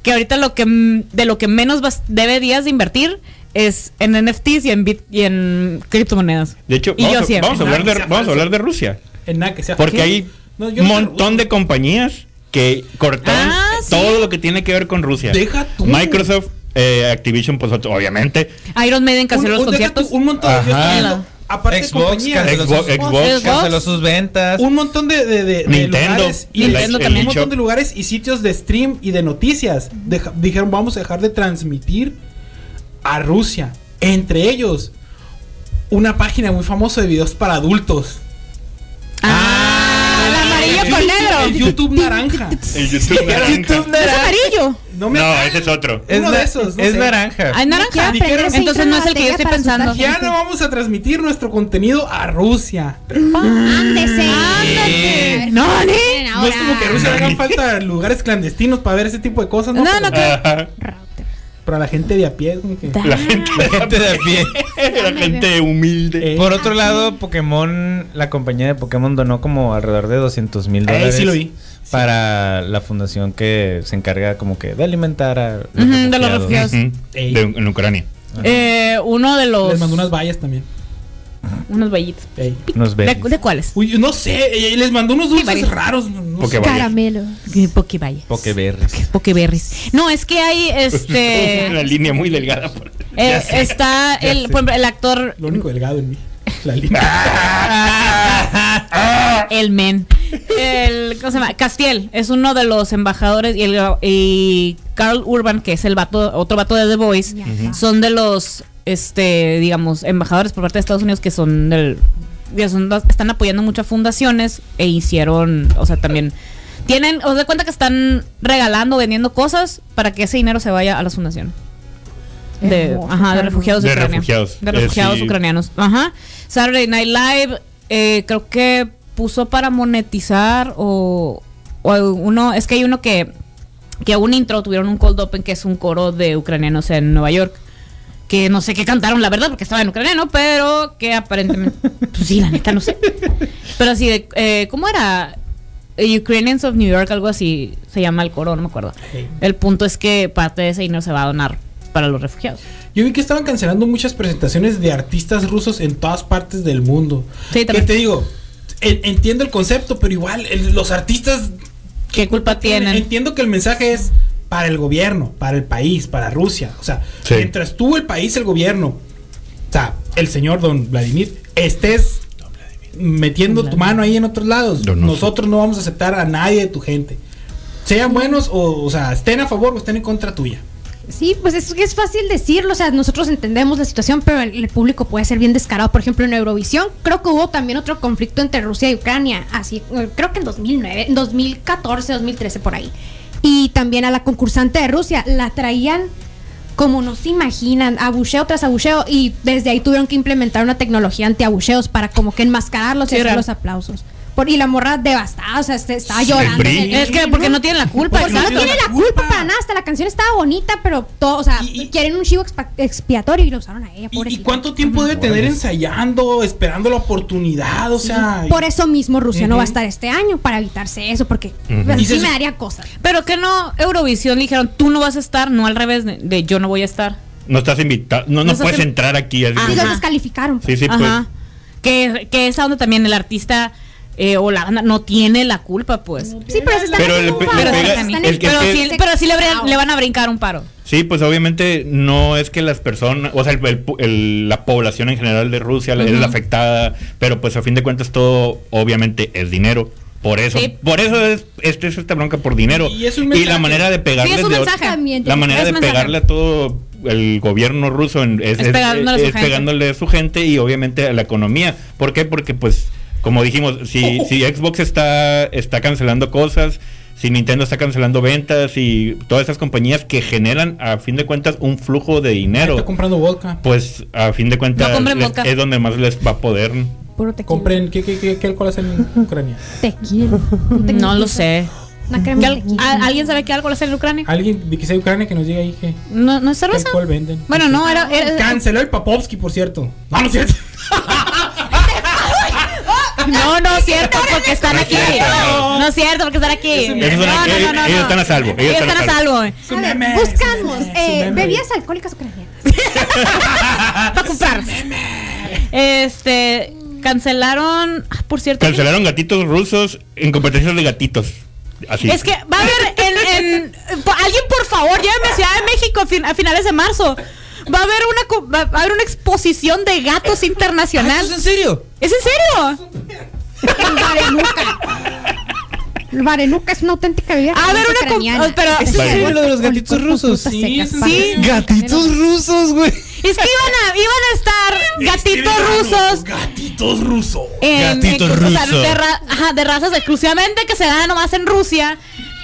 Speaker 1: que ahorita lo que mm, de lo que menos vas- deberías de invertir es en NFTs y en bit- y en criptomonedas.
Speaker 2: De hecho,
Speaker 1: y
Speaker 2: vamos,
Speaker 1: yo
Speaker 2: a,
Speaker 1: siempre.
Speaker 2: vamos a hablar de,
Speaker 3: Nadie se
Speaker 2: vamos a
Speaker 3: aparece.
Speaker 2: hablar de Rusia.
Speaker 3: En nada que sea
Speaker 2: Porque
Speaker 3: fácil.
Speaker 2: hay
Speaker 3: No, yo
Speaker 2: un
Speaker 3: no sé
Speaker 2: montón de
Speaker 3: ruso.
Speaker 2: compañías que cortaron
Speaker 1: Ah, sí.
Speaker 2: todo lo que tiene que ver con Rusia.
Speaker 3: Deja tú.
Speaker 2: Microsoft, eh, Activision, pues ot- obviamente.
Speaker 1: Iron Maiden canceló
Speaker 3: Un-
Speaker 1: los
Speaker 3: un- deja
Speaker 1: conciertos.
Speaker 3: tú, Un montón de yo
Speaker 2: Ajá.
Speaker 3: estoy viendo, Aparte de
Speaker 4: Xbox,
Speaker 3: compañías,
Speaker 4: canceló
Speaker 2: Xbox,
Speaker 4: sus,
Speaker 2: Xbox.
Speaker 4: canceló sus ventas.
Speaker 3: un montón de, de- de- de
Speaker 2: Nintendo,
Speaker 3: lugares y
Speaker 1: Nintendo
Speaker 3: de-
Speaker 1: también.
Speaker 3: un montón de
Speaker 2: eShop.
Speaker 3: lugares y sitios de stream y de noticias Deja- dijeron vamos a dejar de transmitir a Rusia entre ellos una página muy famosa de videos para adultos
Speaker 1: Ah, el amarillo
Speaker 3: El
Speaker 1: con
Speaker 3: YouTube- el
Speaker 1: negro.
Speaker 3: YouTube naranja
Speaker 2: El YouTube naranja.
Speaker 1: No es amarillo.
Speaker 3: no me
Speaker 2: No,
Speaker 3: hagas-
Speaker 2: ese es otro.
Speaker 4: es
Speaker 3: uno
Speaker 4: na-
Speaker 3: de esos no
Speaker 4: es
Speaker 3: sé.
Speaker 4: Ah, naranja.
Speaker 1: Hay naranja.
Speaker 5: Quiero aprender ese
Speaker 1: Eh. Entonces no es el que yo estoy
Speaker 5: hidrobatería para asustar
Speaker 1: pensando.
Speaker 3: ya no vamos a transmitir nuestro contenido a Rusia
Speaker 5: Ah, Ándese.
Speaker 4: Sí.
Speaker 1: No, ni-
Speaker 5: Miren,
Speaker 3: no es como que a
Speaker 5: ahora.
Speaker 3: Rusia le
Speaker 2: Nani.
Speaker 3: hagan falta lugares clandestinos para ver ese tipo de cosas
Speaker 1: No,
Speaker 3: Pero-
Speaker 1: no creo.
Speaker 2: Ajá.
Speaker 5: Router.
Speaker 3: Para la gente de a pie. como que-
Speaker 5: Da-
Speaker 2: La gente, la
Speaker 4: Gente de a pie.
Speaker 2: gente, la gente humilde.
Speaker 3: Eh,
Speaker 4: Por otro lado, Pokémon, la compañía de Pokémon donó como alrededor de 200 mil
Speaker 3: Ey,
Speaker 4: dólares.
Speaker 3: Eh, sí lo vi.
Speaker 4: Para la fundación que se encarga como que de alimentar a los
Speaker 1: Ujú, de los refugiados.
Speaker 2: Ujú.
Speaker 3: Ey.
Speaker 2: De- en Ucrania.
Speaker 1: Eh, uno de los.
Speaker 3: Les mandó unas vallas también.
Speaker 1: unos vallitos.
Speaker 3: Ey.
Speaker 4: Nos
Speaker 1: ¿De,
Speaker 4: ven.
Speaker 1: de cuáles?
Speaker 3: Uy, no sé, ey, les mandó unos dulces
Speaker 1: varios.
Speaker 3: raros. no- no
Speaker 2: Porque
Speaker 3: sé.
Speaker 2: vaya.
Speaker 5: Caramelo.
Speaker 1: Pokevallas.
Speaker 4: Pokeberries.
Speaker 1: Pokeberries. No, es que hay este.
Speaker 2: Una línea muy delgada. por-
Speaker 1: eh, está
Speaker 4: ya
Speaker 1: el,
Speaker 4: sé.
Speaker 1: por ejemplo, el actor.
Speaker 3: Lo único delgado en mí. La línea.
Speaker 1: El men. El, ¿Cómo se llama? Castiel es uno de los embajadores. Y, el, y Carl Urban, que es el vato, otro vato de The Voice,
Speaker 5: Ya.
Speaker 1: son de los, este, digamos, embajadores por parte de Estados Unidos que son del, que son los- están apoyando mucho a fundaciones e hicieron, o sea, también tienen, os da cuenta que están regalando, vendiendo cosas para que ese dinero se vaya a las fundaciones. De,
Speaker 5: Hermoso,
Speaker 1: ajá, de
Speaker 5: Carlos.
Speaker 1: refugiados de,
Speaker 2: De
Speaker 1: Ucrania.
Speaker 2: refugiados.
Speaker 1: De
Speaker 2: Eh,
Speaker 1: refugiados
Speaker 2: sí.
Speaker 1: ucranianos. Ajá. Saturday Night Live, eh, creo que puso para monetizar o, o uno, es que hay uno que que a un intro tuvieron un cold open que es un coro de ucranianos en Nueva York. Que no sé qué cantaron, la verdad, porque estaba en ucraniano, pero que aparentemente. pues sí, la neta, no sé. Pero así de. eh, ¿Cómo era? Eh, Ukrainians of New York, algo así se llama el coro, no me acuerdo. El punto es que parte de ese dinero se va a donar para los refugiados.
Speaker 3: Yo vi que estaban cancelando muchas presentaciones de artistas rusos en todas partes del mundo.
Speaker 1: Sí,
Speaker 3: que
Speaker 1: también.
Speaker 3: te digo, en- entiendo el concepto, pero igual el- los artistas
Speaker 1: ¿Qué culpa tienen?
Speaker 3: Entiendo que el mensaje es para el gobierno, para el país, para Rusia. O sea,
Speaker 2: Sí.
Speaker 3: mientras estuvo el país, el gobierno, o sea, el señor don Vladimir, estés metiendo tu mano ahí en otros lados.
Speaker 2: Don Oso.
Speaker 3: Nosotros no vamos a aceptar a nadie de tu gente. Sean buenos o, o sea, estén a favor o estén en contra tuya.
Speaker 5: Sí, pues es, que es fácil decirlo, o sea, nosotros entendemos la situación, pero el, el público puede ser bien descarado. Por ejemplo, en Eurovisión creo que hubo también otro conflicto entre Rusia y Ucrania, así, eh, creo que en 2009, 2014, 2013 por ahí. Y también a la concursante de Rusia la traían como no se imaginan, abucheo tras abucheo y desde ahí tuvieron que implementar una tecnología antiabucheos para como que enmascararlos
Speaker 1: Sí,
Speaker 5: y hacer
Speaker 1: claro.
Speaker 5: los aplausos. Por, y la morra devastada, o sea, se- estaba llorando. en el-
Speaker 1: Es que porque no tienen la culpa.
Speaker 5: porque no
Speaker 1: exacto.
Speaker 5: tiene la culpa, para nada. Hasta la canción estaba bonita, pero todo, o sea,
Speaker 3: Y- y-
Speaker 5: quieren un chivo expa- expiatorio y lo usaron a
Speaker 3: ¿Y-
Speaker 5: ella,
Speaker 3: ¿Y,
Speaker 5: pobrecita.
Speaker 3: cuánto tiempo debe tener ensayando, esperando la oportunidad? O sea,
Speaker 5: Por eso mismo Rusia no va a
Speaker 3: Ujú.
Speaker 5: estar este año para evitarse eso, porque
Speaker 2: Ujú.
Speaker 5: sí
Speaker 3: Y se-
Speaker 5: me daría cosas.
Speaker 1: Pero que no, Eurovisión le dijeron, tú no vas a estar, no al revés de, de yo no voy a estar.
Speaker 2: No estás invitado, no, no
Speaker 1: No estás
Speaker 2: puedes
Speaker 1: en-
Speaker 2: entrar aquí. así
Speaker 1: Ah,
Speaker 5: Y
Speaker 2: como-
Speaker 5: los
Speaker 1: Ajá.
Speaker 5: descalificaron.
Speaker 2: sí,
Speaker 5: pues.
Speaker 2: sí,
Speaker 1: Ajá. Que, que esa onda también el artista eh, o la banda no tiene la culpa, pues.
Speaker 5: Sí, pero se están
Speaker 2: Pero
Speaker 5: haciendo
Speaker 2: le
Speaker 5: un
Speaker 2: pe- le
Speaker 5: favor,
Speaker 1: Pero,
Speaker 2: pega-
Speaker 5: se
Speaker 1: sí,
Speaker 5: están
Speaker 2: el que-
Speaker 1: pero
Speaker 5: en-
Speaker 1: sí, pero sí le, habría- le van a brincar un paro.
Speaker 2: Sí, pues obviamente no es que las personas, o sea, el- el pu- el- la población en general de Rusia la- es la afectada, pero pues a fin de cuentas todo obviamente es dinero. Por eso,
Speaker 1: Sí.
Speaker 2: por eso es, este es esta bronca por dinero.
Speaker 3: Y es un
Speaker 2: la
Speaker 3: mensaje.
Speaker 2: manera de pegarle
Speaker 1: Sí, es un mensaje.
Speaker 5: También
Speaker 2: la
Speaker 5: tiene-
Speaker 2: manera
Speaker 1: es
Speaker 2: de
Speaker 1: mensaje.
Speaker 2: pegarle a todo el gobierno ruso en- es,
Speaker 1: Es
Speaker 2: es-
Speaker 1: pegándole a su
Speaker 2: es
Speaker 1: gente.
Speaker 2: pegándole a su gente y obviamente a la economía. ¿Por qué? Porque pues como dijimos, si, si Xbox está, está cancelando cosas, si Nintendo está cancelando ventas y todas esas compañías que generan a fin de cuentas un flujo de
Speaker 3: está
Speaker 2: dinero,
Speaker 3: comprando vodka.
Speaker 2: pues a fin de
Speaker 1: No
Speaker 2: cuentas
Speaker 1: compren
Speaker 2: les-
Speaker 1: vodka.
Speaker 2: es donde más les va a poder.
Speaker 5: Puro tequila.
Speaker 3: Compren, ¿qué, qué, qué, qué alcohol hacen en Ucrania?
Speaker 5: Tequila. Un tequila.
Speaker 1: No lo sé.
Speaker 5: Una crema
Speaker 1: ¿Que
Speaker 5: de
Speaker 1: al-
Speaker 5: tequila.
Speaker 1: a- ¿Alguien sabe que algo le hace en Ucrania?
Speaker 3: Alguien de que sea de Ucrania que nos diga ahí que.
Speaker 1: ¿No, no es cerveza?
Speaker 3: ¿Cuál venden?
Speaker 1: Bueno, no, era. era-
Speaker 3: Canceló el Papovsky, por cierto. No, no es cierto.
Speaker 1: no, no es cierto, porque están
Speaker 2: No es
Speaker 1: aquí.
Speaker 2: cierto.
Speaker 1: No es cierto, porque están aquí.
Speaker 3: un
Speaker 1: No,
Speaker 2: Ellos, están,
Speaker 1: no,
Speaker 2: ellos-
Speaker 1: no, no,
Speaker 2: ellos
Speaker 1: no.
Speaker 2: están a salvo. Ellos,
Speaker 1: Ellos están a salvo. eh.
Speaker 5: A ver,
Speaker 3: meme,
Speaker 5: buscamos
Speaker 3: es un meme,
Speaker 5: eh,
Speaker 3: es un meme.
Speaker 5: bebidas alcohólicas ucranianas.
Speaker 1: Para comprar. Este. Cancelaron. ah, por cierto. ¿qué?
Speaker 2: Cancelaron gatitos rusos en competencias de gatitos. Así.
Speaker 1: Es que va a haber en, en- po- alguien por favor lléveme a Ciudad de México a, fin- a finales de marzo. Va a haber una co- va a haber una exposición de gatos internacional.
Speaker 6: Ah, en serio?
Speaker 1: ¿Es en serio?
Speaker 5: El Varenuca. El Varenuca es una auténtica bebida.
Speaker 1: A ver,
Speaker 5: caliente
Speaker 1: una co-
Speaker 5: ucraniana.
Speaker 1: oh, pero-
Speaker 6: ¿Es en serio lo de los gatitos
Speaker 5: Con- con
Speaker 6: rusos?
Speaker 5: frutas
Speaker 3: Sí,
Speaker 5: secas,
Speaker 3: es en
Speaker 5: papas,
Speaker 3: serio.
Speaker 6: Gatitos rusos, güey.
Speaker 1: Es que iban a iban a estar gatitos rusos
Speaker 3: Gatitos rusos.
Speaker 1: en,
Speaker 4: Gatitos
Speaker 1: en- o sea,
Speaker 4: rusos.
Speaker 1: de, ra- ajá, de razas exclusivamente que se dan nomás en Rusia.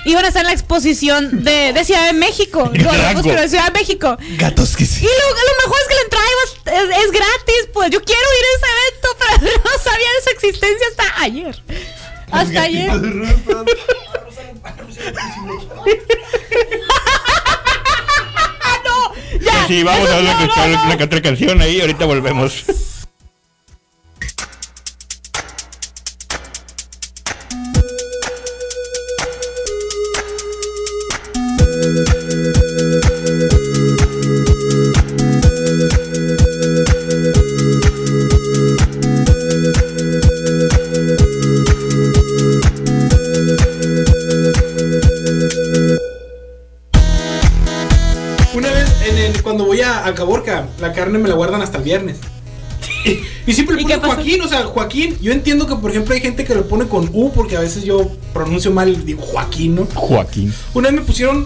Speaker 1: Iban a estar en la exposición de, de Ciudad de México.
Speaker 2: En
Speaker 1: Los
Speaker 2: Durango.
Speaker 1: gatos, pero de Ciudad de México.
Speaker 4: Gatos que
Speaker 1: Y
Speaker 4: sí.
Speaker 1: lo, lo mejor es que la entrada iba a- es, es gratis, pues yo quiero ir a ese evento, pero no sabía de su existencia hasta ayer. Hasta ayer. no, ya.
Speaker 2: Sí, vamos
Speaker 1: eso
Speaker 2: a ver la,
Speaker 1: no, no,
Speaker 2: la-
Speaker 1: no.
Speaker 2: la otra canción ahí, ahorita volvemos.
Speaker 3: Una vez en el, cuando voy a, a Caborca, la carne me la guardan hasta el viernes. Y, y siempre le
Speaker 1: ¿Y qué
Speaker 3: ponen
Speaker 1: pasó?
Speaker 3: Joaquín, o sea, Joaquín. Yo entiendo que, por ejemplo, hay gente que lo pone con U porque a veces yo pronuncio mal y digo Joaquín, ¿no?
Speaker 2: Joaquín.
Speaker 3: Una vez me pusieron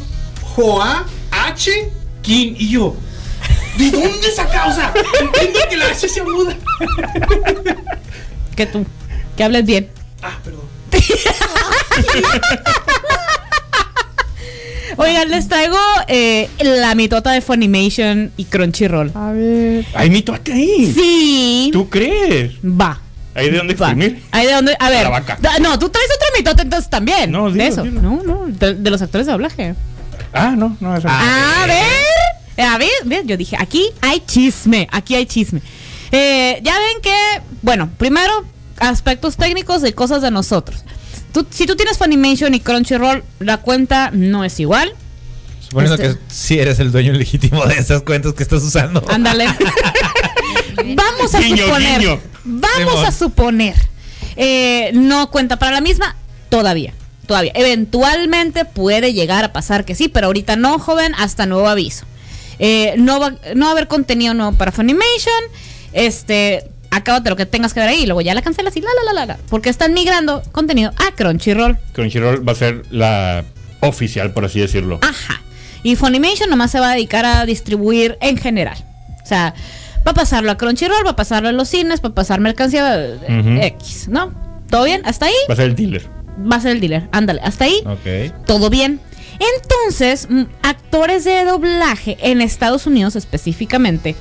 Speaker 3: Joa H Kin y yo. ¿De dónde saca? O sea, entiendo que la H sea muda.
Speaker 1: Que tú, que hables bien.
Speaker 3: Ah, perdón.
Speaker 1: Oigan, les traigo eh, la mitota de Funimation y Crunchyroll.
Speaker 2: Hay mitote ahí.
Speaker 1: Sí.
Speaker 2: ¿Tú crees?
Speaker 1: Va.
Speaker 2: ¿Hay de dónde
Speaker 1: Va.
Speaker 2: exprimir?
Speaker 1: Ahí de dónde. A ver.
Speaker 2: la vaca.
Speaker 1: da- no, tú traes otro mitote entonces también.
Speaker 2: No,
Speaker 1: No,
Speaker 2: dilo,
Speaker 1: de eso.
Speaker 2: dilo.
Speaker 1: No, no. De, de los actores de doblaje.
Speaker 2: Ah, no, no, eso no.
Speaker 1: A ver. Eh, A ver, ve, yo dije, aquí hay chisme, aquí hay chisme. Eh, ya ven que, bueno, primero, aspectos técnicos de cosas de nosotros. Tú- si tú tienes Funimation y Crunchyroll, la cuenta no es igual.
Speaker 4: Suponiendo
Speaker 5: Este-
Speaker 4: que sí eres el dueño legítimo de esas cuentas que estás usando.
Speaker 1: Ándale. vamos a
Speaker 2: Guiño,
Speaker 1: suponer.
Speaker 2: guiño.
Speaker 1: Vamos
Speaker 4: Simón.
Speaker 1: a suponer. eh, no cuenta para la misma todavía. Todavía. Eventualmente puede llegar a pasar que sí, pero ahorita no, joven, hasta nuevo aviso. Eh, no, va, no va a haber contenido nuevo para Funimation. Este, acábate lo que tengas que ver ahí y luego ya la cancelas y la la la la. la porque están migrando contenido a Crunchyroll.
Speaker 2: Crunchyroll va a ser la oficial, por así decirlo.
Speaker 1: Ajá. Y Funimation nomás se va a dedicar a distribuir en general. O sea, va a pasarlo a Crunchyroll, va a pasarlo a los cines, va a pasar mercancía eh,
Speaker 2: Ujú.
Speaker 1: X, ¿no? ¿Todo bien? ¿Hasta ahí?
Speaker 2: Va a ser el dealer.
Speaker 1: Va a ser el dealer. Ándale, hasta ahí.
Speaker 4: Ok.
Speaker 1: Todo bien. Entonces, mm, actores de doblaje en Estados Unidos específicamente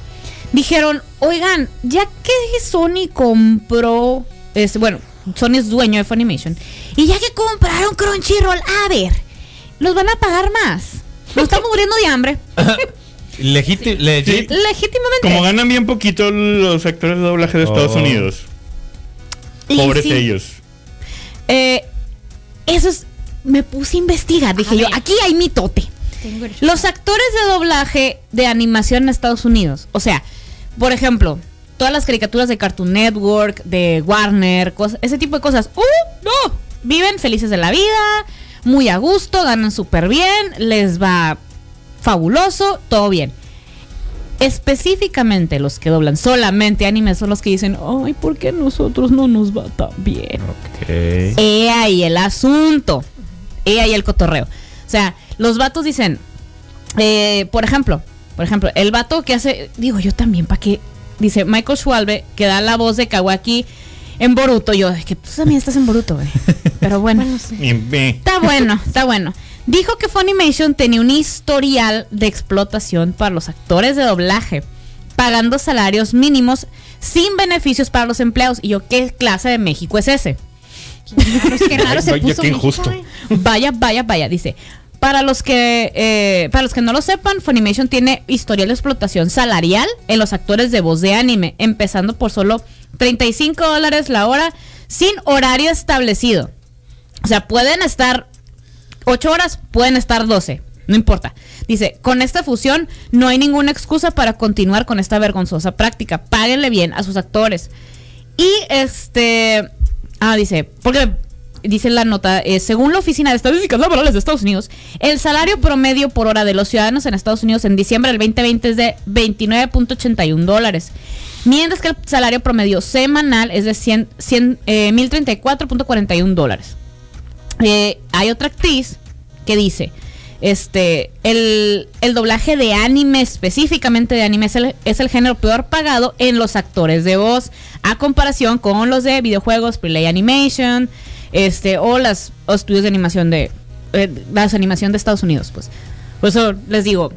Speaker 1: dijeron, oigan, ya que Sony compró, es, bueno, Sony es dueño de Funimation, y ya que compraron Crunchyroll, a ver, los van a pagar más. Nos estamos muriendo de hambre.
Speaker 4: Legítimo.
Speaker 2: Sí.
Speaker 1: Legítimamente.
Speaker 2: Como ganan bien poquito los actores de doblaje de Estados
Speaker 4: Oh.
Speaker 2: Unidos.
Speaker 1: Y
Speaker 2: Pobres
Speaker 1: sí,
Speaker 2: ellos.
Speaker 1: eh, eso es, me puse a investigar, dije yo, aquí hay mitote. Los actores de doblaje de animación en Estados Unidos. O sea, por ejemplo, todas las caricaturas de Cartoon Network, de Warner, cos- ese tipo de cosas. ¡Uh! ¡No! Viven felices de la vida, muy a gusto, ganan súper bien, les va fabuloso, todo bien. Específicamente los que doblan solamente animes son los que dicen, ay, ¿por qué a nosotros no nos va tan bien?
Speaker 4: Ok.
Speaker 1: He ahí el asunto. He ahí el cotorreo. O sea, los vatos dicen, eh, por ejemplo, por ejemplo, el vato que hace, digo yo también, ¿para qué? Dice Michael Schwalbe, que da la voz de Kawaki en Boruto. Yo, es que tú también estás en Boruto, güey. Pero bueno.
Speaker 2: Y ve.
Speaker 1: Está bueno, está bueno. Dijo que Funimation tenía un historial de explotación para los actores de doblaje, pagando salarios mínimos sin beneficios para los empleados. Y yo, ¿qué clase de México es ese?
Speaker 5: Qué raro se
Speaker 2: Ay, vaya,
Speaker 5: puso
Speaker 2: qué
Speaker 5: México,
Speaker 2: injusto.
Speaker 5: güey.
Speaker 1: Vaya, vaya, vaya, dice. Para los que eh, para los que no lo sepan, Funimation tiene historial de explotación salarial en los actores de voz de anime, empezando por solo 35 dólares la hora sin horario establecido. O sea, pueden estar 8 horas, pueden estar 12, no importa. Dice, con esta fusión no hay ninguna excusa para continuar con esta vergonzosa práctica. Páguenle bien a sus actores. Y este. Ah, dice, porque dice la nota, eh, según la Oficina de Estadísticas Laborales de Estados Unidos, el salario promedio por hora de los ciudadanos en Estados Unidos en diciembre del 2020 es de 29.81 dólares. Mientras que el salario promedio semanal es de 100, 100, eh, 1.034.41 dólares. Eh, hay otra actriz que dice, este, el, el doblaje de anime, específicamente de anime, es el, es el género peor pagado en los actores de voz, a comparación con los de videojuegos, Play Animation, este, o las o estudios de animación de, eh, las animación de Estados Unidos, pues. Por eso les digo,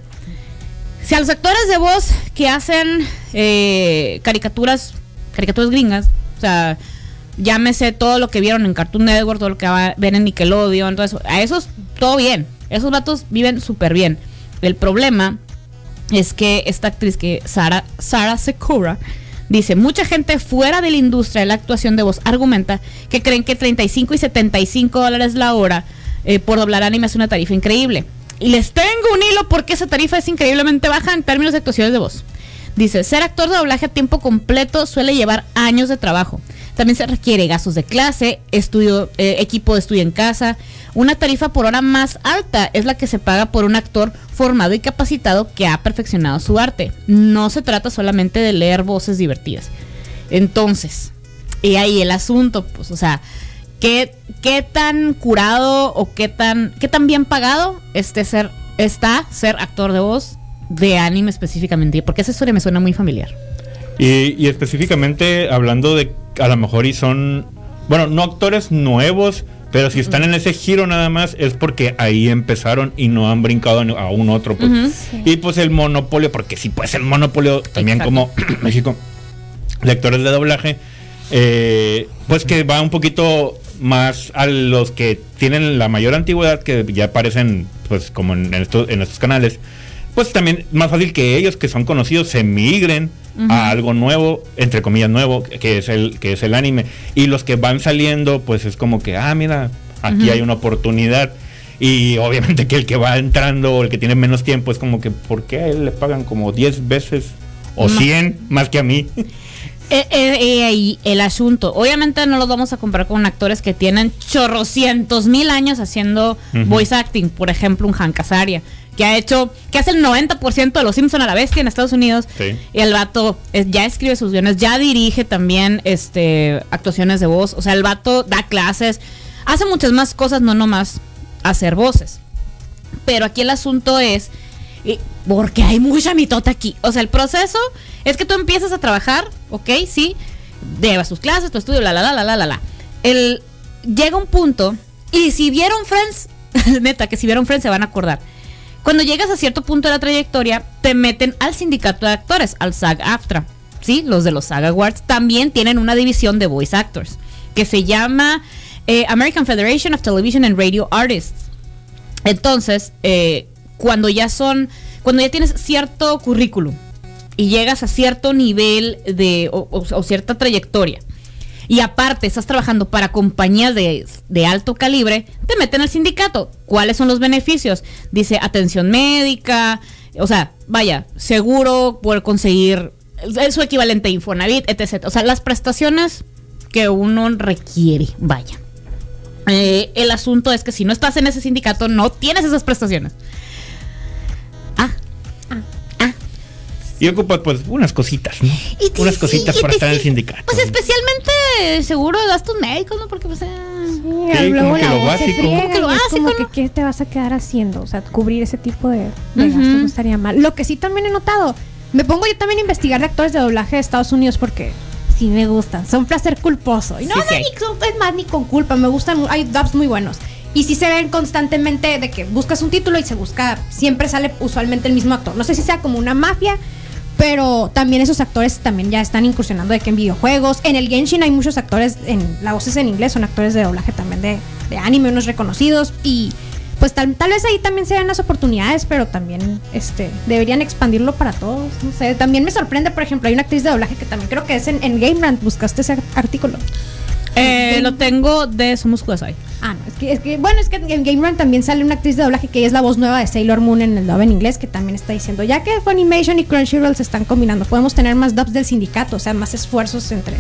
Speaker 1: si a los actores de voz que hacen eh, caricaturas, caricaturas gringas, o sea, llámese todo lo que vieron en Cartoon Network, todo lo que va- ven en Nickelodeon, todo eso, a esos todo bien, esos vatos viven súper bien. El problema es que esta actriz que Sara Sara Secura dice, mucha gente fuera de la industria de la actuación de voz argumenta que creen que 35 y 75 dólares la hora eh, por doblar anime es una tarifa increíble. Y les tengo un hilo porque esa tarifa es increíblemente baja en términos de actuaciones de voz. Dice, ser actor de doblaje a tiempo completo suele llevar años de trabajo. También se requiere gastos de clase, estudio, eh, equipo de estudio en casa. Una tarifa por hora más alta es la que se paga por un actor formado y capacitado que ha perfeccionado su arte. No se trata solamente de leer voces divertidas. Entonces, y ahí el asunto, pues, o sea, ¿qué, qué tan curado o qué tan, qué tan bien pagado este ser, está ser actor de voz de anime específicamente? Porque esa historia me suena muy familiar.
Speaker 2: Y, y específicamente hablando de a lo mejor y son, bueno, no actores nuevos, pero si están en ese giro nada más es porque ahí empezaron y no han brincado en- a un otro. Pues.
Speaker 1: Ujú.
Speaker 2: Y pues el monopolio, porque si pues el monopolio también
Speaker 1: Exacto.
Speaker 2: como México, de actores de doblaje, eh, pues que va un poquito más a los que tienen la mayor antigüedad, que ya aparecen pues como en estos, en estos canales, pues también más fácil que ellos que son conocidos se migren a algo nuevo, entre comillas nuevo, que es el que es el anime. Y los que van saliendo, pues es como que, ah, mira, aquí hay una oportunidad. Y obviamente que el que va entrando o el que tiene menos tiempo es como que, ¿por qué a él le pagan como 10 veces o 100 más que a mí?
Speaker 1: Eh, eh, eh, ahí el asunto. Obviamente no los vamos a comparar con actores que tienen chorrocientos mil años haciendo
Speaker 2: Ujú.
Speaker 1: voice acting. Por ejemplo, un Hank Azaria, que ha hecho, que hace el 90% de los Simpson a la bestia en Estados Unidos.
Speaker 2: Sí.
Speaker 1: Y el vato eh, ya escribe sus guiones, ya dirige también este actuaciones de voz. O sea, el vato da clases, hace muchas más cosas, no nomás hacer voces. Pero aquí el asunto es, y- porque hay mucha mitota aquí. O sea, el proceso es que tú empiezas a trabajar, ¿ok? Sí, llevas tus clases, tu estudio, la, la, la, la, la, la, la. El, llega un punto, y si vieron Friends, neta, que si vieron Friends se van a acordar. Cuando llegas a cierto punto de la trayectoria, te meten al sindicato de actores, al SAG-AFTRA. Sí, los de los SAG Awards también tienen una división de voice actors que se llama eh, American Federation of Television and Radio Artists. Entonces, eh, cuando ya son, cuando ya tienes cierto currículum y llegas a cierto nivel de o, o- o cierta trayectoria y aparte estás trabajando para compañías de, de alto calibre, te meten al sindicato. ¿Cuáles son los beneficios? Dice atención médica, o sea, vaya, seguro por conseguir es su equivalente a Infonavit, etc. O sea, las prestaciones que uno requiere, vaya. Eh, el asunto es que si no estás en ese sindicato, no tienes esas prestaciones. Ah,
Speaker 2: Y ocupas pues unas cositas, ¿no?
Speaker 1: Y te-
Speaker 2: unas
Speaker 1: sí,
Speaker 2: cositas
Speaker 1: y
Speaker 2: para
Speaker 1: te-
Speaker 2: estar en el
Speaker 1: sí.
Speaker 2: sindicato.
Speaker 1: pues especialmente eh, seguro de gastos médicos, ¿no? Porque pues... eh,
Speaker 5: Sí,
Speaker 2: como
Speaker 5: luego
Speaker 2: que
Speaker 5: la
Speaker 2: lo
Speaker 5: voz se
Speaker 2: básico.
Speaker 5: friega
Speaker 2: Como
Speaker 1: que lo
Speaker 5: y es
Speaker 1: básico,
Speaker 5: como
Speaker 1: ¿no?
Speaker 5: que qué te vas a quedar haciendo, o sea, cubrir ese tipo de, de gastos
Speaker 1: Ujú.
Speaker 5: no estaría mal. Lo que sí también he notado, me pongo yo también a investigar de actores de doblaje de Estados Unidos porque sí me gustan, son placer culposo. Y no,
Speaker 1: Sí,
Speaker 5: no,
Speaker 1: sí hay.
Speaker 5: ni con- es más, ni con culpa, me gustan, mu- hay dubs muy buenos. Y sí se ven constantemente de que buscas un título y se busca, siempre sale usualmente el mismo actor. No sé si sea como una mafia, pero también esos actores también ya están incursionando de que en videojuegos, en el Genshin hay muchos actores, en la voz es en inglés, son actores de doblaje también de, de anime, unos reconocidos y pues tal, tal vez ahí también se dan las oportunidades, pero también este deberían expandirlo para todos. No sé, también me sorprende, por ejemplo, hay una actriz de doblaje que también creo que es en, en Game Rant, buscaste ese artículo.
Speaker 1: eh, lo tengo de Somos Kudasai.
Speaker 5: Ah, no, es que, es que bueno, es que en Game Rant también sale una actriz de doblaje que es la voz nueva de Sailor Moon en el dub en inglés, que también está diciendo, ya que Funimation y Crunchyroll se están combinando, podemos tener más dubs del sindicato, o sea, más esfuerzos entre...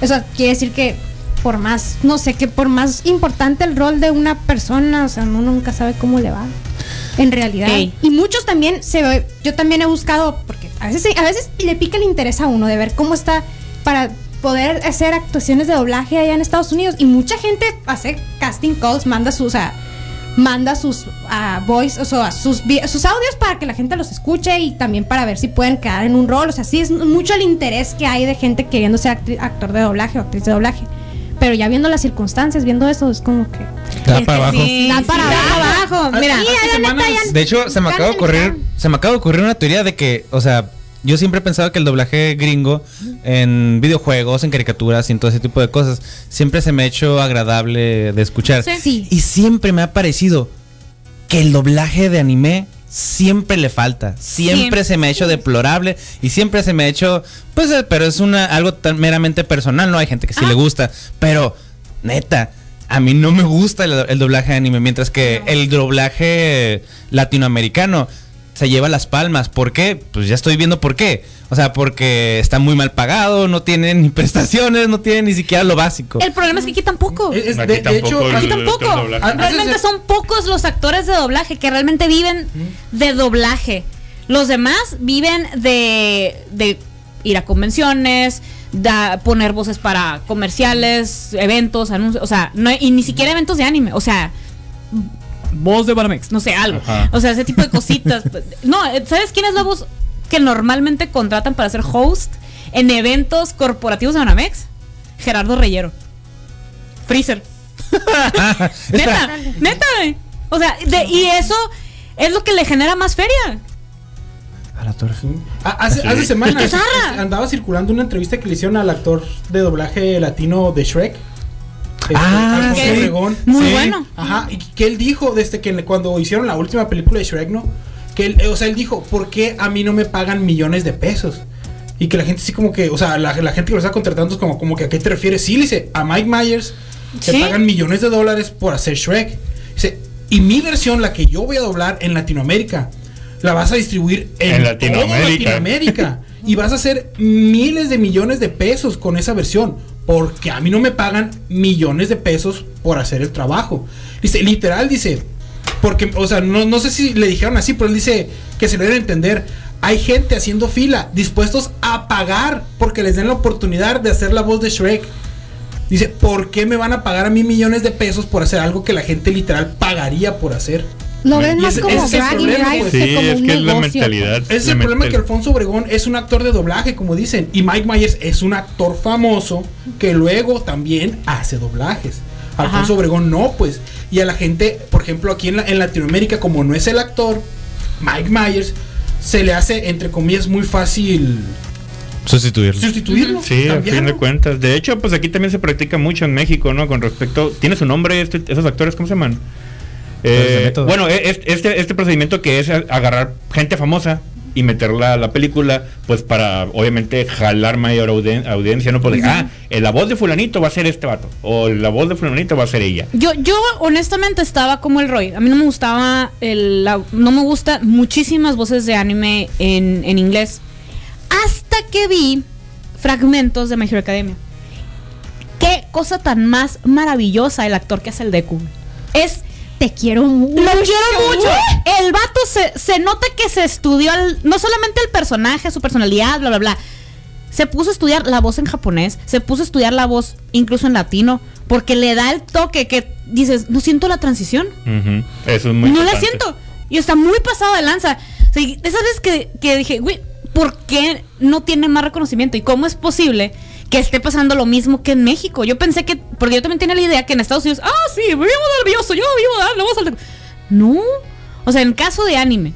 Speaker 5: Eso quiere decir que por más, no sé, que por más importante el rol de una persona, o sea, uno nunca sabe cómo le va. En realidad.
Speaker 1: Ey.
Speaker 5: Y muchos también se ve- yo también he buscado, porque a veces, a veces le pica el interés a uno de ver cómo está para poder hacer actuaciones de doblaje allá en Estados Unidos. Y mucha gente hace casting calls, manda sus, o sea, manda sus ah, voice, o sea, sus, vi- sus audios para que la gente los escuche y también para ver si pueden quedar en un rol. O sea, sí es mucho el interés que hay de gente queriendo ser actri- actor de doblaje o actriz de doblaje. Pero ya viendo las circunstancias, viendo eso, es como que...
Speaker 4: Da para abajo.
Speaker 5: Da para
Speaker 1: abajo. Mira,
Speaker 5: Sí, la neta, ya-
Speaker 4: De hecho, se me acaba de ocurrir,
Speaker 5: Cálmense.
Speaker 4: se me acaba de ocurrir una teoría de que, o sea, yo siempre he pensado que el doblaje gringo en videojuegos, en caricaturas y en todo ese tipo de cosas, siempre se me ha hecho agradable de escuchar.
Speaker 5: Sí.
Speaker 4: Y siempre me ha parecido que el doblaje de anime siempre le falta. Siempre
Speaker 1: Siempre.
Speaker 4: se me ha hecho deplorable y siempre se me ha hecho, pues, eh, pero es una algo tan meramente personal, ¿no? Hay gente que sí le gusta, pero neta. A mí no me gusta el, el doblaje de anime, mientras que el doblaje latinoamericano se lleva las palmas. ¿Por qué? Pues ya estoy viendo por qué. O sea, porque está muy mal pagado, no tienen ni prestaciones, no tienen ni siquiera lo básico.
Speaker 1: El problema es que aquí tampoco.
Speaker 4: Eh,
Speaker 3: Es-
Speaker 2: Aquí
Speaker 3: de- de
Speaker 2: tampoco
Speaker 3: hecho,
Speaker 2: el-
Speaker 1: Aquí
Speaker 2: el
Speaker 1: tampoco.
Speaker 2: doblaje.
Speaker 3: Ah,
Speaker 1: Realmente
Speaker 3: Entonces,
Speaker 1: son pocos los actores de doblaje que realmente viven de doblaje. Los demás viven de, de ir a convenciones, da- poner voces para comerciales, eventos, anuncios, o sea, no, y ni siquiera eventos de anime, o sea, voz de Banamex, no sé, algo.
Speaker 2: Ajá.
Speaker 1: O sea, ese tipo de cositas. pues. No, eh, ¿sabes quién es la voz que normalmente contratan para ser host en eventos corporativos de Banamex? Gerardo Reyero. Freezer.
Speaker 4: Ah, espera.
Speaker 1: Neta, neta, güey. O sea, de- y eso es lo que le genera más feria.
Speaker 4: A la torre.
Speaker 3: ha- Ah, hace, hace
Speaker 1: ¿Qué
Speaker 3: semanas
Speaker 1: zarra?
Speaker 3: andaba circulando una entrevista que le hicieron al actor de doblaje latino de Shrek. Este,
Speaker 4: Ah,
Speaker 3: Alfonso
Speaker 1: sí.
Speaker 3: Obregón.
Speaker 1: Muy bueno.
Speaker 3: Ajá, y que él dijo desde que le- cuando hicieron la última película de Shrek, ¿no? Que él, eh, o sea, él dijo, ¿por qué a mí no me pagan millones de pesos? Y que la gente sí como que, o sea, la, la gente que lo está contratando es como, como que a qué te refieres. Sí, le dice, a Mike Myers te
Speaker 1: Sí.
Speaker 3: pagan millones de dólares por hacer Shrek. Dice, Y mi versión, la que yo voy a doblar en Latinoamérica, la vas a distribuir en,
Speaker 2: En
Speaker 3: Latinoamérica.
Speaker 2: Latinoamérica.
Speaker 3: Latinoamérica. y vas a hacer miles de millones de pesos con esa versión. Porque a mí no me pagan millones de pesos por hacer el trabajo. Dice, literal, dice. Porque, o sea, no, no sé si le dijeron así, pero él dice que se lo deben entender. Hay gente haciendo fila, dispuestos a pagar porque les den la oportunidad de hacer la voz de Shrek. Dice, ¿por qué me van a pagar a mí millones de pesos por hacer algo que la gente literal pagaría por hacer?
Speaker 5: Lo ven
Speaker 3: Y
Speaker 5: más
Speaker 3: ese-
Speaker 5: como
Speaker 3: ese es el
Speaker 5: bragging
Speaker 3: problema,
Speaker 5: rights
Speaker 3: güey.
Speaker 2: Sí,
Speaker 5: que este, como
Speaker 2: es
Speaker 5: un
Speaker 2: que es la
Speaker 5: negocio.
Speaker 2: mentalidad.
Speaker 3: Ese es
Speaker 2: la
Speaker 3: el problema que
Speaker 2: mental-
Speaker 3: Alfonso Obregón es un actor de doblaje, como dicen, y Mike Myers es un actor famoso que luego también hace doblajes.
Speaker 1: Ajá.
Speaker 3: Alfonso Obregón no, pues. Y a la gente, por ejemplo, aquí en, la- en Latinoamérica, como no es el actor, Mike Myers, se le hace, entre comillas, muy fácil
Speaker 4: Sustituirlo.
Speaker 3: sustituirlo.
Speaker 2: Sí, a fin
Speaker 3: cambiarlo.
Speaker 2: de cuentas. De hecho, pues aquí también se practica mucho en México, ¿no? Con respecto. ¿Tiene su nombre este- esos actores? ¿Cómo se llaman? Eh,
Speaker 4: el método.
Speaker 2: bueno, e- es- este, este procedimiento que es a- agarrar gente famosa y meterla a la película, pues para obviamente jalar mayor auden- audiencia, ¿no? Porque, ah, eh, la voz de Fulanito va a ser este vato, o la voz de Fulanito va a ser ella.
Speaker 1: Yo, yo honestamente estaba como el Roy. A mí no me gustaba el, la- no me gusta muchísimas voces de anime en, en inglés. Hasta que vi fragmentos de My Hero Academia. Qué cosa tan más maravillosa el actor que hace el Deku. Es
Speaker 5: Te quiero mucho.
Speaker 1: lo quiero mucho. El vato se, se nota que se estudió al- no solamente el personaje, su personalidad, bla, bla, bla. Se puso a estudiar la voz en japonés, se puso a estudiar la voz incluso en latino, porque le da el toque que dices, no siento la transición.
Speaker 2: Ujú, Eso es muy
Speaker 1: no la
Speaker 2: importante.
Speaker 1: siento. Y está muy pasado de lanza. O sea, y esas veces que, que dije, güey, ¿por qué no tiene más reconocimiento? ¿Y cómo es posible que esté pasando lo mismo que en México? Yo pensé que, porque yo también tenía la idea que en Estados Unidos, ah, sí, vivo nervioso, yo vivo dar la voz al... No. O sea, en caso de anime,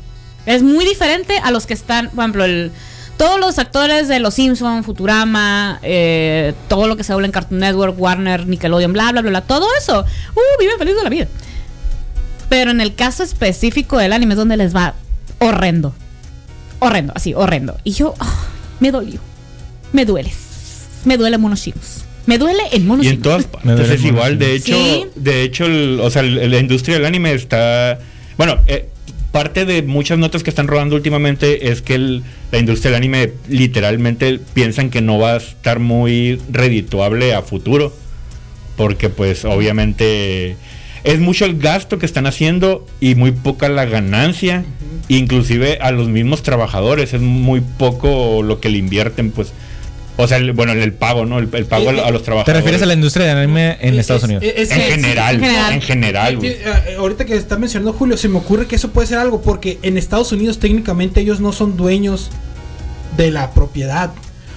Speaker 1: es muy diferente a los que están, por ejemplo, el- todos los actores de Los Simpson, Futurama, eh, todo lo que se habla en Cartoon Network, Warner, Nickelodeon, bla, bla, bla, bla, todo eso. Uh, viven feliz de la vida. Pero en el caso específico del anime es donde les va horrendo. Horrendo, así, horrendo. Y yo, ah, me dolió. Me duele. Me duele en monos chinos. Me duele en monos
Speaker 2: Y en
Speaker 1: chinos.
Speaker 2: todas
Speaker 4: Me
Speaker 2: partes
Speaker 4: duele
Speaker 2: es igual. De hecho,
Speaker 1: Sí.
Speaker 2: de hecho el- o sea, el- la industria del anime está. Bueno, eh, parte de muchas notas que están rodando últimamente es que el- la industria del anime literalmente piensan que no va a estar muy redituable a futuro. Porque, pues, obviamente. Es mucho el gasto que están haciendo y muy poca la ganancia, inclusive a los mismos trabajadores, es muy poco lo que le invierten, pues, o sea, el- bueno, el, el pago, ¿no? El, el pago a, a los trabajadores.
Speaker 4: ¿Te refieres a la industria del anime en
Speaker 3: Es-
Speaker 4: Estados
Speaker 3: es-
Speaker 4: Unidos?
Speaker 3: es-
Speaker 2: En
Speaker 3: es-
Speaker 2: general,
Speaker 1: en general.
Speaker 2: en general,
Speaker 3: Ti-
Speaker 2: güey.
Speaker 3: eh, Ahorita que está mencionando Julio, se me ocurre que eso puede ser algo, porque en Estados Unidos técnicamente ellos no son dueños de la propiedad.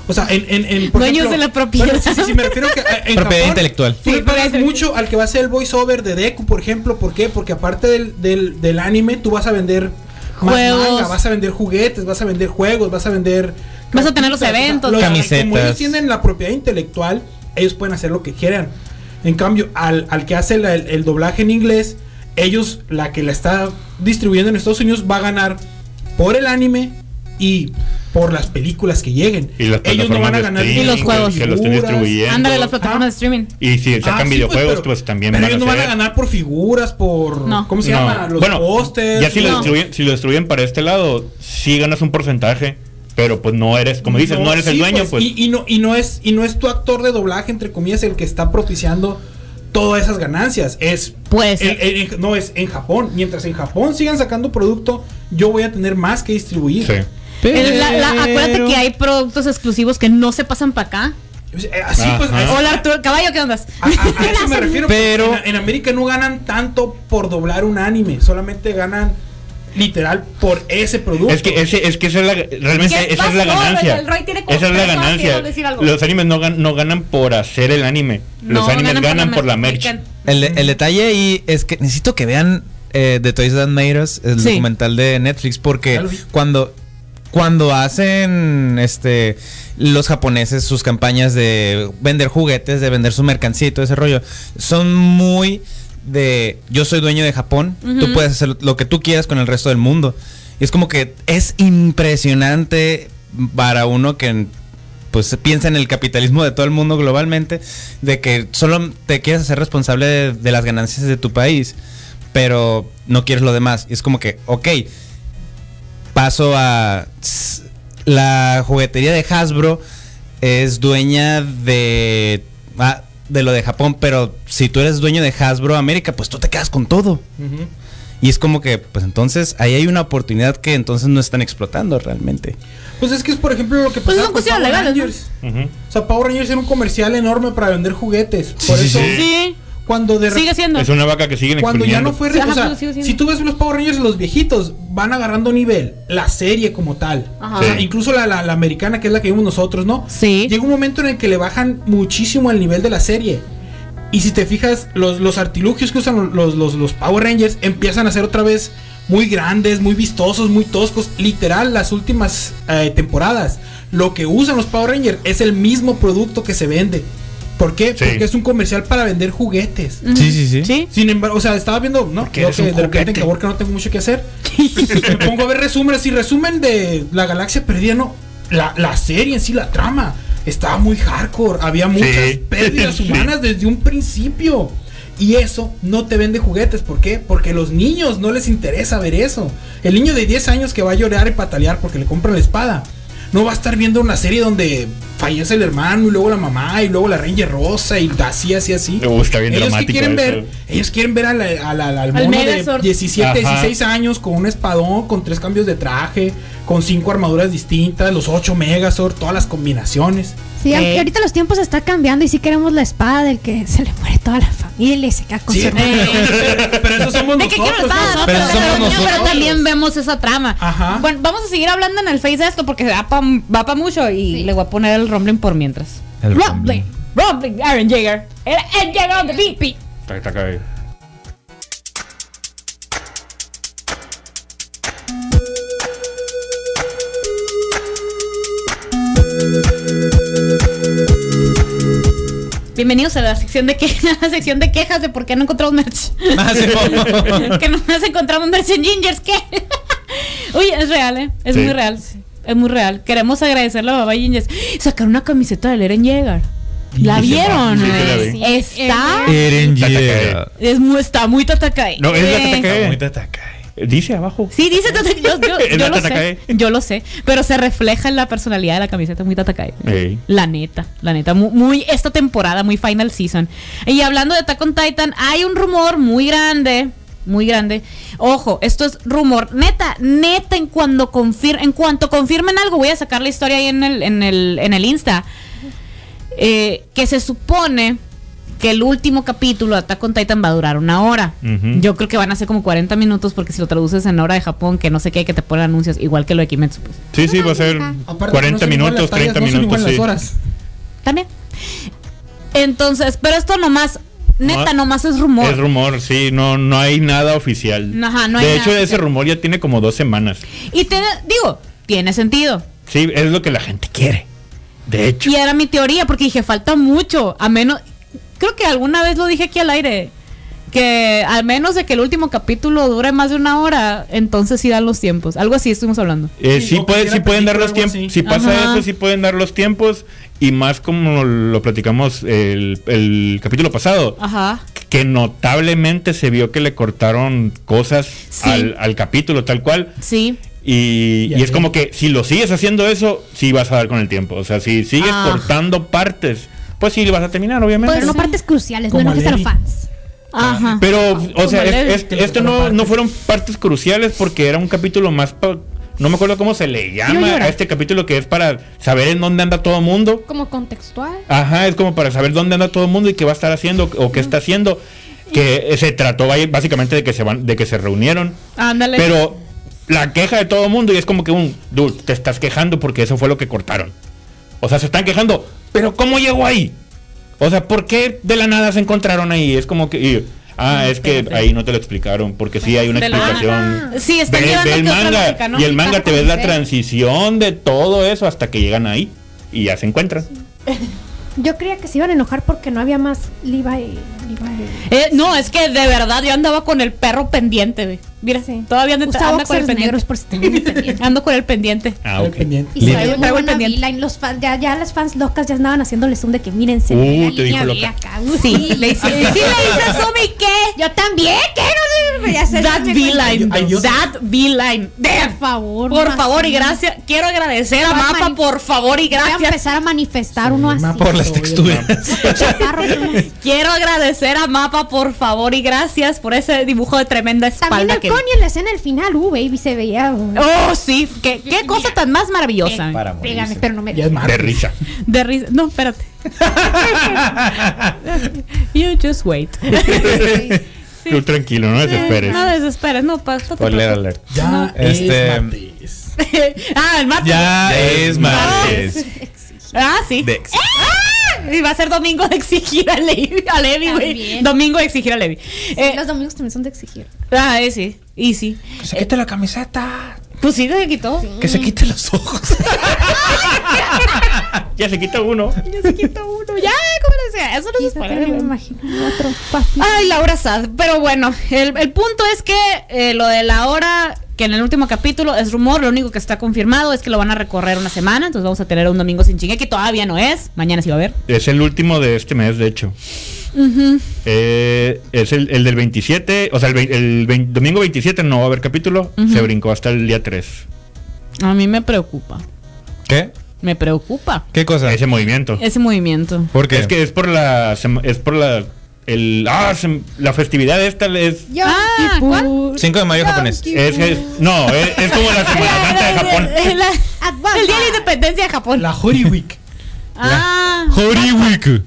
Speaker 3: O sea, en. en, en, por
Speaker 1: Dueños de la propiedad.
Speaker 3: Bueno, sí, sí, sí, me refiero que. eh, en
Speaker 4: Propiedad
Speaker 3: Japón,
Speaker 4: intelectual.
Speaker 3: Tú le
Speaker 1: Sí,
Speaker 3: pagas
Speaker 1: propiedad
Speaker 3: mucho al que va a hacer el voiceover de Deku, por ejemplo. ¿Por qué? Porque aparte del, del, del anime, tú vas a vender. más
Speaker 1: Juegos.
Speaker 3: manga, vas a vender juguetes, vas a vender juegos, vas a vender.
Speaker 1: Vas a tener los
Speaker 3: O sea,
Speaker 1: eventos.
Speaker 3: los- Como
Speaker 4: Camisetas.
Speaker 3: ellos tienen la propiedad intelectual, ellos pueden hacer lo que quieran. En cambio, al, al que hace la- el, el doblaje en inglés, ellos, la que la está distribuyendo en Estados Unidos, va a ganar por el anime y por las películas que lleguen.
Speaker 2: Y las
Speaker 3: ellos no van
Speaker 2: plataformas
Speaker 3: a
Speaker 2: de
Speaker 3: ganar
Speaker 2: streaming
Speaker 1: Y los juegos.
Speaker 2: que lo estén
Speaker 3: figuras.
Speaker 2: distribuyendo.
Speaker 1: Ándale las plataformas
Speaker 3: Ah.
Speaker 1: de streaming.
Speaker 2: Y si sacan
Speaker 3: Ah, sí, pues,
Speaker 2: videojuegos, pues,
Speaker 3: pero-
Speaker 2: también
Speaker 3: Pero ellos no van a
Speaker 2: hacer-
Speaker 3: ganar por figuras, por.
Speaker 1: No.
Speaker 3: ¿Cómo se
Speaker 2: No.
Speaker 3: llama? Los
Speaker 2: bueno,
Speaker 3: pósters.
Speaker 2: Ya si lo,
Speaker 1: No.
Speaker 2: distribuyen, si lo distribuyen para este lado, sí ganas un porcentaje, pero pues no eres, como dices, no, eres el
Speaker 3: sí,
Speaker 2: dueño, pues.
Speaker 3: Y, y no, y, no es, y no es tu actor de doblaje, entre comillas, el que está propiciando todas esas ganancias. Es.
Speaker 1: Puede ser.
Speaker 3: el- el- el- no, es en Japón. Mientras en Japón sigan sacando producto, yo voy a tener más que distribuir.
Speaker 2: Sí.
Speaker 1: El- la- la- acuérdate que hay productos exclusivos que no se pasan para acá.
Speaker 3: Eh, Así pues.
Speaker 2: Ajá.
Speaker 3: a-
Speaker 1: Hola Arturo, caballo, ¿qué andas?
Speaker 3: A, a- a eso me refiero.
Speaker 4: Pero-
Speaker 3: porque En, en América no ganan tanto por doblar un anime. Solamente ganan literal por ese producto.
Speaker 2: Es que, eh, ese, es que esa es la,
Speaker 1: Es
Speaker 2: realmente
Speaker 1: que
Speaker 2: esa es
Speaker 1: vas
Speaker 2: la
Speaker 1: todo,
Speaker 2: ganancia.
Speaker 1: el Roy tiene como
Speaker 2: Esa es la
Speaker 1: tres horas
Speaker 2: ganancia.
Speaker 1: queriendo decir algo.
Speaker 2: Los animes no, gan- no ganan por hacer el anime. Los
Speaker 1: No,
Speaker 2: animes ganan por la merch.
Speaker 4: El, de- el detalle ahí es que necesito que vean eh, The Toys That Made Us, el
Speaker 1: Sí.
Speaker 4: documental de Netflix,
Speaker 3: Ya
Speaker 4: porque
Speaker 3: lo vi.
Speaker 4: cuando, cuando hacen este los japoneses sus campañas de vender juguetes, de vender su mercancía y todo ese rollo, son muy de yo soy dueño de Japón, tú puedes hacer lo que tú quieras con el resto del mundo. Y es como que es impresionante para uno que pues piensa en el capitalismo de todo el mundo globalmente, de que solo te quieres hacer responsable de, de las ganancias de tu país. pero no quieres lo demás. Y es como que, ok, paso a s- la juguetería de Hasbro es dueña de ah, de lo de Japón, pero si tú eres dueño de Hasbro América, pues tú te quedas con todo. Y es como que, pues entonces ahí hay una oportunidad que entonces no están explotando realmente.
Speaker 3: Pues es que es, por ejemplo, lo que
Speaker 1: Pues
Speaker 3: pasaba
Speaker 1: son
Speaker 3: con
Speaker 1: cuestiones
Speaker 3: Power
Speaker 1: legales, ¿no?
Speaker 3: Rangers.
Speaker 2: Ujú.
Speaker 3: O sea, Power Rangers era un comercial enorme para vender juguetes. Por
Speaker 2: sí,
Speaker 3: eso,
Speaker 2: sí.
Speaker 1: Sí.
Speaker 3: cuando de re-
Speaker 1: Sigue siendo.
Speaker 2: Es una vaca que siguen
Speaker 3: cuando ya no
Speaker 2: exprimiendo.
Speaker 3: fue
Speaker 1: Sí,
Speaker 3: re-
Speaker 1: ajá,
Speaker 3: o sea,
Speaker 1: pues sigue siendo.
Speaker 3: si tú ves los Power Rangers los viejitos van agarrando nivel la serie como tal
Speaker 1: Ajá.
Speaker 3: O sea,
Speaker 2: Sí.
Speaker 3: incluso la, la- la americana que es la que vimos nosotros no
Speaker 1: Sí.
Speaker 3: llega un momento en el que le bajan muchísimo el nivel de la serie y si te fijas los, los artilugios que usan los, los, los Power Rangers empiezan a ser otra vez muy grandes muy vistosos muy toscos literal las últimas eh, temporadas lo que usan los Power Rangers es el mismo producto que se vende ¿Por qué?
Speaker 2: Sí.
Speaker 3: Porque es un comercial para vender juguetes.
Speaker 1: Ujú.
Speaker 4: Sí, sí, sí.
Speaker 3: Sin embargo, o sea, estaba viendo, ¿no?
Speaker 2: Porque
Speaker 3: Yo
Speaker 2: eres
Speaker 3: que
Speaker 2: un
Speaker 3: de repente
Speaker 2: juguete.
Speaker 3: en Caborca no tengo mucho que hacer. Me pongo a ver resúmenes. Y resumen de La Galaxia Perdida, no. La, la serie en sí, la trama, estaba muy hardcore. Había muchas
Speaker 2: Sí.
Speaker 3: pérdidas
Speaker 2: Sí.
Speaker 3: humanas desde un principio. Y eso no te vende juguetes. ¿Por qué? Porque los niños no les interesa ver eso. El niño de 10 años que va a llorar y patalear porque le compran la espada. No va a estar viendo una serie donde fallece el hermano y luego la mamá y luego la Ranger Rosa y así, así, así.
Speaker 2: Uh, está bien
Speaker 3: ellos que
Speaker 2: dramático
Speaker 3: quieren
Speaker 2: eso.
Speaker 3: ver, ellos quieren ver a la- a la- al mono de
Speaker 1: Megazord.
Speaker 3: 17,
Speaker 2: Ajá.
Speaker 3: 16 años con un espadón, con tres cambios de traje, con cinco armaduras distintas, los 8 Megazord, todas las combinaciones.
Speaker 5: Sí,
Speaker 1: Ok.
Speaker 5: aunque ahorita los tiempos están cambiando y sí queremos la espada del que se le muere toda la familia y se queda con
Speaker 3: Sí, eh,
Speaker 5: su hermano.
Speaker 3: pero, pero eso somos
Speaker 1: ¿De qué
Speaker 3: nosotros.
Speaker 1: quiero estar? Pero,
Speaker 3: ¿no?
Speaker 4: Pero somos
Speaker 1: pero- pero
Speaker 4: nosotros.
Speaker 1: también vemos esa trama.
Speaker 3: Ajá.
Speaker 1: Bueno, vamos a seguir hablando en el Face de esto porque va para mucho y le voy a poner el rumbling por mientras.
Speaker 4: El
Speaker 1: rumbling. Rumbling, Aaron Jaeger. Era Ed Jaeger on the beat. beat.
Speaker 2: Tac, tac, ahí.
Speaker 1: Bienvenidos a la sección de, que, a la sección de quejas de por qué no encontramos merch.
Speaker 4: Ah, sí, po.
Speaker 1: que nomás encontramos merch en Gingers. ¿Qué? Uy, es real, ¿eh? Es
Speaker 2: Sí.
Speaker 1: muy real. Es muy real. Queremos agradecerle a Baba Gingers. Sacaron una camiseta de Eren Jaeger. ¿La
Speaker 2: Sí,
Speaker 1: vieron?
Speaker 2: sí, sí, la vi.
Speaker 1: Está.
Speaker 4: Eren
Speaker 2: Tatacae.
Speaker 4: Yeager.
Speaker 1: Es muy, está muy tatacay.
Speaker 2: No, es la
Speaker 1: Eh,
Speaker 2: tatacay.
Speaker 4: Está muy eh. Tatacae.
Speaker 2: Dice abajo.
Speaker 1: Sí, dice tatacay. Yo, yo-
Speaker 2: Es
Speaker 1: yo
Speaker 2: la
Speaker 1: lo sé.
Speaker 2: tatacay.
Speaker 1: Yo lo sé. Pero se refleja en la personalidad de la camiseta muy tatacay.
Speaker 2: Ey.
Speaker 1: La neta, la neta. Muy, muy esta temporada, muy final season. Y hablando de Attack on Titan, hay un rumor muy grande. Muy grande. Ojo, esto es rumor. Neta, neta, en cuando confir- en cuanto confirmen algo, voy a sacar la historia ahí en el, en el, en el Insta. Eh, que se supone que el último capítulo de Attack on Titan va a durar una hora.
Speaker 2: Ujú.
Speaker 1: Yo creo que van a ser como 40 minutos porque si lo traduces en hora de Japón, que no sé qué, que te ponen anuncios, igual que lo de Kimetsu. pues.
Speaker 2: Sí, sí, va a ser
Speaker 3: Aparte,
Speaker 2: 40
Speaker 3: no son igual
Speaker 2: minutos,
Speaker 3: las tallas,
Speaker 2: 30
Speaker 3: no son
Speaker 2: minutos.
Speaker 3: igual
Speaker 2: Sí.
Speaker 3: las horas.
Speaker 1: También. Entonces, pero esto nomás, neta,
Speaker 2: No-
Speaker 1: nomás es rumor.
Speaker 2: Es rumor, sí, no, no hay nada oficial.
Speaker 1: Ajá, no hay
Speaker 2: de
Speaker 1: nada
Speaker 2: hecho, ese
Speaker 1: oficial.
Speaker 2: rumor ya tiene como dos semanas.
Speaker 1: y te, digo, tiene sentido.
Speaker 2: Sí, es lo que la gente quiere. De hecho.
Speaker 1: Y era mi teoría, porque dije, falta mucho. A menos, creo que alguna vez lo dije aquí al aire. Que al menos de que el último capítulo dure más de una hora, entonces sí dan los tiempos. Algo así estuvimos hablando.
Speaker 2: Eh,
Speaker 3: Sí,
Speaker 2: sí,
Speaker 3: o
Speaker 2: puede-
Speaker 3: cualquier
Speaker 2: sí pueden dar
Speaker 3: película,
Speaker 2: los
Speaker 3: algo
Speaker 2: tiempos.
Speaker 3: así.
Speaker 2: Si pasa
Speaker 1: Ajá.
Speaker 2: eso, sí pueden dar los tiempos. Y más como lo platicamos el, el capítulo pasado,
Speaker 1: Ajá.
Speaker 2: que notablemente se vio que le cortaron cosas
Speaker 1: Sí.
Speaker 2: al, al capítulo tal cual.
Speaker 1: Sí.
Speaker 2: Y,
Speaker 3: Y
Speaker 2: y
Speaker 3: a
Speaker 2: es
Speaker 3: ver.
Speaker 2: como que si lo sigues haciendo eso, sí vas a dar con el tiempo. O sea, si sigues
Speaker 1: Ah.
Speaker 2: cortando partes, pues sí vas a terminar,
Speaker 1: Pues
Speaker 2: obviamente.
Speaker 5: Pero no partes cruciales, no
Speaker 3: Como
Speaker 5: enojes a los
Speaker 3: Levi.
Speaker 5: fans.
Speaker 1: Ajá.
Speaker 2: Pero, o sea,
Speaker 1: Como
Speaker 2: es-
Speaker 1: Levi.
Speaker 2: es- esto no, no fueron partes cruciales porque era un capítulo más... pa- No me acuerdo cómo se le llama a este capítulo que es para saber en dónde anda todo el mundo.
Speaker 8: Como contextual.
Speaker 2: Ajá, es como para saber dónde anda todo el mundo y qué va a estar haciendo o qué está haciendo. Que eh, se trató ahí básicamente de que se van, de que se reunieron.
Speaker 1: Ándale.
Speaker 2: Pero la queja de todo el mundo y es como que un dude, te estás quejando porque eso fue lo que cortaron. O sea, se están quejando, pero ¿cómo llegó ahí? O sea, ¿por qué de la nada se encontraron ahí? Es como que y, ah, es que ahí no te lo explicaron porque sí hay una
Speaker 1: De la-
Speaker 2: explicación.
Speaker 1: Ah, sí, están
Speaker 2: Ve-
Speaker 1: llevando
Speaker 2: ve el
Speaker 1: que otra
Speaker 2: manga
Speaker 1: lógica, ¿no?
Speaker 2: y el
Speaker 1: Sí,
Speaker 2: manga
Speaker 1: pasa
Speaker 2: te
Speaker 1: con
Speaker 2: ves la
Speaker 1: Zen.
Speaker 2: transición de todo eso hasta que llegan ahí y ya se encuentran.
Speaker 5: Yo creía que se iban a enojar porque no había más Levi. Levi.
Speaker 1: Eh, no, es que de verdad yo andaba con el perro pendiente, güey. Mira,
Speaker 5: Sí.
Speaker 1: todavía ando,
Speaker 5: Usaba
Speaker 1: anda con el
Speaker 5: boxers
Speaker 1: pendiente.
Speaker 5: negros por si tenían pendiente.
Speaker 1: Ando con el pendiente.
Speaker 2: Ah, ok.
Speaker 3: Pendiente.
Speaker 5: Y
Speaker 1: Traigo-
Speaker 5: se
Speaker 1: traigo
Speaker 5: traigo
Speaker 1: el pendiente.
Speaker 5: Beeline, los fans, ya, ya las fans locas ya andaban haciéndole zoom de que mírense.
Speaker 2: Uh,
Speaker 5: la
Speaker 2: te
Speaker 5: línea
Speaker 2: dijo
Speaker 5: B
Speaker 2: loca.
Speaker 5: acá, uh,
Speaker 1: Sí, le hice, sí le hice zoom y qué.
Speaker 5: Yo también, ¿qué? No sé, debería ser.
Speaker 1: That
Speaker 5: Por
Speaker 1: V-Line.
Speaker 3: Ay, yo-
Speaker 1: That V-Line. Damn.
Speaker 5: favor.
Speaker 1: Por
Speaker 5: no
Speaker 1: favor y
Speaker 5: así.
Speaker 1: gracias. Quiero agradecer a
Speaker 5: Batman.
Speaker 1: Mapa, por favor y
Speaker 5: Voy a
Speaker 1: gracias.
Speaker 5: empezar a manifestar uno así.
Speaker 4: Por las texturas.
Speaker 5: Chaparro, También
Speaker 1: Quiero agradecer a Mapa, por favor y gracias por ese dibujo de tremenda espalda
Speaker 5: el
Speaker 1: que.
Speaker 5: Connie en la escena del final, uh, baby, se veía. uh,
Speaker 1: Oh, sí. Qué, qué cosa tan más maravillosa.
Speaker 6: Para
Speaker 5: Pégame,
Speaker 6: morirse.
Speaker 5: pero no me.
Speaker 3: Ya es
Speaker 2: De
Speaker 3: martes.
Speaker 2: risa.
Speaker 1: De risa. No, espérate. you just wait.
Speaker 2: Tú tranquilo, no desesperes.
Speaker 1: No desesperes, no pasa.
Speaker 6: Spoiler alert.
Speaker 3: Ya
Speaker 4: Este-
Speaker 3: es martes.
Speaker 1: ah, el mate.
Speaker 4: Ya
Speaker 2: es
Speaker 4: es martes.
Speaker 1: Ah, sí.
Speaker 4: Dex.
Speaker 1: ¡Ah! Y va a ser domingo de exigir a Levi, a Levi, güey.
Speaker 5: También.
Speaker 1: Domingo de exigir a Levi. Eh,
Speaker 5: Los domingos también son de exigir.
Speaker 1: ah, eh, sí. Y sí.
Speaker 4: Que se quite la camiseta.
Speaker 1: Pues sí, se quitó.
Speaker 4: Que se quite los ojos.
Speaker 2: Ya se quita uno.
Speaker 1: Ya se quitó uno. Ya, ¿cómo le decía? Eso no se
Speaker 5: Quizá también me
Speaker 1: spoiler.
Speaker 5: imagino otro papi.
Speaker 1: Ay, Laura Sad. Pero bueno, el, el punto es que eh, lo de la hora, que en el último capítulo es rumor, lo único que está confirmado es que lo van a recorrer una semana, entonces vamos a tener un domingo sin chingue, que todavía no es. Mañana sí va a haber.
Speaker 2: Es el último de este mes, de hecho. Eh, es el, el del 27, o sea, el, vein- el vein- domingo 27 no va a haber capítulo,
Speaker 1: Ujú.
Speaker 2: se brincó hasta el día 3.
Speaker 1: A mí me preocupa.
Speaker 4: ¿Qué?
Speaker 1: Me preocupa
Speaker 4: ¿Qué cosa?
Speaker 2: Ese movimiento.
Speaker 1: ese movimiento.
Speaker 4: Porque
Speaker 2: Es que es por la sema- es por la el ah, se- la festividad esta es
Speaker 5: Yo,
Speaker 1: Ah,
Speaker 5: Kippur.
Speaker 1: ¿cuál?
Speaker 4: 5 de mayo japonés.
Speaker 2: es, es- no, e, es, es como la Semana Santa de Japón.
Speaker 1: La-
Speaker 5: Advanta.
Speaker 1: el día de la independencia de Japón.
Speaker 3: La Hori Week.
Speaker 1: Ah,
Speaker 4: Horiwiku.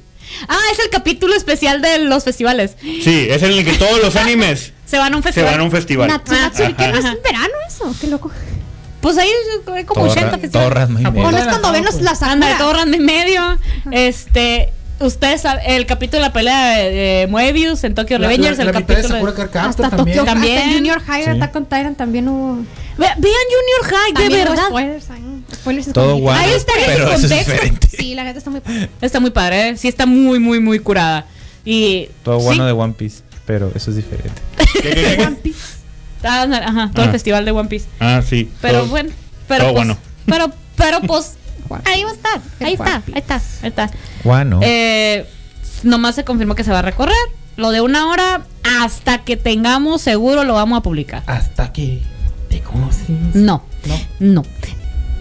Speaker 1: ah, es el capítulo especial de los festivales.
Speaker 2: Sí, es en el que todos los animes
Speaker 1: Se van a un
Speaker 2: se
Speaker 1: festival.
Speaker 2: van a un festival.
Speaker 4: Ah,
Speaker 5: Natsumatsuri, que no es
Speaker 1: Ajá.
Speaker 5: en verano eso, qué loco.
Speaker 1: Pues ahí es hay como 80
Speaker 4: Torra-
Speaker 1: festivales.
Speaker 4: Torras,
Speaker 3: Japón.
Speaker 5: O no
Speaker 4: Torras,
Speaker 5: es cuando ven los, las
Speaker 1: Anda,
Speaker 5: Sakura.
Speaker 1: todo random y medio. Este, ustedes saben, el capítulo de la pelea de, de Moebius en Tokyo
Speaker 3: La,
Speaker 1: Revengers,
Speaker 3: la-
Speaker 1: el
Speaker 3: la mitad de
Speaker 1: capítulo.
Speaker 3: Sakura
Speaker 1: de-
Speaker 3: Card Captor
Speaker 5: Hasta
Speaker 3: también.
Speaker 5: Tokyo,
Speaker 1: También.
Speaker 5: hasta Junior High,
Speaker 3: Sí.
Speaker 5: Attack on Titan también hubo.
Speaker 1: Ve- vean Junior High,
Speaker 5: también
Speaker 1: de
Speaker 5: hubo
Speaker 1: verdad.
Speaker 5: Spoilers, ay, spoilers
Speaker 4: Todo
Speaker 5: escondidos.
Speaker 4: guano.
Speaker 1: Ahí estaría en
Speaker 4: Pero eso es
Speaker 1: contexto.
Speaker 4: diferente.
Speaker 5: Sí, la gata está muy padre.
Speaker 1: Está muy padre, ¿eh? sí está muy, muy, muy curada. Y.
Speaker 4: Todo
Speaker 1: sí,
Speaker 4: guano de One Piece. Pero eso es diferente.
Speaker 2: ¿Qué, qué, qué, qué?
Speaker 5: One Piece.
Speaker 1: ah, anda, ajá, todo el
Speaker 2: Ah.
Speaker 1: festival de One Piece.
Speaker 2: Ah, sí.
Speaker 1: Pero
Speaker 2: todo-
Speaker 1: bueno, pero
Speaker 2: todo
Speaker 1: pues,
Speaker 2: guano.
Speaker 1: Pero, pero pues. Ahí va a estar, ahí
Speaker 5: El One
Speaker 1: está, ahí está, ahí está.
Speaker 4: Guano.
Speaker 1: Eh, nomás se confirmó que se va a recorrer. Lo de una hora, hasta que tengamos seguro, lo vamos a publicar.
Speaker 3: Hasta que te conocí.
Speaker 1: No,
Speaker 3: No.
Speaker 1: no.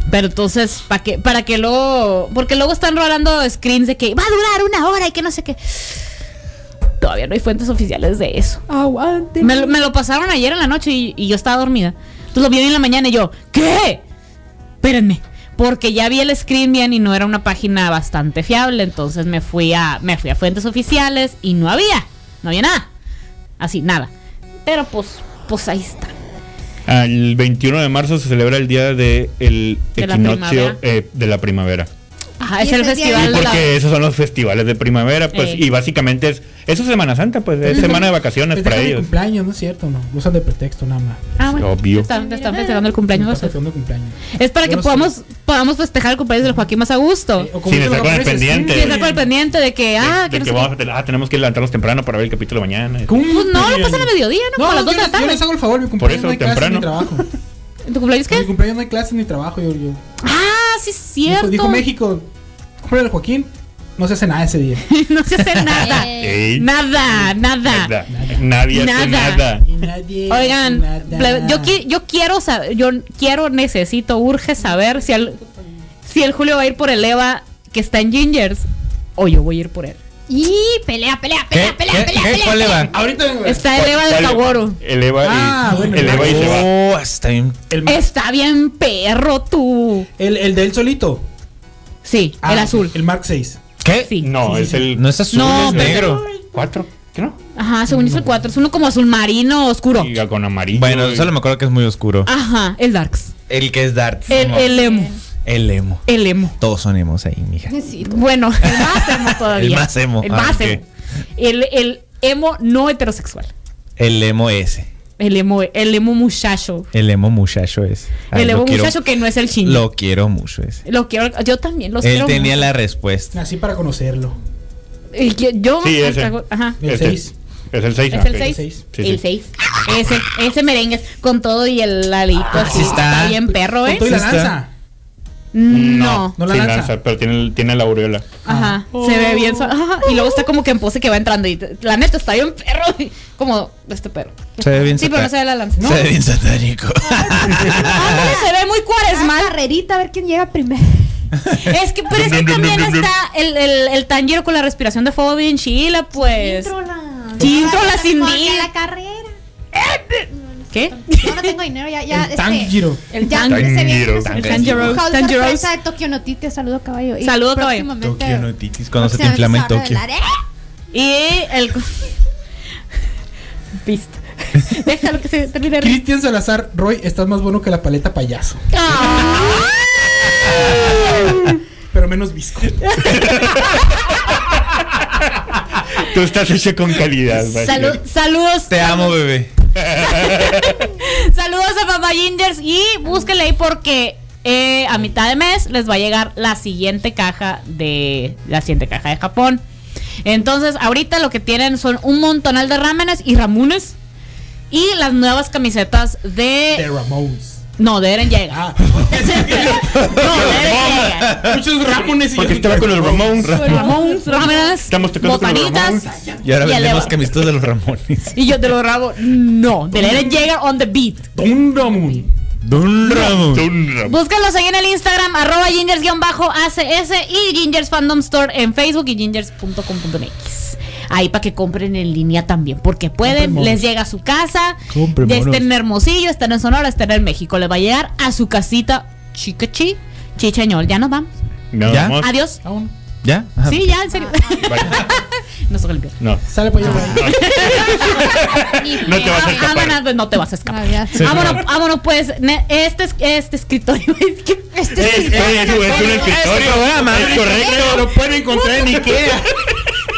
Speaker 1: Pero entonces, ¿para que Para que luego. Porque luego están rolando screens de que va a durar una hora y que no sé qué. Todavía no hay fuentes oficiales de eso.
Speaker 5: Aguante.
Speaker 1: Me, lo- me lo pasaron ayer en la noche y, y yo estaba dormida. Entonces lo vi hoy en la mañana y yo, ¿qué? Espérenme. Porque ya vi el screen bien y no era una página bastante fiable. Entonces me fui a, me fui a fuentes oficiales y no había. No había nada. Así, nada. Pero pues, pues ahí está.
Speaker 2: El 21 de marzo se celebra el día de el
Speaker 1: De la
Speaker 2: equinoccio
Speaker 1: primavera.
Speaker 2: eh, de la primavera.
Speaker 1: Ajá,
Speaker 5: Y
Speaker 1: Ah, es el
Speaker 5: ese día
Speaker 1: festival
Speaker 2: Y
Speaker 1: de la-
Speaker 2: porque esos son los festivales de primavera, pues,
Speaker 1: Ey.
Speaker 2: y básicamente es, eso es Semana Santa, pues, es semana de vacaciones para
Speaker 3: Festejan mi
Speaker 2: ellos.
Speaker 3: cumpleaños, ¿no es cierto? No, usan de pretexto nada más.
Speaker 1: Ah, bueno.
Speaker 2: Obvio.
Speaker 1: Están, están festejando el cumpleaños.
Speaker 3: Me
Speaker 1: de José.
Speaker 3: está festejando cumpleaños.
Speaker 1: Es para
Speaker 3: Yo
Speaker 1: que
Speaker 3: no
Speaker 1: podamos, podamos festejar el cumpleaños del Joaquín más a gusto.
Speaker 3: sé. Eh, O como
Speaker 2: Sin
Speaker 3: dicen
Speaker 2: estar
Speaker 3: los
Speaker 2: con el
Speaker 3: japoneses,
Speaker 2: pendiente.
Speaker 1: Y estar con el pendiente de que, ah,
Speaker 2: De- de
Speaker 1: que no
Speaker 2: que
Speaker 1: sé
Speaker 2: vamos
Speaker 1: qué.
Speaker 2: a tener- ah, tenemos que levantarnos temprano para ver el capítulo de mañana.
Speaker 1: Pues no, lo pasan a mediodía, ¿no? Como a las
Speaker 3: yo,
Speaker 1: dos de la
Speaker 3: les- yo
Speaker 1: tarde.
Speaker 3: les hago el favor, mi cumpleaños
Speaker 2: eso,
Speaker 3: no hay clases ni
Speaker 2: temprano.
Speaker 3: trabajo.
Speaker 1: ¿En tu cumpleaños
Speaker 3: Mi
Speaker 1: qué?
Speaker 3: cumpleaños no hay clases ni trabajo. Yo, yo.
Speaker 1: Ah, sí, es
Speaker 3: Dijo,
Speaker 1: cierto.
Speaker 3: dijo México, cumple el Joaquín, no se hace nada ese día.
Speaker 1: no se hace nada.
Speaker 2: Ey,
Speaker 1: Nada, nada.
Speaker 2: nada. Nadie hace
Speaker 1: Nada.
Speaker 2: nada.
Speaker 3: Y nadie
Speaker 1: Oigan,
Speaker 3: hace nada.
Speaker 1: plebe- yo, qui- yo quiero saber, yo quiero, necesito, urge saber si el, si el Julio va a ir por el Eva que está en Gingers o yo voy a ir por él.
Speaker 5: Y pelea, pelea,
Speaker 4: ¿Qué?
Speaker 5: pelea, pelea,
Speaker 4: ¿Qué?
Speaker 5: pelea,
Speaker 4: ¿Qué?
Speaker 5: pelea.
Speaker 4: ¿Cuál le va?
Speaker 3: Ahorita vengo.
Speaker 1: Está el Eva de
Speaker 2: ¿Cuál-
Speaker 1: Kaworu.
Speaker 2: El Eva y,
Speaker 3: Ah, bueno,
Speaker 2: el Eva y se va.
Speaker 4: Oh, está bien.
Speaker 3: El, ma-
Speaker 1: Está bien perro tú.
Speaker 3: el, el de él solito.
Speaker 1: Sí,
Speaker 3: Ah,
Speaker 1: el azul.
Speaker 3: El Mark 6.
Speaker 4: ¿Qué?
Speaker 1: Sí.
Speaker 2: No,
Speaker 3: Sí,
Speaker 2: es
Speaker 3: sí.
Speaker 2: el
Speaker 4: eh, No es azul,
Speaker 1: No,
Speaker 4: es
Speaker 1: pero-
Speaker 4: negro.
Speaker 2: ¿Cuatro? ¿Qué no?
Speaker 1: Ajá, según yo es el 4. Es uno como azul marino oscuro.
Speaker 2: Y con amarillo.
Speaker 4: Bueno,
Speaker 2: y-
Speaker 4: solo me acuerdo que es muy oscuro.
Speaker 1: Ajá, el Darks.
Speaker 4: El que es Darts.
Speaker 1: Ah. El, el emo.
Speaker 4: El emo.
Speaker 1: El emo.
Speaker 4: Todos son emos ahí, mija.
Speaker 5: Sí,
Speaker 1: Bueno, el más emo todavía.
Speaker 4: El más emo.
Speaker 1: El
Speaker 4: Ah,
Speaker 1: más
Speaker 4: ok.
Speaker 1: emo. El, el emo no heterosexual.
Speaker 4: El emo ese.
Speaker 1: El emo, el emo muchacho.
Speaker 4: El emo muchacho ese. Ay,
Speaker 1: el
Speaker 4: Ah, lo
Speaker 1: emo
Speaker 4: quiero-
Speaker 1: muchacho que no es el chino. Lo,
Speaker 4: Lo quiero mucho ese.
Speaker 1: quiero. Yo también los
Speaker 4: Él
Speaker 1: quiero.
Speaker 4: tenía
Speaker 1: mucho.
Speaker 4: la respuesta.
Speaker 3: Nací para conocerlo.
Speaker 1: El que- Yo.
Speaker 2: Sí, ese.
Speaker 1: Ah, Ajá.
Speaker 3: El
Speaker 2: Este.
Speaker 3: seis.
Speaker 2: Es el Ah, 6.
Speaker 1: Es el
Speaker 3: El
Speaker 1: 6.
Speaker 3: seis.
Speaker 2: Sí,
Speaker 1: el
Speaker 2: sí.
Speaker 1: 6. Ese, ese merengue con todo y el alito. así,
Speaker 4: Ah, sí está.
Speaker 1: bien perro,
Speaker 3: Con
Speaker 1: ¿eh?
Speaker 3: todo y la
Speaker 4: Sí
Speaker 3: lanza.
Speaker 1: Mm, No.
Speaker 3: No la
Speaker 2: sí
Speaker 3: lanza.
Speaker 2: pero tiene, tiene la aureola.
Speaker 1: Ajá. Se ve bien. su- ajá, Y luego está como que en pose que va entrando. Y la neta está bien perro. Como este perro.
Speaker 4: Se ve bien
Speaker 1: Sí, pero no
Speaker 4: satan-
Speaker 1: se ve la lanza.
Speaker 4: Se ve bien satánico.
Speaker 1: Ándale, Ah, se ve muy
Speaker 5: Es
Speaker 1: cuaresmal.
Speaker 5: carrerita a ver quién llega primero.
Speaker 1: Es que, pero es que también está el, el, el Tanjiro con la respiración de fuego bien chila, pues.
Speaker 5: Introla.
Speaker 1: Introla sin
Speaker 5: Porque
Speaker 1: di.
Speaker 5: la carrera.
Speaker 1: ¿Qué?
Speaker 5: No, no tengo dinero, ya, ya.
Speaker 1: este.
Speaker 3: El Tanjiro.
Speaker 1: El
Speaker 5: Ya,
Speaker 1: Tanjiro.
Speaker 5: ese viaje
Speaker 2: Tanjiro.
Speaker 5: no se
Speaker 1: El
Speaker 5: me-
Speaker 1: Tanjiro.
Speaker 5: House
Speaker 1: Tanjiro.
Speaker 5: sorpresa de Tokio Noti, te saludo caballo. Y
Speaker 1: Saludo, caballo.
Speaker 5: próximamente-
Speaker 4: Tokio Notitis, cuando se te
Speaker 5: próximamente
Speaker 4: inflama el
Speaker 5: habla de
Speaker 4: Tokio.
Speaker 5: la- ¡Eh!
Speaker 1: Y el. Visto. Déjalo que se termine. de-
Speaker 3: Cristian Salazar, Roy, estás más bueno que la paleta payaso. Pero menos visco.
Speaker 2: Tú estás hecho con calidad, vaya.
Speaker 1: Salu- saludos.
Speaker 4: Te amo, bebé.
Speaker 1: Saludos a Papá Gingers y búsquenle ahí porque eh, a mitad de mes les va a llegar la siguiente caja de la siguiente caja de Japón. Entonces, ahorita lo que tienen son un montonal de ramenes y ramunes y las nuevas camisetas
Speaker 3: De
Speaker 1: de
Speaker 3: Ramones.
Speaker 1: no de Eren Yeager.
Speaker 3: Ah,
Speaker 1: No, de
Speaker 3: eh.
Speaker 1: Eren Yeager.
Speaker 3: muchos Ramones y
Speaker 2: Porque
Speaker 3: yo-
Speaker 2: estaba con el Ramón.
Speaker 1: Ramones, ramenes,
Speaker 2: Estamos tocando con los
Speaker 1: botanitas
Speaker 4: Y ahora
Speaker 1: Y el
Speaker 4: vendemos
Speaker 1: Eva.
Speaker 4: camisetas de los Ramones.
Speaker 1: y yo te lo grabo. No, de Eren Yeager on the beat.
Speaker 3: Don Ramón.
Speaker 4: Don Ramón.
Speaker 2: Un Ramón.
Speaker 1: Búscalos ahí en el Instagram, arroba gingers-acs y gingers fandom store en Facebook y gingers.com.mx. Ahí para que compren en línea también, porque pueden, les llega a su casa,
Speaker 4: Compren
Speaker 1: ya estén
Speaker 4: monos.
Speaker 1: en Hermosillo, estén en Sonora, estén en México, les va a llegar a su casita chicachi, chichañol, ya nos vamos.
Speaker 2: No,
Speaker 4: ¿Ya?
Speaker 2: vamos.
Speaker 1: Adiós.
Speaker 3: Aún.
Speaker 4: ¿Ya? Ajá.
Speaker 1: Sí, ya, en serio.
Speaker 2: Ah, Vaya.
Speaker 1: No se golpeó.
Speaker 2: No.
Speaker 3: Sale pues, para allá. güey.
Speaker 2: No te vas a escapar.
Speaker 1: Vámonos, pues, no te vas a escapar.
Speaker 5: Ah, ya.
Speaker 1: Vámonos, vámonos pues, ne- este, es- este escritorio. es que-
Speaker 5: Este
Speaker 2: Es, es- es un escritorio.
Speaker 4: programa.
Speaker 2: Es correcto.
Speaker 3: Lo pueden encontrar en Ikea.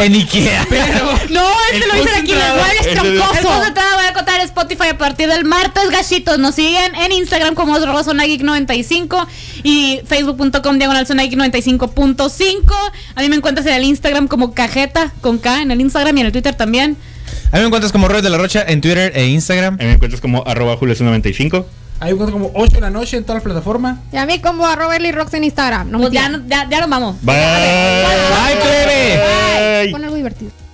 Speaker 4: En Ikea.
Speaker 3: Pero.
Speaker 1: No, este
Speaker 3: El
Speaker 1: lo dicen aquí, las
Speaker 3: concentrado.
Speaker 1: muebles
Speaker 2: Ese es-
Speaker 1: troncoso. El concentrado voy a contar Spotify a partir del martes, gachitos. Nos siguen en Instagram como ZonaGeek95 y facebook.com diagonal ZonaGeek95.5. A mí me encuentras en el Instagram como cajeta con K en el Instagram y en el Twitter también.
Speaker 4: A mí me encuentras como Roy de la Rocha en Twitter e Instagram.
Speaker 2: Ahí me encuentras como arroba julio95.
Speaker 3: Ahí encuentro como 8 de la noche en toda la plataforma.
Speaker 5: Y a mí como a Robert Lee Rocks en Instagram. No
Speaker 1: Pues ya,
Speaker 5: mentira.
Speaker 1: no- ya, ya nos vamos.
Speaker 2: Bye.
Speaker 4: Bye, plebe.
Speaker 5: Pon algo divertido.